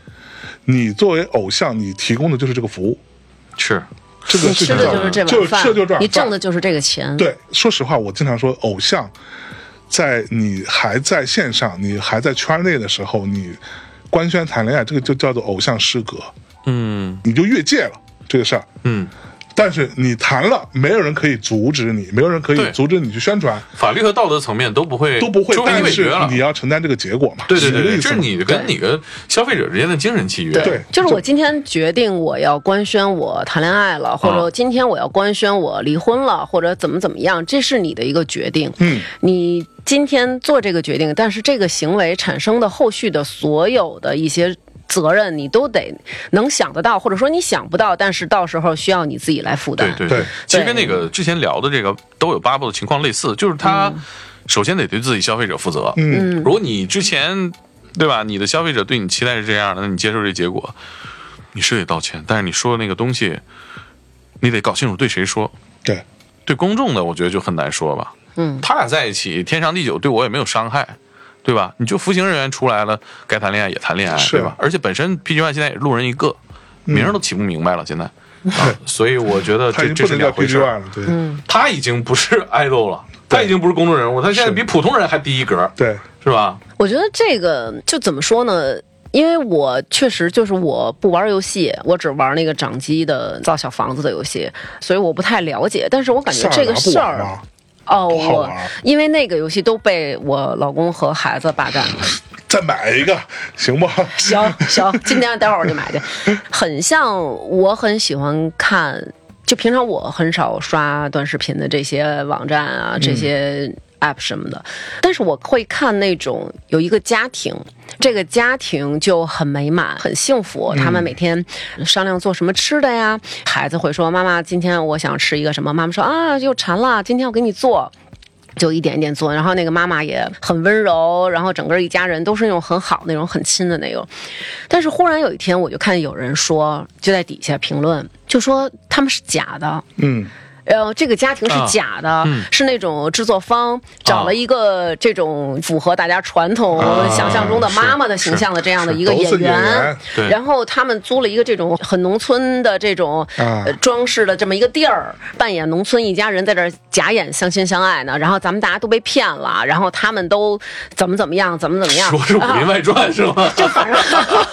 Speaker 2: 你作为偶像，你提供的就是这个服务，
Speaker 3: 是
Speaker 2: 这个
Speaker 1: 你
Speaker 2: 事
Speaker 1: 吃
Speaker 2: 情
Speaker 1: 的就是这
Speaker 2: 就
Speaker 1: 碗饭，
Speaker 2: 这就这碗
Speaker 1: 你
Speaker 2: 饭
Speaker 1: 挣的就是这个钱。，
Speaker 2: 对，说实话，我经常说，偶像在你还在线上，你还在圈内的时候，你官宣谈恋爱，这个就叫做偶像失格，
Speaker 3: 嗯
Speaker 2: 你就越界了这个事儿。
Speaker 3: 嗯，
Speaker 2: 但是你谈了，没有人可以阻止你，没有人可以
Speaker 3: 对
Speaker 2: 阻止你去宣传，
Speaker 3: 法律和道德层面都不会
Speaker 2: 都不会
Speaker 3: 周。
Speaker 2: 但
Speaker 3: 违约
Speaker 2: 是
Speaker 3: 了
Speaker 2: 你。要承担这个结果嘛？
Speaker 3: 对
Speaker 2: 是
Speaker 3: 对对
Speaker 2: 这个
Speaker 3: 对，
Speaker 2: 意思
Speaker 3: 这是
Speaker 2: 嘛
Speaker 3: 你跟你跟消费者之间的精神契约。
Speaker 2: 对
Speaker 1: 就是我今天决定我要官宣我谈恋爱了，或者今天我要官宣我离婚了，或者怎么怎么样，这是你的一个决定。
Speaker 2: 嗯，
Speaker 1: 你今天做这个决定，但是这个行为产生的后续的所有的一些。责任你都得能想得到，或者说你想不到，但是到时候需要你自己来负担。
Speaker 3: 对对
Speaker 2: 对
Speaker 3: 其实跟那个之前聊的这个都有八步的情况类似，就是他首先得对自己消费者负责。
Speaker 2: 嗯，
Speaker 3: 如果你之前对吧，你的消费者对你期待是这样的，那你接受这结果，你是得道歉，但是你说的那个东西，你得搞清楚对谁说。
Speaker 2: 对
Speaker 3: 对公众的，我觉得就很难说吧。
Speaker 1: 嗯，
Speaker 3: 他俩在一起天长地久，对我也没有伤害，对吧？你就服刑人员出来了，该谈恋爱也谈恋爱，
Speaker 2: 是
Speaker 3: 对吧？而且本身 PG One 现在也是路人一个，名儿都起不明白了，现在。
Speaker 1: 嗯
Speaker 3: 啊，所以我觉得
Speaker 2: 他
Speaker 3: 这
Speaker 2: 已经不
Speaker 3: 这是
Speaker 2: 能叫
Speaker 3: 两
Speaker 2: p
Speaker 3: 回
Speaker 2: g
Speaker 3: 事
Speaker 2: One
Speaker 3: 儿。
Speaker 2: 了，对
Speaker 3: 他已经不是 idol 了，他已经不是公众人物，他现在
Speaker 2: 是
Speaker 3: 比普通人还低一格，
Speaker 2: 对，
Speaker 3: 是吧？
Speaker 1: 我觉得这个就怎么说呢？因为我确实就是我不玩游戏，我只玩那个掌机的造小房子的游戏，所以我不太了解。但是我感觉
Speaker 2: 萨尔
Speaker 1: 这个
Speaker 2: 达不
Speaker 1: 事
Speaker 2: 玩
Speaker 1: 儿，
Speaker 2: 吗？
Speaker 1: 哦，
Speaker 2: 不好
Speaker 1: 我
Speaker 2: 玩儿
Speaker 1: 因为那个游戏都被我老公和孩子霸占了。
Speaker 2: 再买一个行不？
Speaker 1: 行行，今天待会儿我就买去。很像，我很喜欢看，就平常我很少刷短视频的这些网站啊，这些 app 什么的，但是我会看那种有一个家庭。这个家庭就很美满，很幸福。他们每天商量做什么吃的呀。孩子会说：“妈妈，今天我想吃一个什么？”妈妈说：“啊，又馋了，今天我给你做。”就一点一点做，然后那个妈妈也很温柔，然后整个一家人都是那种很好、那种很亲的那种。但是忽然有一天，我就看有人说，就在底下评论，就说他们是假的，
Speaker 2: 嗯，
Speaker 1: 然呃后这个家庭
Speaker 3: 啊
Speaker 1: 是假的，是那种制作方找了一
Speaker 2: 啊
Speaker 1: 个这种符合大家传统
Speaker 3: 啊
Speaker 1: 想象中的妈妈的形象的这样的一个
Speaker 2: 都是演
Speaker 1: 员
Speaker 2: 员，
Speaker 3: 对
Speaker 1: 然后他们租了一个这种很农村的这种、
Speaker 2: 啊
Speaker 1: 呃装饰的这么一个地儿，扮演农村一家人在这儿假演相亲相爱呢，然后咱们大家都被骗了，然后他们都怎么怎么样，怎么怎么样，啊
Speaker 3: 说是《武林外传》是吗？
Speaker 1: 就反正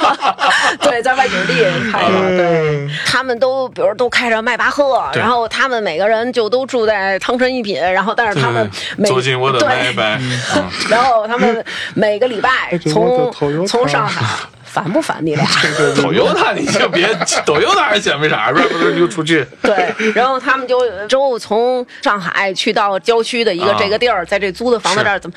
Speaker 1: 对，在外景地拍的，对，他们都比如都开着迈巴赫，
Speaker 3: 嗯对
Speaker 1: 然后他们每个人就都住在汤臣一品，然后但是他们每
Speaker 3: 嗯走进我的
Speaker 1: 对
Speaker 3: 拜拜，嗯
Speaker 1: 然后他们每个 礼拜
Speaker 2: 哎这我
Speaker 1: 从
Speaker 2: 的头油
Speaker 1: 从
Speaker 2: 汤
Speaker 1: 上海烦不烦你俩？
Speaker 3: 抖悠他你就别抖悠他还显摆啥，不是你就出去。
Speaker 1: 对，然后他们就之后从上海去到郊区的一个
Speaker 3: 啊
Speaker 1: 这个地儿，在这租的房子
Speaker 3: 是
Speaker 1: 这儿怎么？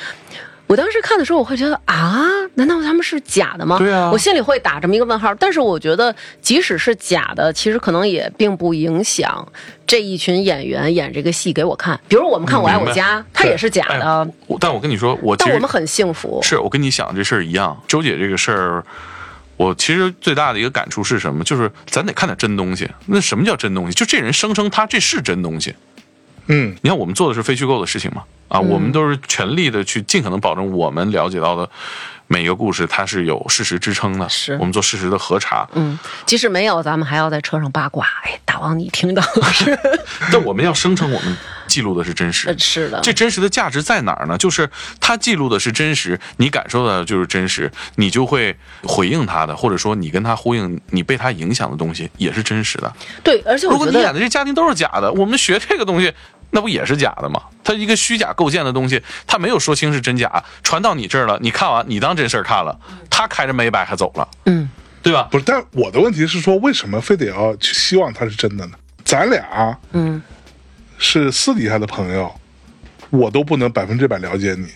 Speaker 1: 我当时看的时候，我会觉得啊，难道他们是假的吗？
Speaker 3: 对啊
Speaker 1: 我心里会打这么一个问号。但是我觉得，即使是假的，其实可能也并不影响这一群演员演这个戏给我看。比如我们看《我爱我家》，它也是假的，
Speaker 3: 我但我跟你说，我其
Speaker 1: 但
Speaker 3: 实
Speaker 1: 我们很幸福。
Speaker 3: 哎是我跟你想这事儿一样。周姐这个事儿，我其实最大的一个感触是什么？就是咱得看点真东西。那什么叫真东西？就这人声称他这是真东西。
Speaker 2: 嗯，
Speaker 3: 你看，我们做的是非虚构的事情嘛，啊，我
Speaker 1: 嗯
Speaker 3: 们都是全力的去尽可能保证我们了解到的每一个故事，它是有事实支撑的。
Speaker 1: 是
Speaker 3: 我们做事实的核查。
Speaker 1: 嗯，即使没有，咱们还要在车上八卦。哎，大王，你听到了是？。
Speaker 3: 但我们要声称我们记录的是真实
Speaker 1: 是的，
Speaker 3: 这真实的价值在哪儿呢？就是它记录的是真实，你感受到的就是真实，你就会回应它的，或者说你跟它呼应，你被它影响的东西也是真实的。
Speaker 1: 对，而且我
Speaker 3: 如
Speaker 1: 觉
Speaker 3: 果
Speaker 1: 得
Speaker 3: 你演的这家庭都是假的，我们学这个东西，那不也是假的吗？它一个虚假构建的东西，它没有说清是真假，传到你这儿了，你看完你当真事儿看了，他开着 Maybach 还走了，
Speaker 1: 嗯，
Speaker 3: 对吧？
Speaker 2: 不是，但我的问题是说，为什么非得要去希望它是真的呢？咱俩，
Speaker 1: 嗯，
Speaker 2: 是私底下的朋友，我都不能百分之百了解你。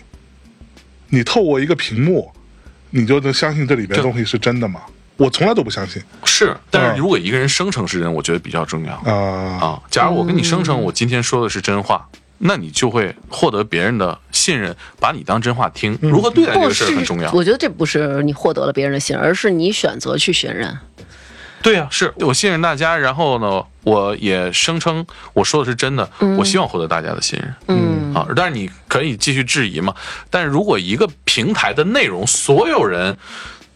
Speaker 2: 你透过一个屏幕，你就能相信这里边
Speaker 3: 这
Speaker 2: 东西是真的吗？我从来都不相信
Speaker 3: 是，但
Speaker 2: 嗯
Speaker 3: 是如果一个人声称是真，我觉得比较重要。
Speaker 2: 啊、
Speaker 3: 啊，假如我跟你声称我今天说的是真话，那你就会获得别人的信任，把你当真话听。如何对待这
Speaker 1: 不
Speaker 3: 个事
Speaker 1: 是
Speaker 3: 儿很重要。
Speaker 1: 我觉得这不是你获得了别人的信任，而是你选择去信任。
Speaker 3: 对呀、是我信任大家，然后呢，我也声称我说的是真的，我希望获得大家的信任。
Speaker 1: 嗯，
Speaker 3: 啊，但是你可以继续质疑嘛。但是如果一个平台的内容，所有人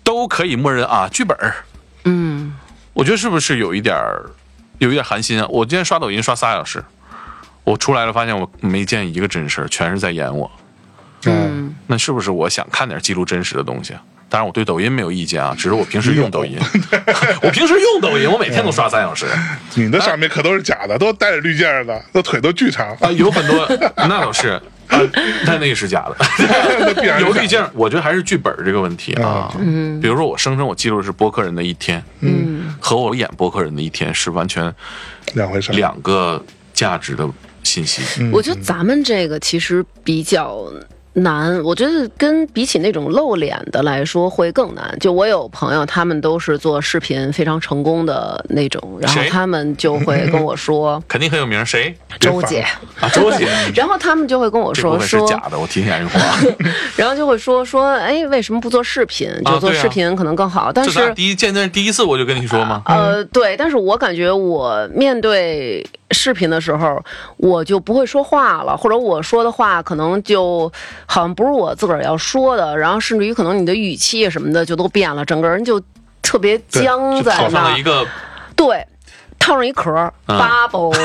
Speaker 3: 都可以默认啊，剧本儿，
Speaker 1: 嗯，
Speaker 3: 我觉得是不是有一点儿，有一点寒心啊？我今天刷抖音刷仨小时，我出来了发现我没见一个真事儿，全是在演我。
Speaker 2: 嗯
Speaker 3: 那是不是我想看点记录真实的东西啊？当然我对抖音没有意 见啊，只是我平时用抖音， 我平时用抖音，我每天都刷三小时啊、
Speaker 2: 你的上面可都是假的，都带着绿箭的，那腿都巨长，
Speaker 3: 有很多那倒是。啊，但那个是假
Speaker 2: 那必然
Speaker 3: 的，
Speaker 2: 是
Speaker 3: 有
Speaker 2: 假的
Speaker 3: 滤镜，我觉得还是剧本这个问题啊。嗯，比如说我声称我记录的是播客人的一天，嗯，和我演播客人的一天是完全
Speaker 2: 两回事儿。
Speaker 3: 两个价值的信息。
Speaker 1: 我
Speaker 3: 嗯
Speaker 1: 觉得咱们这个其实比较难，我觉得跟比起那种露脸的来说会更难。就我有朋友，他们都是做视频非常成功的那种，然后
Speaker 3: 谁
Speaker 1: 他们就 会跟我说
Speaker 3: 肯定很有名， 谁
Speaker 1: 周姐，
Speaker 3: 啊？周姐，
Speaker 1: 然后他们就会跟我
Speaker 3: 这部
Speaker 1: 说
Speaker 3: 分是
Speaker 1: 说，
Speaker 3: 假的，我提醒一下 啊。
Speaker 1: 然后就会说说，哎，为什么不做视频？
Speaker 3: 啊
Speaker 1: 就做
Speaker 3: 对啊
Speaker 1: 视频可能更好，但
Speaker 3: 这
Speaker 1: 是
Speaker 3: 咱。第一见面第一次我就跟你说吗？
Speaker 1: 呃，对，但是我感觉我面对视频的时候，我就不会说话了，或者我说的话可能就好像不是我自个儿要说的，然后甚至于可能你的语气啊什么的就都变了，整个人就特别僵
Speaker 3: 就
Speaker 1: 在
Speaker 3: 套上
Speaker 1: 那
Speaker 3: 了
Speaker 1: 儿
Speaker 3: 一，个
Speaker 1: 对。套上一壳儿，bubble，、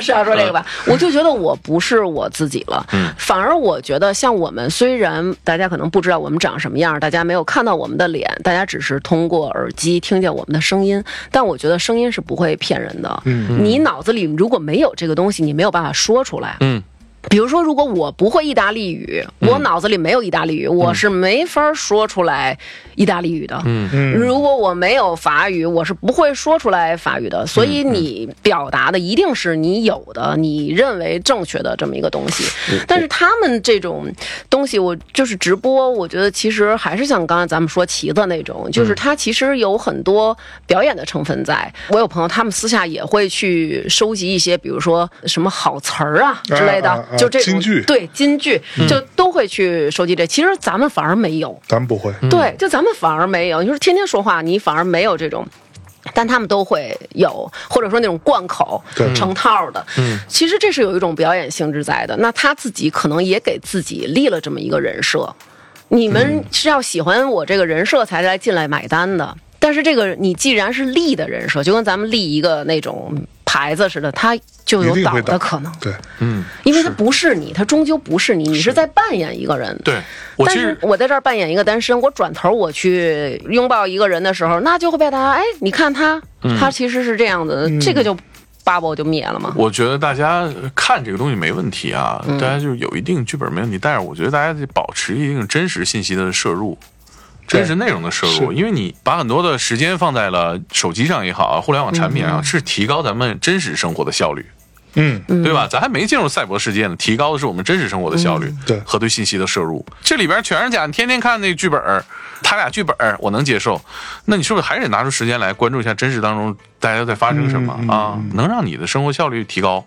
Speaker 1: 是要说这个吧？我就觉得我不是我自己了，反而我觉得像我们，虽然大家可能不知道我们长什么样，大家没有看到我们的脸，大家只是通过耳机听见我们的声音，但我觉得声音是不会骗人的。你脑子里如果没有这个东西，你没有办法说出来。
Speaker 3: 嗯
Speaker 1: 比如说，如果我不会意大利语，我脑子里没有意大利语，我是没法说出来意大利语的。嗯，如果我没有法语，我是不会说出来法语的。所以你表达的一定是你有的，你认为正确的这么一个东西。但是他们这种东西，我就是直播，我觉得其实还是像刚才咱们说旗子那种，就是它其实有很多表演的成分在。我有朋友，他们私下也会去收集一些，比如说什么好词儿啊之类的，
Speaker 2: 啊啊啊
Speaker 1: 就这种
Speaker 2: 金句嗯
Speaker 1: 对金句，就都会去收集这。其实咱们反而没有，
Speaker 2: 咱们不会，
Speaker 3: 嗯
Speaker 1: 对，就咱们反而没有。你说天天说话，你反而没有这种。但他们都会有，或者说那种贯口
Speaker 2: 对、
Speaker 1: 成套的，嗯，其实这是有一种表演性质在的。那他自己可能也给自己立了这么一个人设，你们是要喜欢我这个人设才来进来买单的。但是这个你既然是立的人设，就跟咱们立一个那种牌子似的，它就
Speaker 2: 一
Speaker 1: 有
Speaker 2: 定
Speaker 1: 倒
Speaker 2: 会
Speaker 1: 的
Speaker 2: 的
Speaker 1: 可能，
Speaker 2: 对，
Speaker 1: 因为它不是你，它终究不是你，你是在扮演一个人。
Speaker 3: 对我
Speaker 1: 但
Speaker 3: 其
Speaker 1: 是
Speaker 3: 实
Speaker 1: 我在这儿扮演一个单身，我转头我去拥抱一个人的时候，那就会被大家哎，你看他，
Speaker 3: 嗯
Speaker 1: 他其实是这样的，这个就 bubble 就灭了嘛。
Speaker 3: 我觉得大家看这个东西没问题啊，
Speaker 1: 嗯
Speaker 3: 大家就是有一定剧本没问题，但是我觉得大家得保持一定真实信息的摄入。真实内容的摄入，
Speaker 2: 是
Speaker 3: 因为你把很多的时间放在了手机上也好啊，互联网产
Speaker 1: 嗯
Speaker 3: 品啊，是提高咱们真实生活的效率，
Speaker 2: 嗯，
Speaker 3: 对吧？咱还没进入赛博世界呢，提高的是我们真实生活的效率
Speaker 2: 对
Speaker 3: 和对信息的摄入。这里边全是假，你天天看那剧本儿，他俩剧本儿我能接受，那你是不是还得拿出时间来关注一下真实当中大家在发生什么啊？能让你的生活效率提高，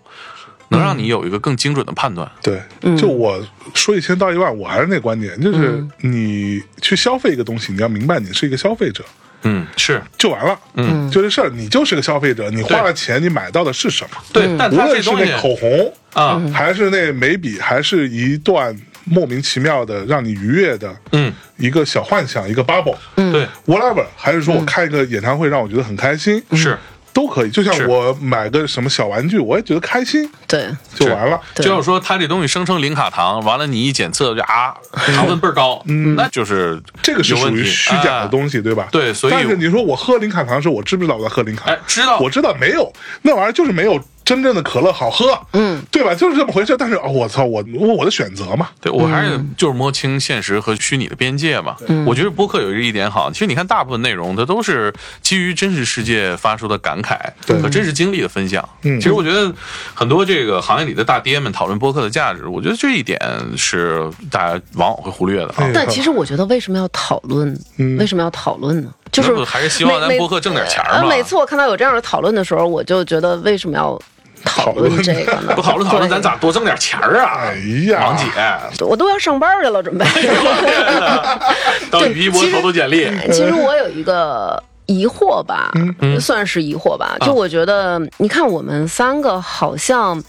Speaker 3: 能让你有一个更精准的判断。
Speaker 2: 对，
Speaker 3: 嗯
Speaker 2: 就我说一千道一万，我还是那观点，就是你去消费一个东西，你要明白你是一个消费者，
Speaker 3: 嗯，是
Speaker 2: 就完了，嗯，就这事儿，你就是个消费者，你花了钱，你买到的是什么？
Speaker 3: 对，但
Speaker 2: 无
Speaker 3: 他这
Speaker 2: 论是
Speaker 3: 东西
Speaker 2: 那口红
Speaker 3: 啊，
Speaker 2: 还是那眉笔，还是一段莫名其妙的让你愉悦的，
Speaker 3: 嗯，
Speaker 2: 一个小幻想，一个 bubble，
Speaker 3: 对，
Speaker 2: whatever，还是说
Speaker 3: 嗯
Speaker 2: 我看一个演唱会让我觉得很开心，
Speaker 3: 是。
Speaker 2: 都可以。就像
Speaker 3: 是
Speaker 2: 我买个什么小玩具，我也觉得开心
Speaker 1: 对，
Speaker 2: 就完了。
Speaker 1: 对
Speaker 3: 就是说，他这东西声称零卡糖，完了你一检测就啊，糖分倍儿高，那就是
Speaker 2: 嗯这个是
Speaker 3: 有问
Speaker 2: 属于
Speaker 3: 题
Speaker 2: 虚假的
Speaker 3: 啊
Speaker 2: 东西，对吧？
Speaker 3: 对所以
Speaker 2: 但是你说我喝零卡糖的时候，我知不知道我在喝零卡？
Speaker 3: 哎知道
Speaker 2: 我知道没有，那玩意儿就是没有真正的可乐好喝，嗯，对吧？就是这么回事。但是哦，我操，我我我的选择嘛，
Speaker 3: 对我还是
Speaker 2: 嗯
Speaker 3: 就是摸清现实和虚拟的边界嘛。我觉得播客有一点好，其实你看大部分内容它都是基于真实世界发出的感慨和真实经历的分享。
Speaker 2: 嗯
Speaker 3: 其实我觉得很多这个行业里的大爹们讨论播客的价值，我觉得这一点是大家往往会忽略的啊
Speaker 2: 哎。
Speaker 1: 但其实我觉得为什么要讨论？为什么要讨论呢？就是
Speaker 3: 嗯那不还是希望咱
Speaker 1: 每
Speaker 3: 播客挣点钱儿
Speaker 1: 呃
Speaker 3: 嘛
Speaker 1: 每次我看到有这样的讨论的时候，我就觉得为什么要讨论这个呢？
Speaker 3: 不讨论讨论，
Speaker 1: 对
Speaker 3: 咱咋多挣点钱儿啊？
Speaker 2: 哎呀
Speaker 3: 王姐，
Speaker 1: 我都要上班去了，准备。
Speaker 3: 到雨衣博投投简
Speaker 2: 嗯
Speaker 3: 历，
Speaker 1: 其实我有一个疑惑吧，算是疑惑吧。就我觉得，你看我们三个好像。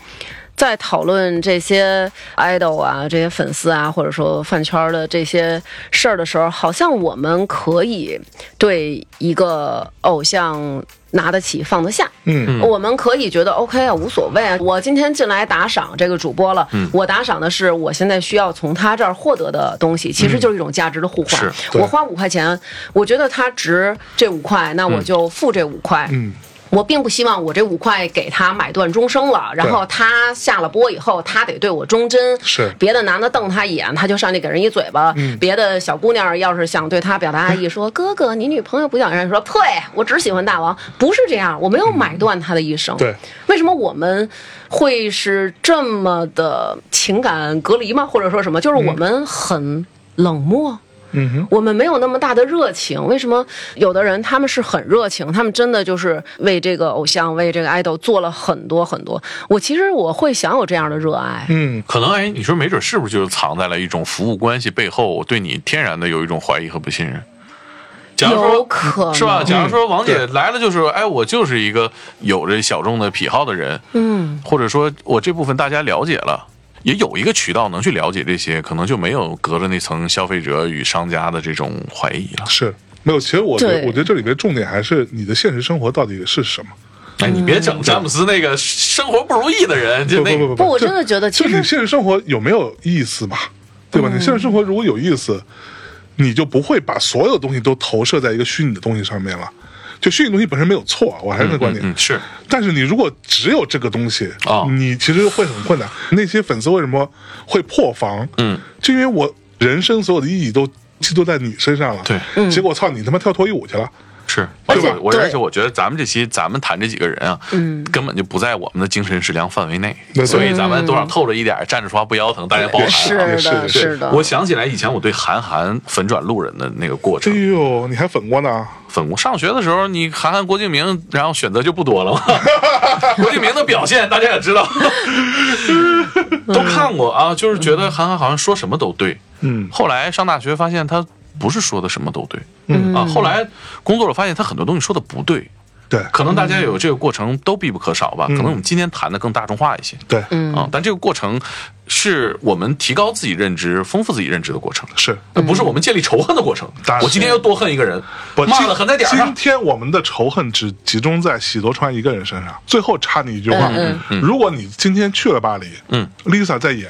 Speaker 1: 在讨论这些 idol 啊、这些粉丝啊，或者说饭圈的这些事儿的时候，好像我们可以对一个偶像拿得起放得下，
Speaker 2: 嗯，
Speaker 1: 我们可以觉得 OK 啊，无所谓啊。我今天进来打赏这个主播了，我打赏的是我现在需要从他这儿获得的东西，其实就是一种价值的互换。
Speaker 3: 是
Speaker 2: 对
Speaker 1: 我花五块钱，我觉得他值这五块，那我就付这五块。
Speaker 2: 嗯
Speaker 1: 我并不希望我这五块给他买断终生了，然后他下了播以后，他得对我忠贞。
Speaker 2: 是
Speaker 1: 别的男的瞪他一眼，他就上去给人一嘴巴。
Speaker 2: 嗯
Speaker 1: 别的小姑娘要是想对他表达爱意，说哥哥，你女朋友不想让人说，呸，我只喜欢大王，不是这样，我没有买断他的一生。
Speaker 2: 对，
Speaker 1: 为什么我们会是这么的情感隔离吗？或者说什么？就是我们很冷漠。
Speaker 2: 嗯哼，
Speaker 1: 我们没有那么大的热情。为什么有的人他们是很热情，他们真的就是为这个偶像、为这个 idol 做了很多很多。我其实我会享有这样的热爱，
Speaker 2: 嗯，
Speaker 3: 可能哎，你说没准是不是就是藏在了一种服务关系背后，我对你天然的有一种怀疑和不信任？假如
Speaker 1: 有
Speaker 3: 说。
Speaker 1: 可能
Speaker 3: 是吧？假如说王姐
Speaker 2: 对
Speaker 3: 来了，就是哎，我就是一个有着小众的癖好的人，
Speaker 1: 嗯，
Speaker 3: 或者说我这部分大家了解了，也有一个渠道能去了解这些，可能就没有隔着那层消费者与商家的这种怀疑了。
Speaker 2: 是没有。其实我觉得
Speaker 1: 对
Speaker 2: 我觉得这里边重点还是你的现实生活到底是什么？
Speaker 3: 哎，你别整詹姆斯那个生活不如意的人，就
Speaker 2: 不
Speaker 3: 那
Speaker 2: 不不
Speaker 1: 不，我
Speaker 2: 就
Speaker 1: 真的觉得其
Speaker 2: 就你
Speaker 1: 实嗯
Speaker 2: 现实生活有没有意思嘛？对吧？你现实生活如果有意思，你就不会把所有东西都投射在一个虚拟的东西上面了。就虚拟东西本身没有错啊，我还是那个观点。
Speaker 3: 嗯嗯是，
Speaker 2: 但是你如果只有这个东西，
Speaker 3: 哦
Speaker 2: 你其实会很困难。那些粉丝为什么会破防？
Speaker 3: 嗯，
Speaker 2: 就因为我人生所有的意义都 寄托在你身上了。
Speaker 3: 对，
Speaker 2: 结果操你他妈跳脱衣舞去了。
Speaker 3: 是，
Speaker 1: 而
Speaker 3: 对
Speaker 1: 且
Speaker 3: 吧？我
Speaker 1: 对
Speaker 3: 而且我觉得咱们这期咱们谈这几个人啊，嗯，根本就不在我们的精神食粮范围内，
Speaker 2: 那对
Speaker 3: 所以咱们多少透着一点，站着说话不腰疼，大家包涵
Speaker 1: 嗯哦
Speaker 3: 啊。
Speaker 1: 是
Speaker 2: 也是
Speaker 1: 的，
Speaker 2: 也是
Speaker 1: 是的，
Speaker 3: 我想起来以前我对韩寒粉转路人的那个过
Speaker 2: 哎
Speaker 3: 程，
Speaker 2: 呦，你还粉过呢？
Speaker 3: 粉红上学的时候，你韩寒、郭敬明，然后选择就不多了嘛。郭敬明的表现大家也知道，都看过啊，就是觉得韩寒好像说什么都对。
Speaker 2: 嗯
Speaker 3: 后来上大学发现他不是说的什么都对，
Speaker 1: 嗯
Speaker 3: 啊，后来工作了发现他很多东西说的不对，
Speaker 2: 对
Speaker 3: 可能大家有这个过程都必不可少
Speaker 2: 嗯
Speaker 3: 吧。可能我们今天谈的更大众化一些
Speaker 2: 对，
Speaker 1: 嗯
Speaker 3: 啊，但这个过程是我们提高自己认知、丰富自己认知的过程。
Speaker 2: 是。
Speaker 3: 那不是
Speaker 1: 嗯
Speaker 3: 我们建立仇恨的过程
Speaker 2: 当。然
Speaker 3: 我今天要多恨一个人，
Speaker 2: 不
Speaker 3: 骂
Speaker 2: 今
Speaker 3: 了狠在点儿上啊
Speaker 2: 今。天我们的仇恨只集中在喜多川一个人身上。最后插你一句话：
Speaker 1: 嗯
Speaker 2: 如果你今天去了巴黎，
Speaker 3: 嗯
Speaker 2: ，Lisa 在演，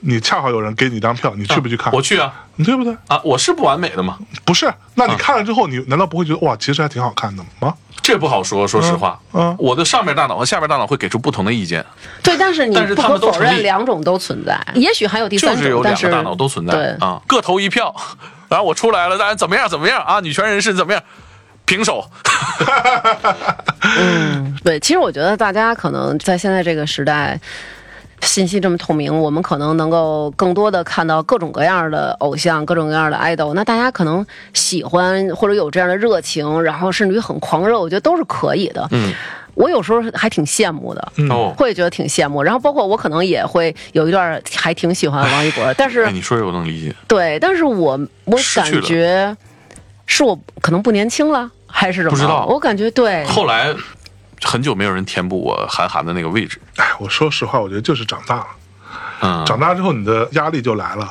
Speaker 2: 你恰好有人给你一张票，你去不去看？
Speaker 3: 我去啊
Speaker 2: 你对不对？
Speaker 3: 啊！我是不完美的嘛，
Speaker 2: 不是，那你看了之后，你难道不会觉得哇，其实还挺好看的吗？
Speaker 3: 这不好说。说实话，
Speaker 2: 嗯嗯
Speaker 3: 我的上面大脑和下边大脑会给出不同的意见，
Speaker 1: 对，但是你
Speaker 3: 但是
Speaker 1: 不
Speaker 3: 他
Speaker 1: 可
Speaker 3: 们都
Speaker 1: 否
Speaker 3: 成
Speaker 1: 认
Speaker 3: 立
Speaker 1: 两种都存在，也许还有第三
Speaker 3: 就是
Speaker 1: 种，
Speaker 3: 有两
Speaker 1: 但是
Speaker 3: 个大脑都存
Speaker 1: 对
Speaker 3: 在，啊，各投一票， 然后我出来了，大家怎么样怎么样啊？女权人士怎么样？平手，
Speaker 1: 嗯对，其实我觉得大家可能在现在这个时代。信息这么透明，我们可能能够更多的看到各种各样的偶像、各种各样的 idol。那大家可能喜欢或者有这样的热情，然后甚至于很狂热，我觉得都是可以的。嗯，我有时候还挺羡慕的。
Speaker 3: 哦，
Speaker 1: 会觉得挺羡慕，然后包括我可能也会有一段还挺喜欢王一博的，但是
Speaker 3: 哎，你说这我能理解，
Speaker 1: 对，但是我我
Speaker 3: 失
Speaker 1: 感
Speaker 3: 去了
Speaker 1: 觉是我可能不年轻了，还是什么？
Speaker 3: 不知道
Speaker 1: 我感觉对，
Speaker 3: 后来。很久没有人填补我韩寒的那个位置，
Speaker 2: 哎，我说实话，我觉得就是长大了，
Speaker 3: 嗯，
Speaker 2: 长大之后你的压力就来了，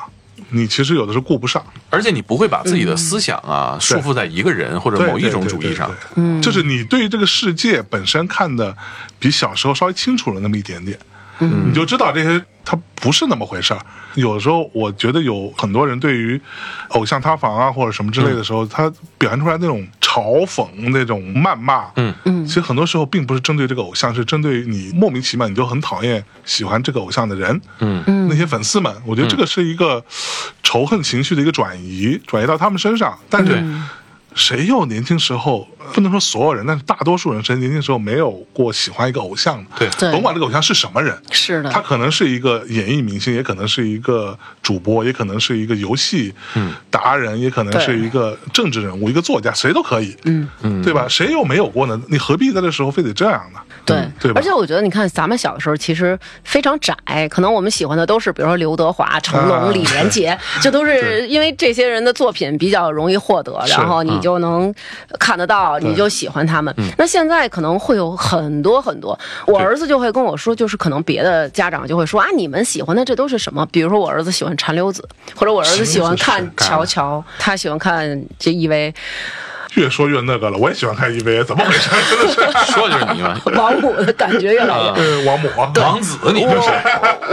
Speaker 2: 你其实有的是顾不上。
Speaker 3: 而且你不会把自己的思想啊束缚在一个人或者
Speaker 2: 对
Speaker 3: 某一种
Speaker 2: 对
Speaker 3: 主
Speaker 2: 对
Speaker 3: 义上
Speaker 2: 对，对就是你对这个世界本身看的比小时候稍微清楚了那么一点点，
Speaker 3: 嗯
Speaker 2: 你就知道这些它不是那么回事儿。有的时候我觉得有很多人对于偶像塌房啊或者什么之类
Speaker 3: 嗯
Speaker 2: 的时候，他表现出来那种嘲讽、那种谩骂，
Speaker 3: 嗯
Speaker 2: 嗯，其实很多时候并不是针对这个偶像，是针对你莫名其妙你就很讨厌喜欢这个偶像的人，
Speaker 3: 嗯
Speaker 2: 那些粉丝们，我觉得这个是一个仇恨情绪的一个转移，转移到他们身上。但是
Speaker 3: 对
Speaker 2: 谁又年轻时候不能说所有人，但是大多数人谁年轻时候没有过喜欢一个偶像的？
Speaker 3: 对
Speaker 1: 对
Speaker 2: 甭管这个偶像是什么人，
Speaker 1: 是的，
Speaker 2: 他可能是一个演艺明星，也可能是一个主播，也可能是一个游戏达人，也可能是一个政治人物，一个作家，谁都可以，
Speaker 1: 嗯
Speaker 2: 嗯，对吧？谁又没有过呢？你何必在这时候非得这样呢？嗯
Speaker 1: 对，
Speaker 2: 对吧
Speaker 1: 而且我觉得，你看咱们小的时候其实非常窄，可能我们喜欢的都是比如说刘德华、成龙、
Speaker 2: 啊
Speaker 1: 李连 杰，这都是因为这些人的作品比较容易获得，
Speaker 2: 是
Speaker 1: 然后你就能呃看得到，你就喜欢他们。
Speaker 2: 嗯
Speaker 1: 那现在可能会有很多很多，我儿子就会跟我说，就是可能别的家长就会说啊，你们喜欢的这都是什么？比如说我儿子喜欢《婵柳子》，或者我儿子喜欢看
Speaker 2: 是
Speaker 1: 乔乔，他喜欢看这 EV。
Speaker 2: 越说越那个了。我也喜欢看 EVA，怎么回事？真的是，
Speaker 3: 说的就是你嘛，
Speaker 1: 王母的感觉越来
Speaker 3: 啊
Speaker 1: 越。
Speaker 2: 呃，王母，
Speaker 3: 王子，你这是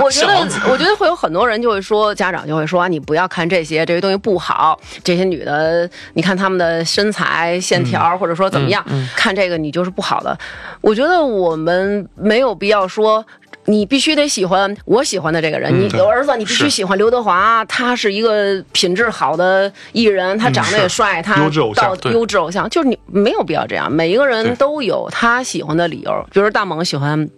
Speaker 1: 我觉得
Speaker 3: 小王子，
Speaker 1: 我觉得会有很多人就会说，家长就会说啊，你不要看这些，这些东西不好。这些女的，你看她们的身材、
Speaker 3: 嗯
Speaker 1: 线条，或者说怎么样，看这个你就是不好的。我觉得我们没有必要说。你必须得喜欢我喜欢的这个人，你我儿子，你必须
Speaker 3: 嗯是
Speaker 1: 喜欢刘德华，啊他是一个品质好的艺人，
Speaker 3: 嗯
Speaker 1: 他长得也
Speaker 2: 是
Speaker 1: 帅，他
Speaker 2: 优质偶像
Speaker 1: 到
Speaker 3: 对
Speaker 1: 优质偶像，就是你没有必要这样。每一个人
Speaker 3: 对
Speaker 1: 都有他喜欢的理由，比如说大萌喜欢。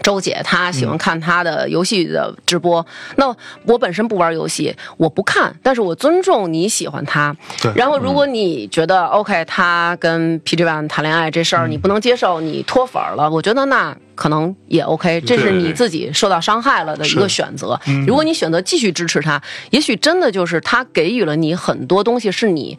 Speaker 1: 周姐她
Speaker 2: 嗯
Speaker 1: 喜欢看她的游戏的直播，那我本身不玩游戏，我不看，但是我尊重你喜欢她。
Speaker 2: 对嗯
Speaker 1: 然后如果你觉得、OK，她跟 PG One 谈恋爱这事儿
Speaker 2: 嗯
Speaker 1: 你不能接受，你脱粉儿了，我觉得那可能也 OK，这是
Speaker 3: 对对
Speaker 1: 你
Speaker 3: 对
Speaker 1: 自己受到伤害了的一个选择。
Speaker 2: 嗯
Speaker 1: 如果你选择继续支持她，也许真的就是她给予了你很多东西，是你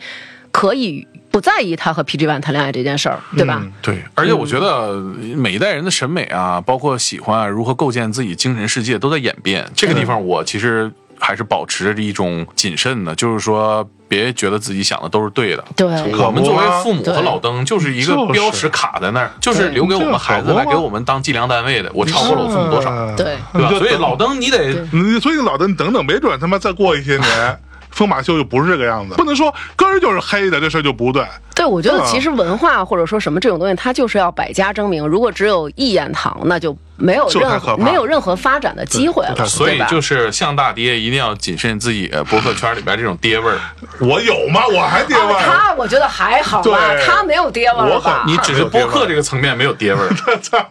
Speaker 1: 可以不在意她和 PG One 谈恋爱这件事儿，
Speaker 2: 嗯
Speaker 1: 对吧？
Speaker 3: 对，而且我觉得每一代人的审美啊，包括喜欢啊如何构建自己精神世界，都在演变。这个地方我其实还是保持着一种谨慎的，就是说别觉得自己想的都是对的。
Speaker 1: 对，
Speaker 3: 我们作为父母
Speaker 1: 对
Speaker 3: 和老登，就是一个
Speaker 2: 就是
Speaker 3: 标识卡在那儿，就是留给我们孩子来给我们当计量单位的。我超过了我父母多少，
Speaker 2: 啊
Speaker 1: 对
Speaker 3: 对
Speaker 2: 你
Speaker 3: 吧？
Speaker 2: 就
Speaker 3: 所以
Speaker 2: 等
Speaker 3: 老登你得
Speaker 2: 你所以老的，你等等，没准他妈再过一些 年，风马秀就不是这个样子。不能说根儿就是黑的，这事儿就不对。
Speaker 1: 对，我觉得
Speaker 2: 啊
Speaker 1: 其实文化或者说什么这种东西，它就是要百家争鸣。如果只有一言堂，那就没有
Speaker 2: 就太
Speaker 1: 任
Speaker 2: 可怕
Speaker 1: 何
Speaker 2: 了
Speaker 1: 没有任何发展的机会
Speaker 2: 对就
Speaker 1: 了，
Speaker 2: 太
Speaker 3: 所以
Speaker 1: 对吧
Speaker 3: 就是像大爹，一定要谨慎自己呃博客圈里边这种爹味儿。
Speaker 2: 我有吗？我还爹味
Speaker 1: 啊
Speaker 2: 儿。
Speaker 3: 哦
Speaker 1: 他我觉得还好吧，
Speaker 2: 对
Speaker 1: 他没有爹味儿
Speaker 2: 我
Speaker 1: 吧
Speaker 2: 很？
Speaker 3: 你只是播客这个层面没有爹 味儿，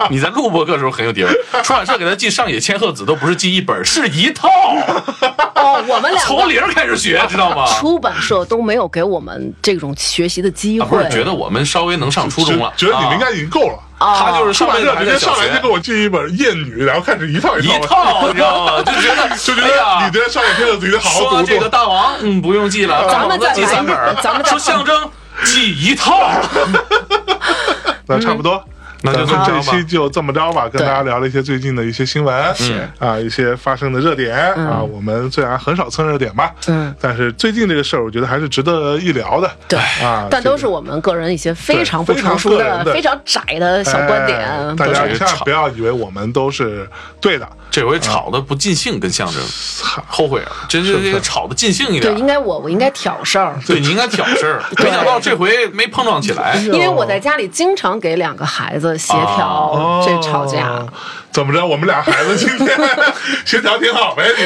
Speaker 3: 你在录播客的时候很有爹味儿。出版社给他寄上野千鹤子都不是寄一本，是一套，
Speaker 1: 哦，我们两
Speaker 3: 从
Speaker 1: 个哦
Speaker 3: 零开始学，知道吗？
Speaker 2: 啊
Speaker 1: 出版社都没有给我们这种学习的机
Speaker 3: 啊不
Speaker 1: 会
Speaker 3: 是，觉得我们稍微能上初中了，
Speaker 2: 觉得你们应
Speaker 3: 啊
Speaker 2: 该已经够了。
Speaker 1: 啊
Speaker 3: 他就是
Speaker 2: 出
Speaker 3: 上
Speaker 2: 版社
Speaker 3: 辈子还
Speaker 2: 直
Speaker 3: 在
Speaker 2: 接
Speaker 3: 小
Speaker 2: 上来就给
Speaker 3: 学。
Speaker 2: 我寄一本《厌女》，然后开始一套
Speaker 3: 一
Speaker 2: 套，
Speaker 3: 套，你知道吗？就觉得
Speaker 2: 就觉
Speaker 3: 哎
Speaker 2: 得
Speaker 3: 呀
Speaker 2: 你这上野千鹤子你得好好
Speaker 3: 说
Speaker 2: 读
Speaker 3: 这
Speaker 2: 读
Speaker 3: 个。大王，嗯，不用记了，
Speaker 1: 咱们
Speaker 3: 大王
Speaker 1: 再
Speaker 3: 记三本儿，
Speaker 1: 咱们再
Speaker 3: 说象征记一 套，
Speaker 2: 那差不多。
Speaker 3: 那就
Speaker 2: 嗯咱们这
Speaker 3: 这么着吧
Speaker 2: 期就这么着吧，跟
Speaker 1: 对
Speaker 2: 大家聊了一些最近的一些新闻，啊，一些发生的热点啊。我们虽然很少蹭热点吧，
Speaker 1: 嗯，
Speaker 2: 但是最近这个事儿，我觉得还是值得一聊的。
Speaker 1: 对
Speaker 2: 啊，
Speaker 1: 但
Speaker 2: 这
Speaker 1: 都
Speaker 2: 个
Speaker 1: 是我们个人一些非
Speaker 2: 对
Speaker 1: 常不
Speaker 2: 非
Speaker 1: 成
Speaker 2: 常
Speaker 1: 熟
Speaker 2: 个
Speaker 1: 的
Speaker 2: 人、的
Speaker 1: 非常窄的小观
Speaker 2: 哎
Speaker 1: 点，
Speaker 2: 大
Speaker 1: 不
Speaker 2: 家
Speaker 1: 是
Speaker 2: 千万不要以为我们都是对的。
Speaker 3: 这回吵的不尽兴，跟象征
Speaker 2: 嗯
Speaker 3: 后悔了，真是这个吵的尽兴一
Speaker 1: 对，
Speaker 3: 点
Speaker 1: 应。该我我应该挑事儿。
Speaker 3: 对你应该挑事儿，没想到这回没碰撞起来。
Speaker 1: 因为我在家里经常给两个孩子协调
Speaker 2: 哦
Speaker 1: 这吵架，
Speaker 2: 怎么着？我们俩孩子今天 协调挺好呗？你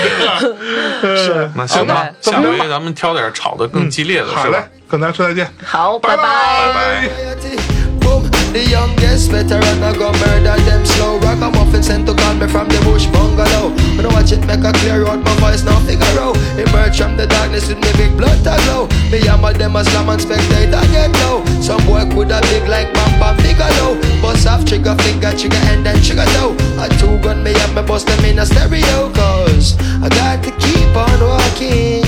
Speaker 2: 这个，是
Speaker 3: 那行吧，
Speaker 2: 好
Speaker 3: 下
Speaker 2: 的
Speaker 3: 回咱们挑点吵得更激烈的，
Speaker 2: 嗯好
Speaker 3: 是
Speaker 2: 嘞
Speaker 3: 吧？，
Speaker 2: 跟大家说再见，
Speaker 1: 好，拜拜。
Speaker 2: 拜。
Speaker 5: society. Boom, the youngest veteran I go murder them slow. Ragamuffin sent to call me from the bush bungalow. When I watch it make a clear out, my voice now figure out. Emerge from the darkness with me big blood to glow. Me yammer them a slam and spectate I get low. Some boy coulda big like Bam Bam Bigelow. Bust off trigger finger, trigger and then trigger toe. A two gun me up, me bust them in a stereo. Cause I got to keep on walking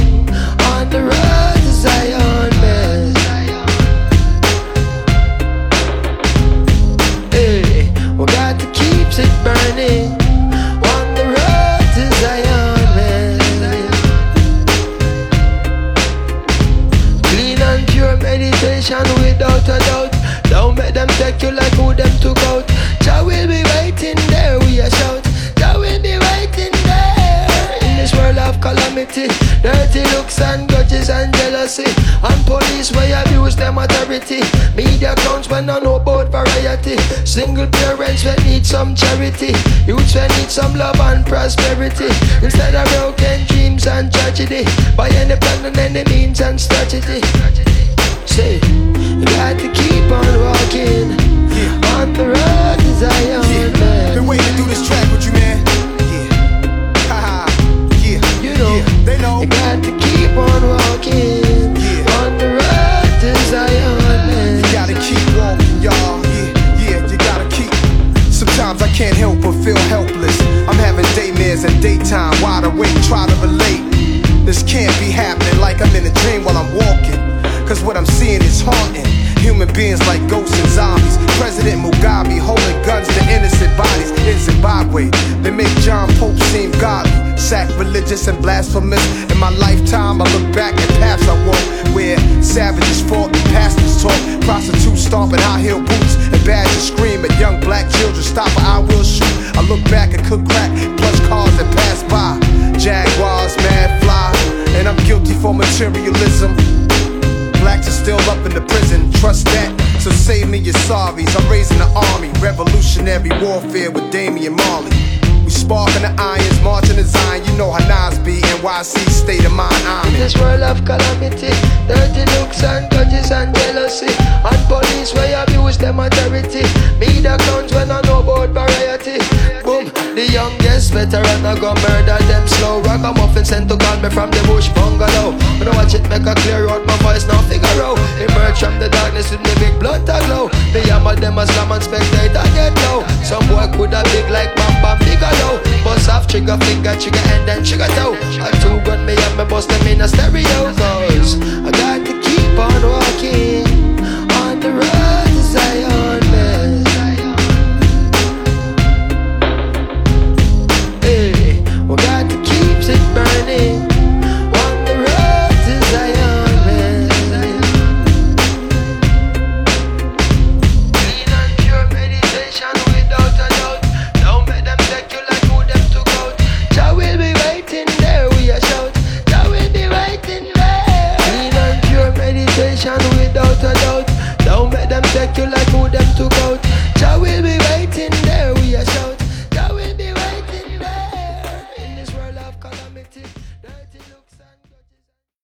Speaker 5: on the road to Zion, man. Hey, we got to keep it burning. On the road to Zion, man. Clean and pure meditation without a doubt. Don't make them take you like who them took out. Jah will be waiting there, we a shout. Jah will be waiting there. In this world of calamity, dirty looks and grudges and jealousy. And police way abuse them authority. Media accounts when I know about variety. Single parents we need some charity. Youths we need some love and prosperity. Instead of broken dreams and tragedy. By any plan and any means and strategy. Say, you got to keep on walking. On the road to Zion, man.
Speaker 6: Been waiting to do this track with you, man. Yeah. Haha. yeah.
Speaker 5: You know.
Speaker 6: Yeah, they know.
Speaker 5: You got to keep on walking.
Speaker 6: Yeah.
Speaker 5: On the road to Zion, man.
Speaker 6: You gotta keep walking, y'all. Yeah, yeah, you gotta keep. Sometimes I can't help but feel helpless. I'm having daymares and daytime, wide awake, try to relate. This can't be happening like I'm in a dream while I'm walking. Cause what I'm seeing is haunting. Human beings like ghosts and zombies. President Mugabe holding guns to innocent bodies in Zimbabwe. They make John Pope seem godly, sacrilegious and blasphemous. In my lifetime, I look back at paths I walked where savages fought and pastors taught stomp in high heel boots and badge and scream at young black children. Stop or I will shoot. I look back and cook crack, plus cars that pass by. Jaguars, mad fly, and I'm guilty for materialism. Blacks are still up in the prison, trust that. So save me your sorries. I'm raising the army, revolutionary warfare with Damian Marley. We sparking the irons, marching the Zion. You know how Nas be, NYC state of mind I'm
Speaker 5: In
Speaker 6: in.
Speaker 5: this world of calamity, dirty looks and grudges and jealousy, and police way abuse them authority. Media clowns when I know about variety. Boom, the youngest veteran I go murder them slow. Rock a muffin sent to call me from the bush bungalow. When I watch it make a clear out, my voice now figure out. Emerge from the darkness with me big blood to glow. Me hammer them a slam and spectator get low. Some boy coulda big like Bam Bam Bigelow. Bust off trigger finger, trigger and then trigger toe. A two gun me and me bust them in a stereo. So